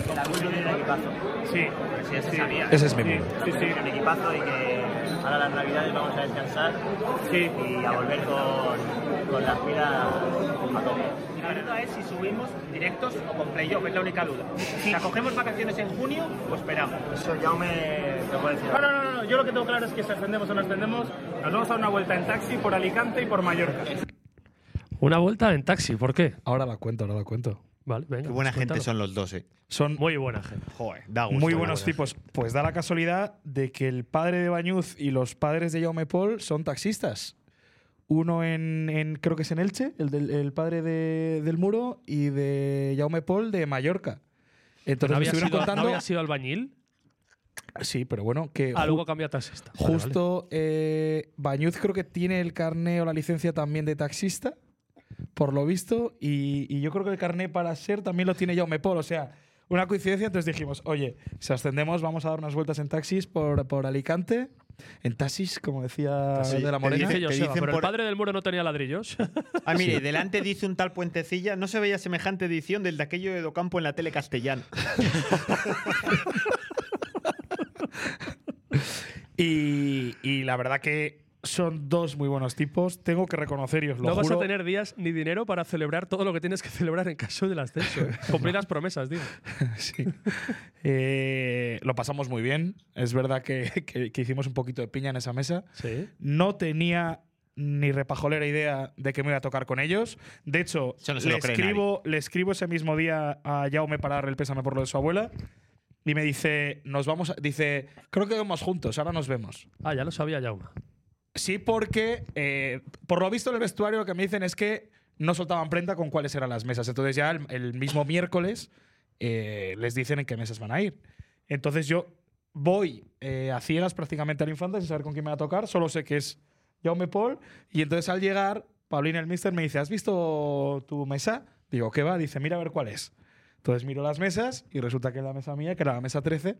D: Que la cultural era equipazo.
A: Sí.
D: Sí, ya se sabía.
C: Ese es mi
A: Sí,
C: mundo.
A: sí, sí.
D: un equipazo y que ahora las navidades vamos a descansar
A: Sí.
D: y a volver con, con las pilas a tope. La duda es si subimos directos o con playoff, es la única duda. Si cogemos vacaciones en junio o esperamos. Eso ya me lo puedo decir.
A: No, no, no, no, yo lo que tengo claro es que si ascendemos o no ascendemos, nos vamos a dar una vuelta en taxi por Alicante y por Mallorca.
B: Una vuelta en taxi, ¿por qué?
C: Ahora la cuento, ahora la cuento.
B: Vale, venga.
E: Qué buena
B: pues
E: gente
B: cuéntalo.
E: son los dos, eh.
C: Son
B: Muy buena gente.
E: Joder, da gusto.
C: muy
E: da
C: buenos
E: gusto.
C: tipos. Pues da la casualidad de que el padre de Bañuz y los padres de Jaume Paul son taxistas. Uno en, en- creo que es en Elche, el, del, el padre de- del muro, y de Jaume Paul de Mallorca. Entonces
B: ¿No
C: me
B: había,
C: estuvieron
B: sido, ¿no
C: contando.
B: había sido albañil?
C: sí, pero bueno, que
B: Ah,
C: ju-
B: luego cambia a taxista. Vale, vale.
C: justo eh, Bañuz creo que tiene el carné o la licencia también de taxista, por lo visto, y, y yo creo que el carné para ser también lo tiene Jaume Paul, o sea, una coincidencia, entonces dijimos, oye, si ascendemos vamos a dar unas vueltas en taxis por, por Alicante, en taxis, como decía
E: Sí,
C: de
E: te
C: la Morena.
E: dice
B: Eh, Dice
E: Te
B: Joseba,
E: dicen
B: pero el
E: por-
B: padre del muro no tenía ladrillos.
E: Ah, mire, delante dice un tal Puentecilla. No se veía semejante edición del de aquello de Docampo en la tele castellana.
C: Y, y la verdad que son dos muy buenos tipos, tengo que reconocer, y os lo
B: no vas
C: juro.
B: a tener días ni dinero para celebrar todo lo que tienes que celebrar en caso del ascenso. ¿eh? Cumplir las promesas, digo.
C: Sí. Eh, lo pasamos muy bien. Es verdad que, que- que hicimos un poquito de piña en esa mesa.
B: Sí.
C: No tenía ni repajolera idea de que me iba a tocar con ellos. De hecho,
D: Eso no se
C: le,
D: lo cree
C: escribo, le escribo ese mismo día a Jaume para darle el pésame por lo de su abuela. Y me dice, nos vamos a- Dice, creo que vamos juntos, ahora nos vemos.
B: Ah, ya lo sabía Jaume.
C: Sí, porque eh, por lo visto en el vestuario lo que me dicen es que no soltaban prenda con cuáles eran las mesas. Entonces ya el, el mismo miércoles eh, les dicen en qué mesas van a ir. Entonces yo voy eh, a ciegas prácticamente al infante sin saber con quién me va a tocar. Solo sé que es Jaume Paul. Y entonces al llegar, Paulina el mister me dice, ¿has visto tu mesa? Digo, ¿qué va? Dice, mira a ver cuál es. Entonces miro las mesas y resulta que en la mesa mía, que era la mesa 13,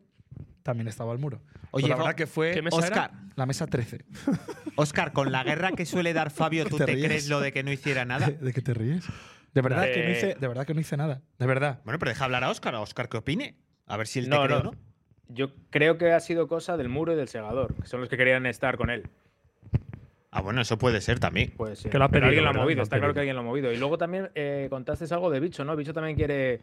C: también estaba el muro.
D: Oye,
C: Oye, la
D: Ro-
C: verdad que fue
B: ¿qué mesa era?
C: Oscar, la mesa 13.
D: Oscar, con la guerra que suele dar Fabio, ¿tú
C: ¿Te
D: te,
C: ríes?
D: crees lo de que no hiciera nada?
C: ¿De qué te ríes? De verdad, que no hice, de verdad que no hice nada. De verdad.
D: Bueno, pero deja hablar a Oscar, a Oscar que opine. A ver si él te
E: No,
D: cree o
E: no.
D: no.
E: Yo creo que ha sido cosa del muro y del segador, que son los que querían estar con él.
D: Ah, bueno, eso puede ser también.
E: Puede ser.
B: Que lo ha
E: Pero
B: pedido,
E: alguien lo ha
B: ¿verdad?
E: movido,
B: Lo ha
E: está claro que
B: pedido.
E: alguien lo ha movido. Y luego también eh, contaste algo de bicho, ¿no? Bicho también quiere.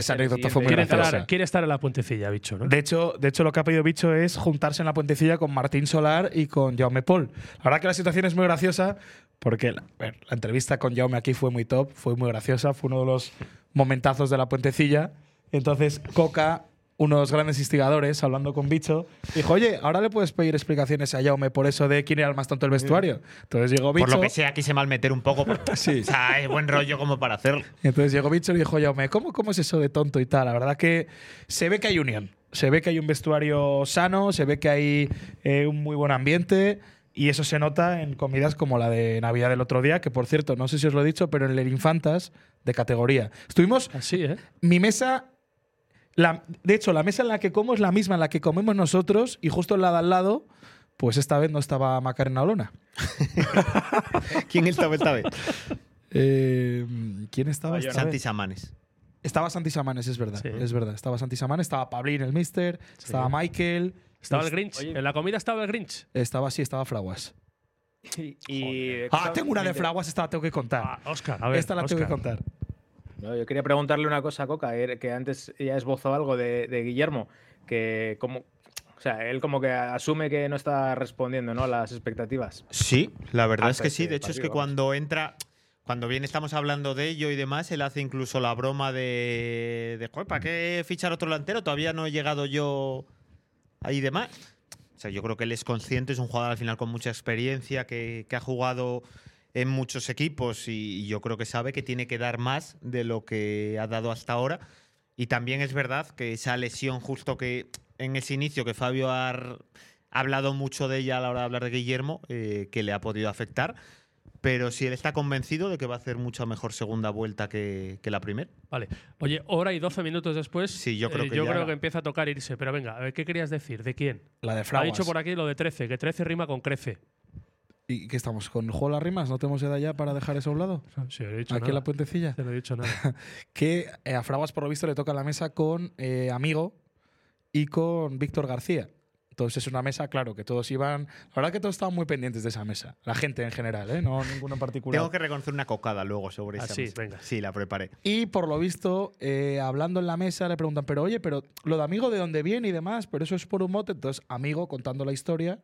E: quiere
C: esa
E: ser el
C: anécdota fue muy
B: Quiere
E: siguiente.
C: graciosa.
B: estar, quiere estar en la puentecilla, bicho, ¿no?
C: De hecho, de hecho, lo que ha pedido Bicho es juntarse en la puentecilla con Martín Solar y con Jaume Paul. La verdad que la situación es muy graciosa porque la, a ver, la entrevista con Jaume aquí fue muy top, fue muy graciosa, fue uno de los momentazos de la puentecilla. Entonces, Coca, unos grandes instigadores, hablando con Bicho, dijo, oye, ahora le puedes pedir explicaciones a Jaume por eso de quién era el más tonto del vestuario. Entonces llegó Bicho…
D: Por lo que sea, aquí se malmeter un poco. por-
C: Sí.
D: O sea, es buen rollo como para hacerlo.
C: Y Entonces llegó Bicho y dijo, Jaume, ¿cómo, ¿cómo es eso de tonto y tal? La verdad que se ve que hay unión. Se ve que hay un vestuario sano, se ve que hay eh, un muy buen ambiente. Y eso se nota en comidas como la de Navidad del otro día, que por cierto, no sé si os lo he dicho, pero en el Infantas de categoría. Estuvimos,
B: Así, ¿eh?
C: mi mesa, la- de hecho, la mesa en la que como es la misma en la que comemos nosotros y justo en la de al lado, pues esta vez no estaba Macarena Olona.
D: ¿Quién estaba esta vez?
C: Eh, ¿Quién estaba? esta vez?
D: Santi Samanes.
C: Estaba Santi Samanes, es verdad.
B: Sí.
C: Es verdad. Estaba Santi Samanes, estaba Pablín, el mister, estaba Michael.
B: Estaba el
C: est-
B: Grinch. En la comida estaba el Grinch.
C: Estaba así, estaba Fraguas.
E: Y- y-
C: Ah, tengo una de
E: Inter-
C: Fraguas, esta la tengo que
D: Ah,
C: contar.
B: Oscar, Ah, a ver.
C: esta la tengo que contar.
E: No, yo quería preguntarle una cosa a Coca, er- que antes ya esbozó algo de, de Guillermo, que como. O sea, él como que asume que no está respondiendo, ¿no? a Las expectativas.
D: Sí, la verdad
E: Ah,
D: es que
E: pues,
D: sí.
E: eh,
D: De hecho, es
E: partido,
D: que
E: vamos.
D: cuando entra, cuando bien estamos hablando de ello y demás, él hace incluso la broma de, de "Joder, ¿para qué fichar otro delantero? Todavía no he llegado yo ahí y demás. O sea, yo creo que él es consciente, es un jugador al final con mucha experiencia, que, que ha jugado en muchos equipos y, y yo creo que sabe que tiene que dar más de lo que ha dado hasta ahora. Y también es verdad que esa lesión justo que en ese inicio que Fabio ha r- ha hablado mucho de ella a la hora de hablar de Guillermo, eh, que le ha podido afectar. Pero si él está convencido de que va a hacer mucha mejor segunda vuelta que, que la primera.
B: Vale. Oye, hora y 12 minutos después. eh,
D: Sí, yo creo que
B: yo
D: ya.
B: creo que empieza a tocar irse. Pero venga, a ver, ¿qué querías decir? ¿De quién?
C: La de
B: Ha
C: Fraguas.
B: dicho por aquí lo de 13, que 13 rima con crece.
C: ¿Y qué estamos? ¿Con el juego de las rimas? ¿No tenemos edad ya para dejar eso a un lado?
B: Sí, no he dicho
C: Aquí en la
B: nada.
C: puentecilla.
B: No he dicho nada.
C: Que eh, a Fraguas, por lo visto, le toca la mesa con eh, Amigo y con Víctor García. Entonces es una mesa, claro, que todos iban. La verdad que todos estaban muy pendientes de esa mesa. La gente en general, ¿eh? No ninguno en particular.
D: Tengo que reconocer una cocada luego sobre
B: Ah,
D: esa.
B: sí,
D: mesa.
B: venga.
D: Sí, la preparé.
C: Y por lo visto, eh, hablando en la mesa, le preguntan, pero oye, pero lo de amigo de dónde viene y demás, pero eso es por un mote. Entonces, amigo contando la historia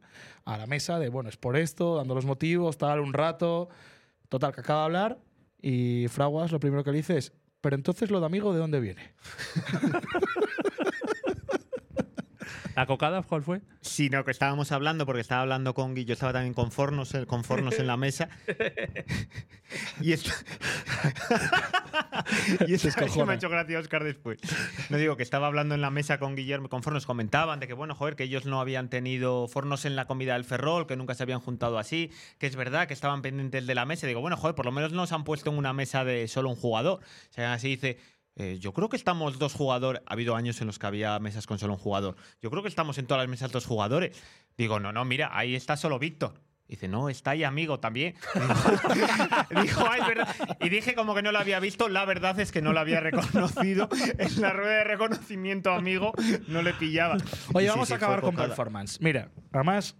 C: a la mesa de, bueno, es por esto, dando los motivos, tal, un rato. Total, que acaba de hablar y Fraguas lo primero que le dice es, pero entonces lo de amigo de dónde viene.
B: ¿La cocada cuál fue?
D: Sí, no, que estábamos hablando, porque estaba hablando con Gui, yo estaba también con Fornos, eh, con Fornos en la mesa. y esto. y
C: Se
D: eso
C: escojona.
D: me ha hecho gracia Oscar después. No digo que estaba hablando en la mesa con Guillermo, con Fornos, comentaban de que, bueno, joder, que ellos no habían tenido Fornos en la comida del Ferrol, que nunca se habían juntado así, que es verdad que estaban pendientes de la mesa. Digo, bueno, joder, por lo menos no se han puesto en una mesa de solo un jugador. O sea, así dice. eh, yo creo que estamos dos jugadores. Ha habido años en los que había mesas con solo un jugador. Yo creo que estamos en todas las mesas dos jugadores. Digo, no, no, mira, ahí está solo Víctor. Dice, no, está ahí amigo también. Dijo, ay, es verdad. Y dije como que no lo había visto. La verdad es que no lo había reconocido. En la rueda de reconocimiento, amigo, no le pillaba.
C: Oye,
D: Y sí,
C: vamos
D: sí,
C: a acabar
D: fue
C: con
D: cocada.
C: performance. Mira, además...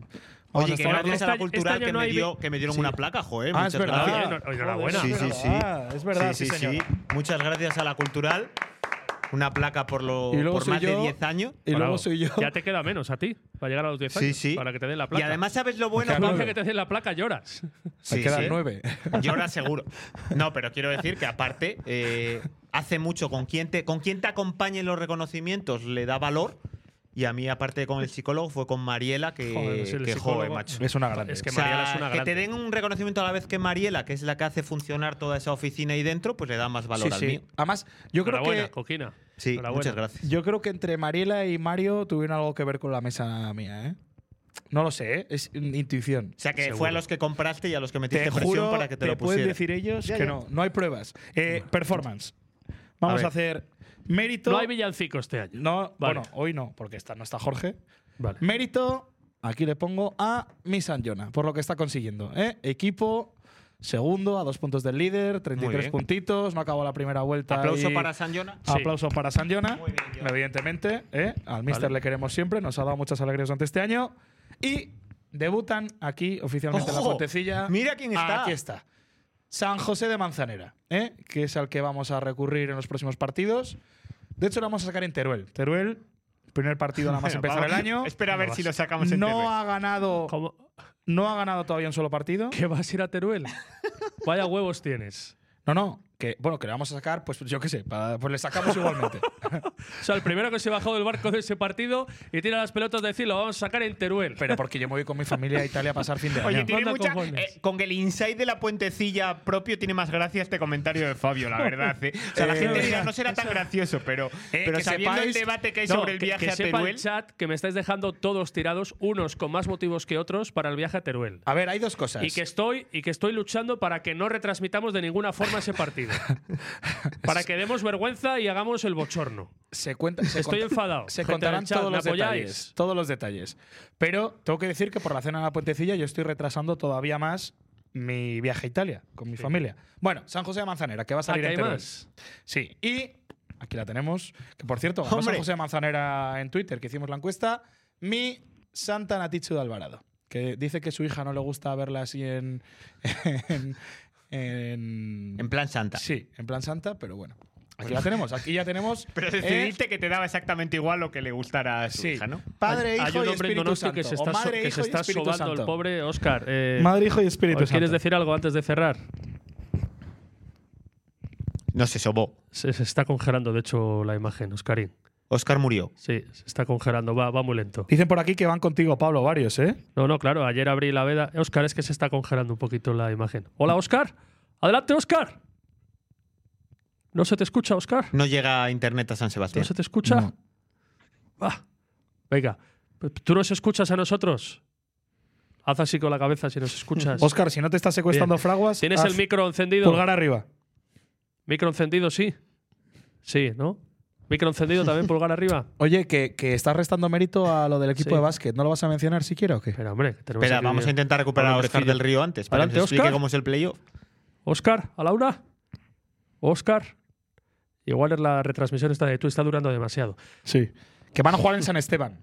C: vamos a
D: Oye, que
C: estar-
D: gracias a
B: Este
D: la
B: año-
D: cultural
B: este año
D: que,
B: no
D: me
B: hay
D: dio,
B: ve-
D: que me dieron una placa, joder.
C: Ah, es
D: muchas
C: verdad.
D: gracias.
B: Oye, enhorabuena.
D: Sí, sí, sí.
C: Ah, es verdad, sí,
D: sí, sí,
C: señor.
D: sí. Muchas gracias a la cultural. una placa por, lo,
C: Y luego
D: por
C: soy
D: más de
C: yo,
D: 10 años.
C: y luego
B: Bravo.
C: soy yo.
B: Ya te queda menos a ti para llegar a los 10
D: Sí,
B: años.
D: sí.
B: Para que te den la
D: Y
B: placa.
D: además, ¿sabes lo bueno?
B: Cada vez que te den la placa lloras.
D: Sí,
C: Quedan
D: sí.
C: nueve.
D: Llora seguro. No, pero quiero decir que aparte eh, hace mucho con quien te con quien te acompañe en los reconocimientos le da valor y a mí aparte con el psicólogo fue con Mariela que
B: Joder, pues sí, el
D: que,
B: psicólogo.
D: joder, macho.
C: Es una grande.
B: Es que
D: O sea,
B: Mariela es una
D: que
B: grande.
D: te den un reconocimiento a la vez que Mariela, que es la que hace funcionar toda esa oficina ahí dentro, pues le da más valor
C: Sí,
D: al
C: sí.
D: mío.
C: Además, yo creo
B: Enhorabuena,
C: que
B: Coquina.
D: Sí,
B: Enhorabuena.
D: muchas gracias.
C: Yo creo que entre Mariela y Mario tuvieron algo que ver con la mesa mía, ¿eh? No lo sé, ¿eh? es intuición.
D: O sea, que fue a los que compraste y a los que metiste
C: te
D: presión
C: juro,
D: para que te, lo
C: pueden
D: pusieran.
C: decir ellos
D: Ya,
C: que
D: ya.
C: no, no hay pruebas. Eh, performance. Vamos a,
D: ver.
C: hacer mérito.
B: No hay villancico este año.
C: No,
B: Vale.
C: bueno, hoy no, porque está, no está Jorge.
B: Vale.
C: Mérito, aquí le pongo a Miss Anjona, por lo que está consiguiendo. ¿eh? Equipo, segundo, a dos puntos del líder, 33
D: bien.
C: puntitos, no acabó la primera vuelta.
D: Aplauso
C: y-
D: para San Jona.
B: Sí.
C: Aplausos para San Jona,
D: Muy bien, Jona.
C: evidentemente. ¿eh? Al Mister le queremos siempre, nos ha dado muchas alegrías durante este año. Y debutan aquí oficialmente en la
D: ¡Ojo!
C: puentecilla.
D: Mira quién está.
C: Aquí está. San José de Manzanera, ¿eh? que es al que vamos a recurrir en los próximos partidos. De hecho, lo vamos a sacar en Teruel. Teruel, primer partido nada más
D: Bueno,
C: empezar el
D: vamos.
C: año.
D: Espera a ver si lo sacamos en TV.
C: No ha ganado.
B: ¿Cómo?
C: No ha ganado todavía un solo partido.
B: ¿Qué vas a ir a Teruel? Vaya huevos tienes.
C: No, no. Que, bueno, que le vamos a sacar, pues yo qué sé, para- pues le sacamos igualmente.
B: O sea, el primero que se bajó del barco de ese partido y tira las pelotas de decir, lo vamos a sacar en Teruel.
C: Pero porque yo me voy con mi familia a Italia a pasar fin de año.
D: Oye, tiene
B: Manda
D: mucha,
B: cojones.
D: eh, con el inside de la puentecilla propio tiene más gracia este comentario de Fabio, la verdad. eh. O sea, la
C: Eh,
D: gente dirá, no será tan gracioso, pero, pero
C: que
D: sabiendo
C: sepáis-
D: el debate que hay
B: No,
D: sobre el
B: que-
D: viaje
B: que
D: a
B: sepa
D: Teruel,
B: el chat que me estáis dejando todos tirados, unos con más motivos que otros, para el viaje a Teruel.
C: A ver, hay dos cosas.
B: Y que estoy y que estoy luchando para que no retransmitamos de ninguna forma ese partido. para que demos vergüenza y hagamos el bochorno.
C: se cuenta, se
B: Estoy
C: conta-
B: enfadado.
C: Se
B: Gente
C: contarán
B: del chat,
C: todos
B: ¿me
C: los
B: apoyáis?
C: detalles. Todos los detalles. Pero tengo que decir que por la cena de la puentecilla yo estoy retrasando todavía más mi viaje a Italia con mi familia. Bueno, San José de Manzanera, que va a salir
B: Ah, que
C: en
B: hay
C: Teruel.
B: más.
C: Sí. Y aquí la tenemos. Que por cierto, ganó San
D: Hombre.
C: José de Manzanera en Twitter, que hicimos la encuesta. Mi Santa Natichu de Alvarado, que dice que su hija no le gusta verla así en. en- en-
D: en plan santa.
C: Sí, en plan santa, pero bueno. Aquí la tenemos, aquí ya tenemos.
D: Pero
C: eh,
D: decidiste que te daba exactamente igual lo que le gustara a su
C: sí,
D: hija, ¿no?
C: Padre,
B: Hay
C: Eh, hijo
B: un
C: y
B: hombre en
C: Espíritu
B: Donosti
C: Santo.
B: que se
C: o
B: está, so-
C: madre,
B: que
C: hijo
B: se
C: y
B: está
C: Espíritu
B: sobando
C: Santo.
B: el pobre Oscar.
C: Madre, hijo y Espíritu Santo.
B: ¿Quieres decir algo antes de cerrar?
D: No se sobó.
B: Se, se está congelando, de hecho, la imagen, Oscarín.
D: Oscar murió.
B: Sí, se está congelando, va, va muy lento.
C: Dicen por aquí que van contigo, Pablo, varios, ¿eh?
B: No, no, claro, ayer abrí la veda. Oscar, es que se está congelando un poquito la imagen. Hola, Oscar. Adelante, Oscar. ¿No se te escucha, Oscar?
D: No llega a internet a San
B: ¿No
D: Sebastián.
B: se te escucha?
C: No.
B: Ah, venga, ¿tú nos escuchas a nosotros? Haz así con la cabeza si nos escuchas.
C: Oscar, si no te estás secuestrando
B: Bien.
C: fraguas.
B: ¿Tienes
C: haz
B: el micro encendido?
C: Pulgar arriba.
B: Micro encendido, sí. Sí, ¿no? Micro encendido también, pulgar arriba.
C: Oye, que, que estás restando mérito a lo del equipo
B: Sí.
C: de básquet. ¿No lo vas a mencionar siquiera o qué?
B: Espera, hombre. que tenemos
D: Espera,
B: aquí-
D: vamos a intentar recuperar a
B: Pablo
D: Oscar
B: Trujillo.
D: del Río antes para que
B: Adelante,
D: nos explique
B: Óscar.
D: cómo es el playoff.
B: Oscar, a Laura. Oscar. Igual es la retransmisión esta de tú, está durando demasiado.
C: Sí. Que van a jugar en San Esteban.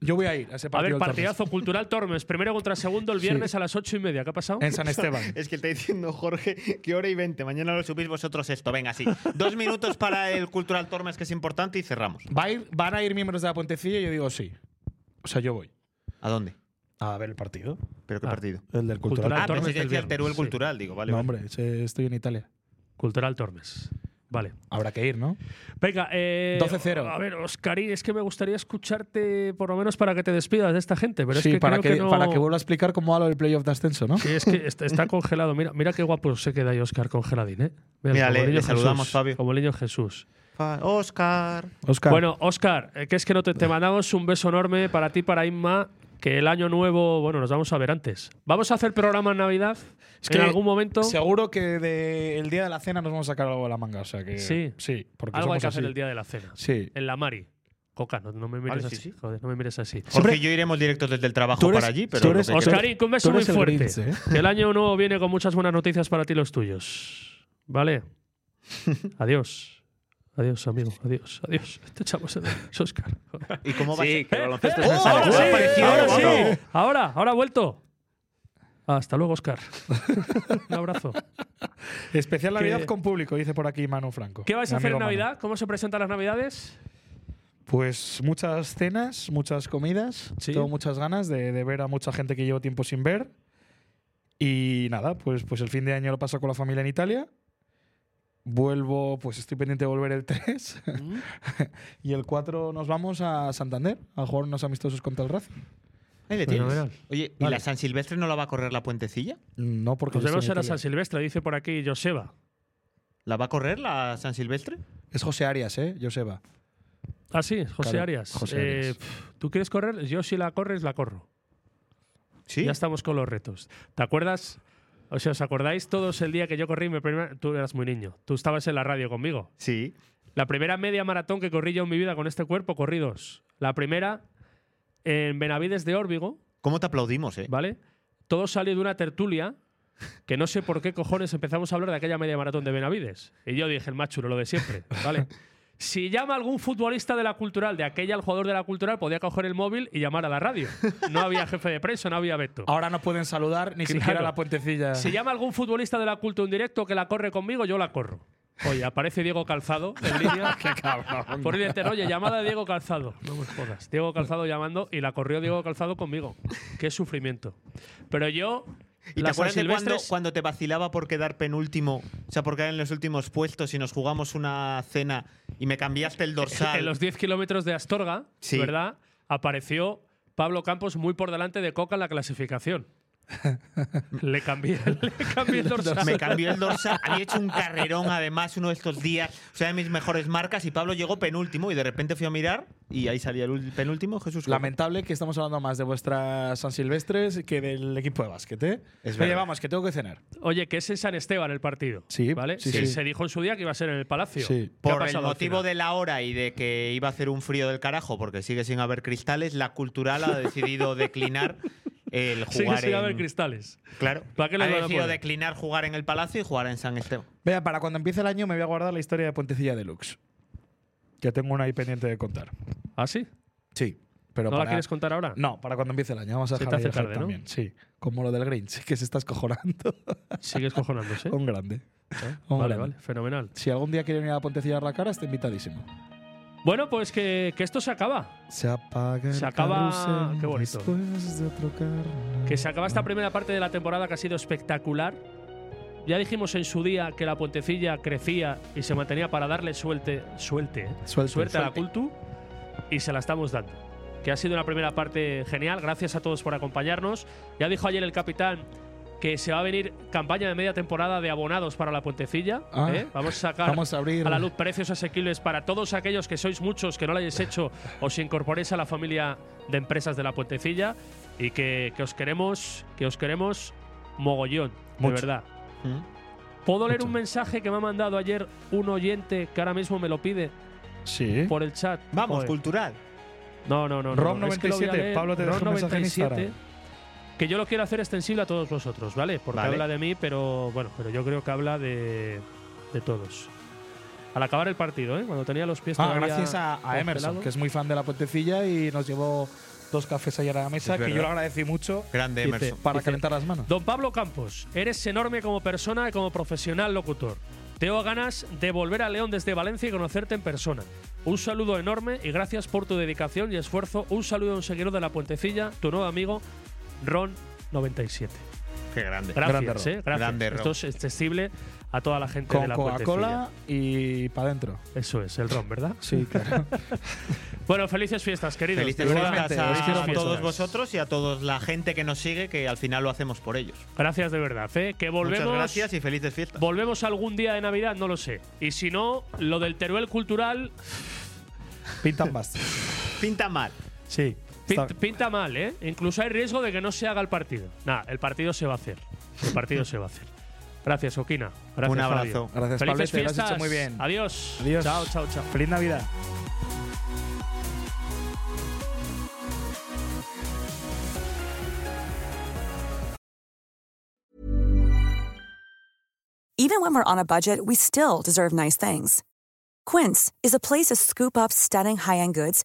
C: Yo voy a ir a ese
B: A
C: partido.
B: ver,
C: del Torres.
B: partidazo cultural Tormes, primero contra segundo el viernes a las ocho y media. ¿Qué ha pasado?
C: En San Esteban.
D: Es que está diciendo Jorge que hora y 20. Mañana lo subís vosotros esto. Venga, sí. Dos minutos para el Cultural Tormes, que es importante, y cerramos.
C: Va a ir- van a ir miembros de la Puentecilla y yo digo sí. O sea, yo voy.
D: ¿A dónde?
C: A ver el partido.
D: ¿Pero qué partido?
C: El del
B: Cultural.
C: Cultural.
D: Ah,
B: Tormes
D: pensé que
B: del
D: decía el
B: viernes,
D: Teruel
B: sí.
D: Cultural. Digo, vale.
C: No,
D: vale.
C: hombre, ese- estoy en Italia.
B: Cultural Tormes. Vale.
C: Habrá que ir, ¿no?
B: Venga, eh,
C: 12-0.
B: A ver, Oscarín, es que me gustaría escucharte por lo menos para que te despidas de esta gente, pero
C: sí,
B: es que
C: para,
B: creo
C: que,
B: no-
C: para que vuelva a explicar cómo va lo del playoff de ascenso, ¿no?
B: Sí, es que está, está congelado. Mira, mira qué guapo se queda ahí Oscar congeladín, ¿eh?
D: Mira,
B: como
D: le-
B: el niño
D: le saludamos, Fabio.
B: Como el niño Jesús.
D: Fa- Óscar.
C: Oscar.
B: Bueno, Oscar, eh, que es que no te, te mandamos un beso enorme para ti, para Inma, que el año nuevo, bueno, nos vamos a ver antes. ¿Vamos a hacer programa en Navidad?
C: Es que
B: en algún momento.
C: Seguro que de- el día de la cena nos vamos a sacar algo de la manga. O sea que.
B: Sí.
C: Sí, porque
B: Algo hay
C: somos
B: que hacer
C: así.
B: el día de la cena.
C: Sí.
B: En la Mari. Coca, no, no me mires
D: Vale, sí,
B: así.
D: sí.
B: Joder, no me mires así.
D: Jorge y yo iremos directos desde el trabajo
C: Tú eres-
D: para allí, pero
C: tú
D: lo
C: eres-
D: que
C: Oscar,
D: queráis.
B: Oscarín, que un beso
C: tú
B: muy
C: eres el
B: fuerte.
C: Grinch, ¿eh?
B: Que el año nuevo viene con muchas buenas noticias para ti y los tuyos. ¿Vale? Adiós. Adiós, amigo. Adiós. Adiós. Te echamos en menos, Oscar.
D: ¿Y cómo va a ser? Ah,
J: que el baloncesto es
B: ¡Oh!
J: una
B: ahora sí,
J: locura.
B: ahora
J: Parecido,
B: sí.
J: ¿no?
B: Ahora, ahora ha vuelto. Hasta luego, Oscar. un abrazo.
C: Especial
B: ¿Qué-
C: Navidad con público, dice por aquí Manu Franco.
B: ¿Qué vais a
C: Mi
B: hacer en
C: amigo Manu.
B: Navidad? ¿Cómo se presentan las Navidades?
C: Pues muchas cenas, muchas comidas.
B: Sí.
C: Tengo muchas ganas de, de ver a mucha gente que llevo tiempo sin ver. Y nada, pues, pues el fin de año lo paso con la familia en Italia. Vuelvo, pues estoy pendiente de volver el 3. y el 4 nos vamos a Santander a jugar unos amistosos contra el Racing.
D: Ahí le tienes.
B: Fenomenal.
D: Oye, ¿y
C: Vale.
D: la San Silvestre no la va a correr la puentecilla?
C: No, porque
B: Nos
C: yo estoy
B: vemos
C: en
B: en la
C: Italia.
B: San Silvestre, dice por aquí Joseba.
D: ¿La va a correr la San Silvestre?
C: Es José Arias, ¿eh? Joseba.
B: Ah, sí, José
C: Claro,
B: Arias.
C: José
B: Eh,
C: Arias.
B: pf, ¿Tú quieres correr? Yo si la corres, la corro.
D: Sí.
B: Ya estamos con los retos. ¿Te acuerdas? O sea, ¿os acordáis todos el día que yo corrí mi primera- Tú eras muy niño. Tú estabas en la radio conmigo.
D: Sí.
B: La primera media maratón que corrí yo en mi vida con este cuerpo, corrí dos. La primera en Benavides de Órbigo,
D: ¿Cómo te aplaudimos, eh?
B: ¿vale? Todo salió de una tertulia que no sé por qué cojones empezamos a hablar de aquella media maratón de Benavides. Y yo dije, el más chulo, lo de siempre, ¿vale? Si llama algún futbolista de la cultural, de aquella al jugador de la cultural, podía coger el móvil y llamar a la radio. No había jefe de prensa, no había veto.
C: Ahora no pueden saludar ni
B: Claro.
C: siquiera a la puentecilla.
B: Si llama algún futbolista de la culto en directo que la corre conmigo, yo la corro. Oye, aparece Diego Calzado en línea. Por el entero, oye, llamada de Diego Calzado. No me jodas. Diego Calzado llamando y la corrió Diego Calzado conmigo. Qué sufrimiento. Pero yo.
D: ¿Y te
B: las
D: acuerdas de cuando,
B: silvestres-
D: cuando te vacilaba por quedar penúltimo? O sea, por quedar en los últimos puestos y nos jugamos una cena y me cambiaste el dorsal.
B: en los 10 kilómetros de Astorga,
D: Sí.
B: ¿verdad? Apareció Pablo Campos muy por delante de Coca en la clasificación. le cambié, le cambié el dorsal.
D: Me cambió el dorsal. Había hecho un carrerón, además, uno de estos días. O sea, de mis mejores marcas. Y Pablo llegó penúltimo. Y de repente fui a mirar. Y ahí salía el ul- penúltimo, Jesús. Coca.
C: Lamentable que estamos hablando más de vuestras San Silvestres que del equipo de básquet, ¿eh?
D: Es
C: Oye,
D: verdad.
C: vamos, que tengo que cenar.
B: Oye, que es en San Esteban el partido.
C: Sí,
B: ¿vale?
C: sí,
B: Que
C: sí.
B: Se dijo en su día que iba a ser en el Palacio.
C: Sí.
B: ¿Qué ha
D: Por el
B: pasado al
D: motivo
B: final?
D: de la hora y de que iba a hacer un frío del carajo, porque sigue sin haber cristales, la cultural ha decidido declinar el
B: Sí,
D: jugar
B: sí, a ver
D: en-
B: cristales.
D: Claro.
B: ¿Para qué le
D: ha
B: van a
D: decidido
B: poner?
D: declinar jugar en el Palacio y jugar en San Esteban.
C: Vea, para cuando empiece el año me voy a guardar la historia de Puentecilla Deluxe. Que tengo una ahí pendiente de contar.
B: ¿Ah, sí?
C: Sí. Pero
B: ¿No
C: para...
B: la quieres contar ahora?
C: No, para cuando empiece el año. Vamos a
B: Se te
C: dejar
B: hace
C: ahí el hype
B: tarde, ¿no?
C: también. Sí. Como lo del Grinch, que se está escojorando.
B: Sigues cojonándose.
C: Un grande.
B: ¿eh?
C: un
B: Vale,
C: grande.
B: vale, fenomenal.
C: Si algún día quieren ir a Puentecilla a la cara, está invitadísimo.
B: Bueno, pues que, que esto se acaba.
C: Se apaga
B: Se
C: el
B: acaba-
C: carrusel
B: qué bonito.
C: Después de otro carnaval.
B: Que se acaba esta primera parte de la temporada que ha sido espectacular. Ya dijimos en su día que la puentecilla crecía y se mantenía para darle suelte, suelte, ¿eh?
C: Suelte,
B: suerte a la
C: suelte.
B: cultu y se la estamos dando. Que ha sido una primera parte genial. Gracias a todos por acompañarnos. Ya dijo ayer el capitán que se va a venir campaña de media temporada de abonados para la puentecilla.
C: Ah,
B: ¿eh? Vamos a sacar
C: Vamos a abrir.
B: a la luz precios asequibles para todos aquellos que sois muchos, que no lo hayáis hecho, os incorporéis a la familia de empresas de la Puentecilla y que, que os queremos, que os queremos mogollón, de
C: Mucho.
B: verdad.
D: ¿Mm?
B: ¿Puedo leer
C: Mucho.
B: un mensaje que me ha mandado ayer un oyente que ahora mismo me lo pide
C: Sí.
B: por el chat?
D: Vamos,
B: Joder.
D: cultural.
B: No, no, no. no,
C: Rom
B: no, es que lo voy a
C: 97,
B: leer.
C: Pablo te deja un
B: Rom
C: mensaje en
B: 97,
C: Instagram.
B: Que yo lo quiero hacer extensible a todos vosotros, ¿vale? Porque
D: Vale.
B: habla de mí, pero bueno, pero yo creo que habla de, de todos. Al acabar el partido, ¿eh? Cuando tenía los pies
C: Ah,
B: todavía
C: gracias a, a Emerson,
B: congelados.
C: que es muy fan de la puentecilla y nos llevó dos cafés ayer a la mesa,
D: Es
C: que yo
D: verdad.
C: le agradecí mucho
D: Grande
B: Dice-
D: Emerson.
C: para calentar las manos.
B: Don Pablo Campos, eres enorme como persona y como profesional locutor. Tengo ganas de volver a León desde Valencia y conocerte en persona. Un saludo enorme y gracias por tu dedicación y esfuerzo. Un saludo a un seguidor de la Puentecilla, tu nuevo amigo Ron97.
D: Qué
C: Grande
D: grande.
B: Gracias,
C: Ron.
B: eh, gracias.
D: Grande Ron.
B: Esto es accesible a toda la gente de
C: Con
B: la
C: Coca-Cola y para adentro.
B: Puentecilla. Eso es, el Ron, ¿verdad?
C: Sí, claro.
B: Bueno, felices fiestas, queridos.
D: Felices
B: de verdad.
D: fiestas
C: es que
D: a,
C: son
D: todos
C: fiestas.
D: vosotros y a toda la gente que nos sigue, que al final lo hacemos por ellos.
B: Gracias de verdad, eh. Que volvemos.
D: Muchas gracias y felices fiestas.
B: ¿Volvemos algún día de Navidad? No lo sé. Y si no, lo del Teruel Cultural
C: Pintan más.
D: Pinta mal.
C: Sí.
B: pin-
C: Está-
B: pinta mal, ¿eh? Incluso hay riesgo de que no se haga el partido. Nada, el partido se va a hacer. El partido se va a hacer. Gracias, Okina. Gracias,
D: Un abrazo.
B: Fabio.
C: Gracias,
B: Felices
C: Pablete, lo has
B: fiestas.
C: hecho muy bien.
B: Adiós.
C: Adiós.
B: Chao, chao, chao.
C: Feliz Navidad.
K: Even when we're on a budget, we still deserve nice things. Quince is a place to scoop up stunning high end goods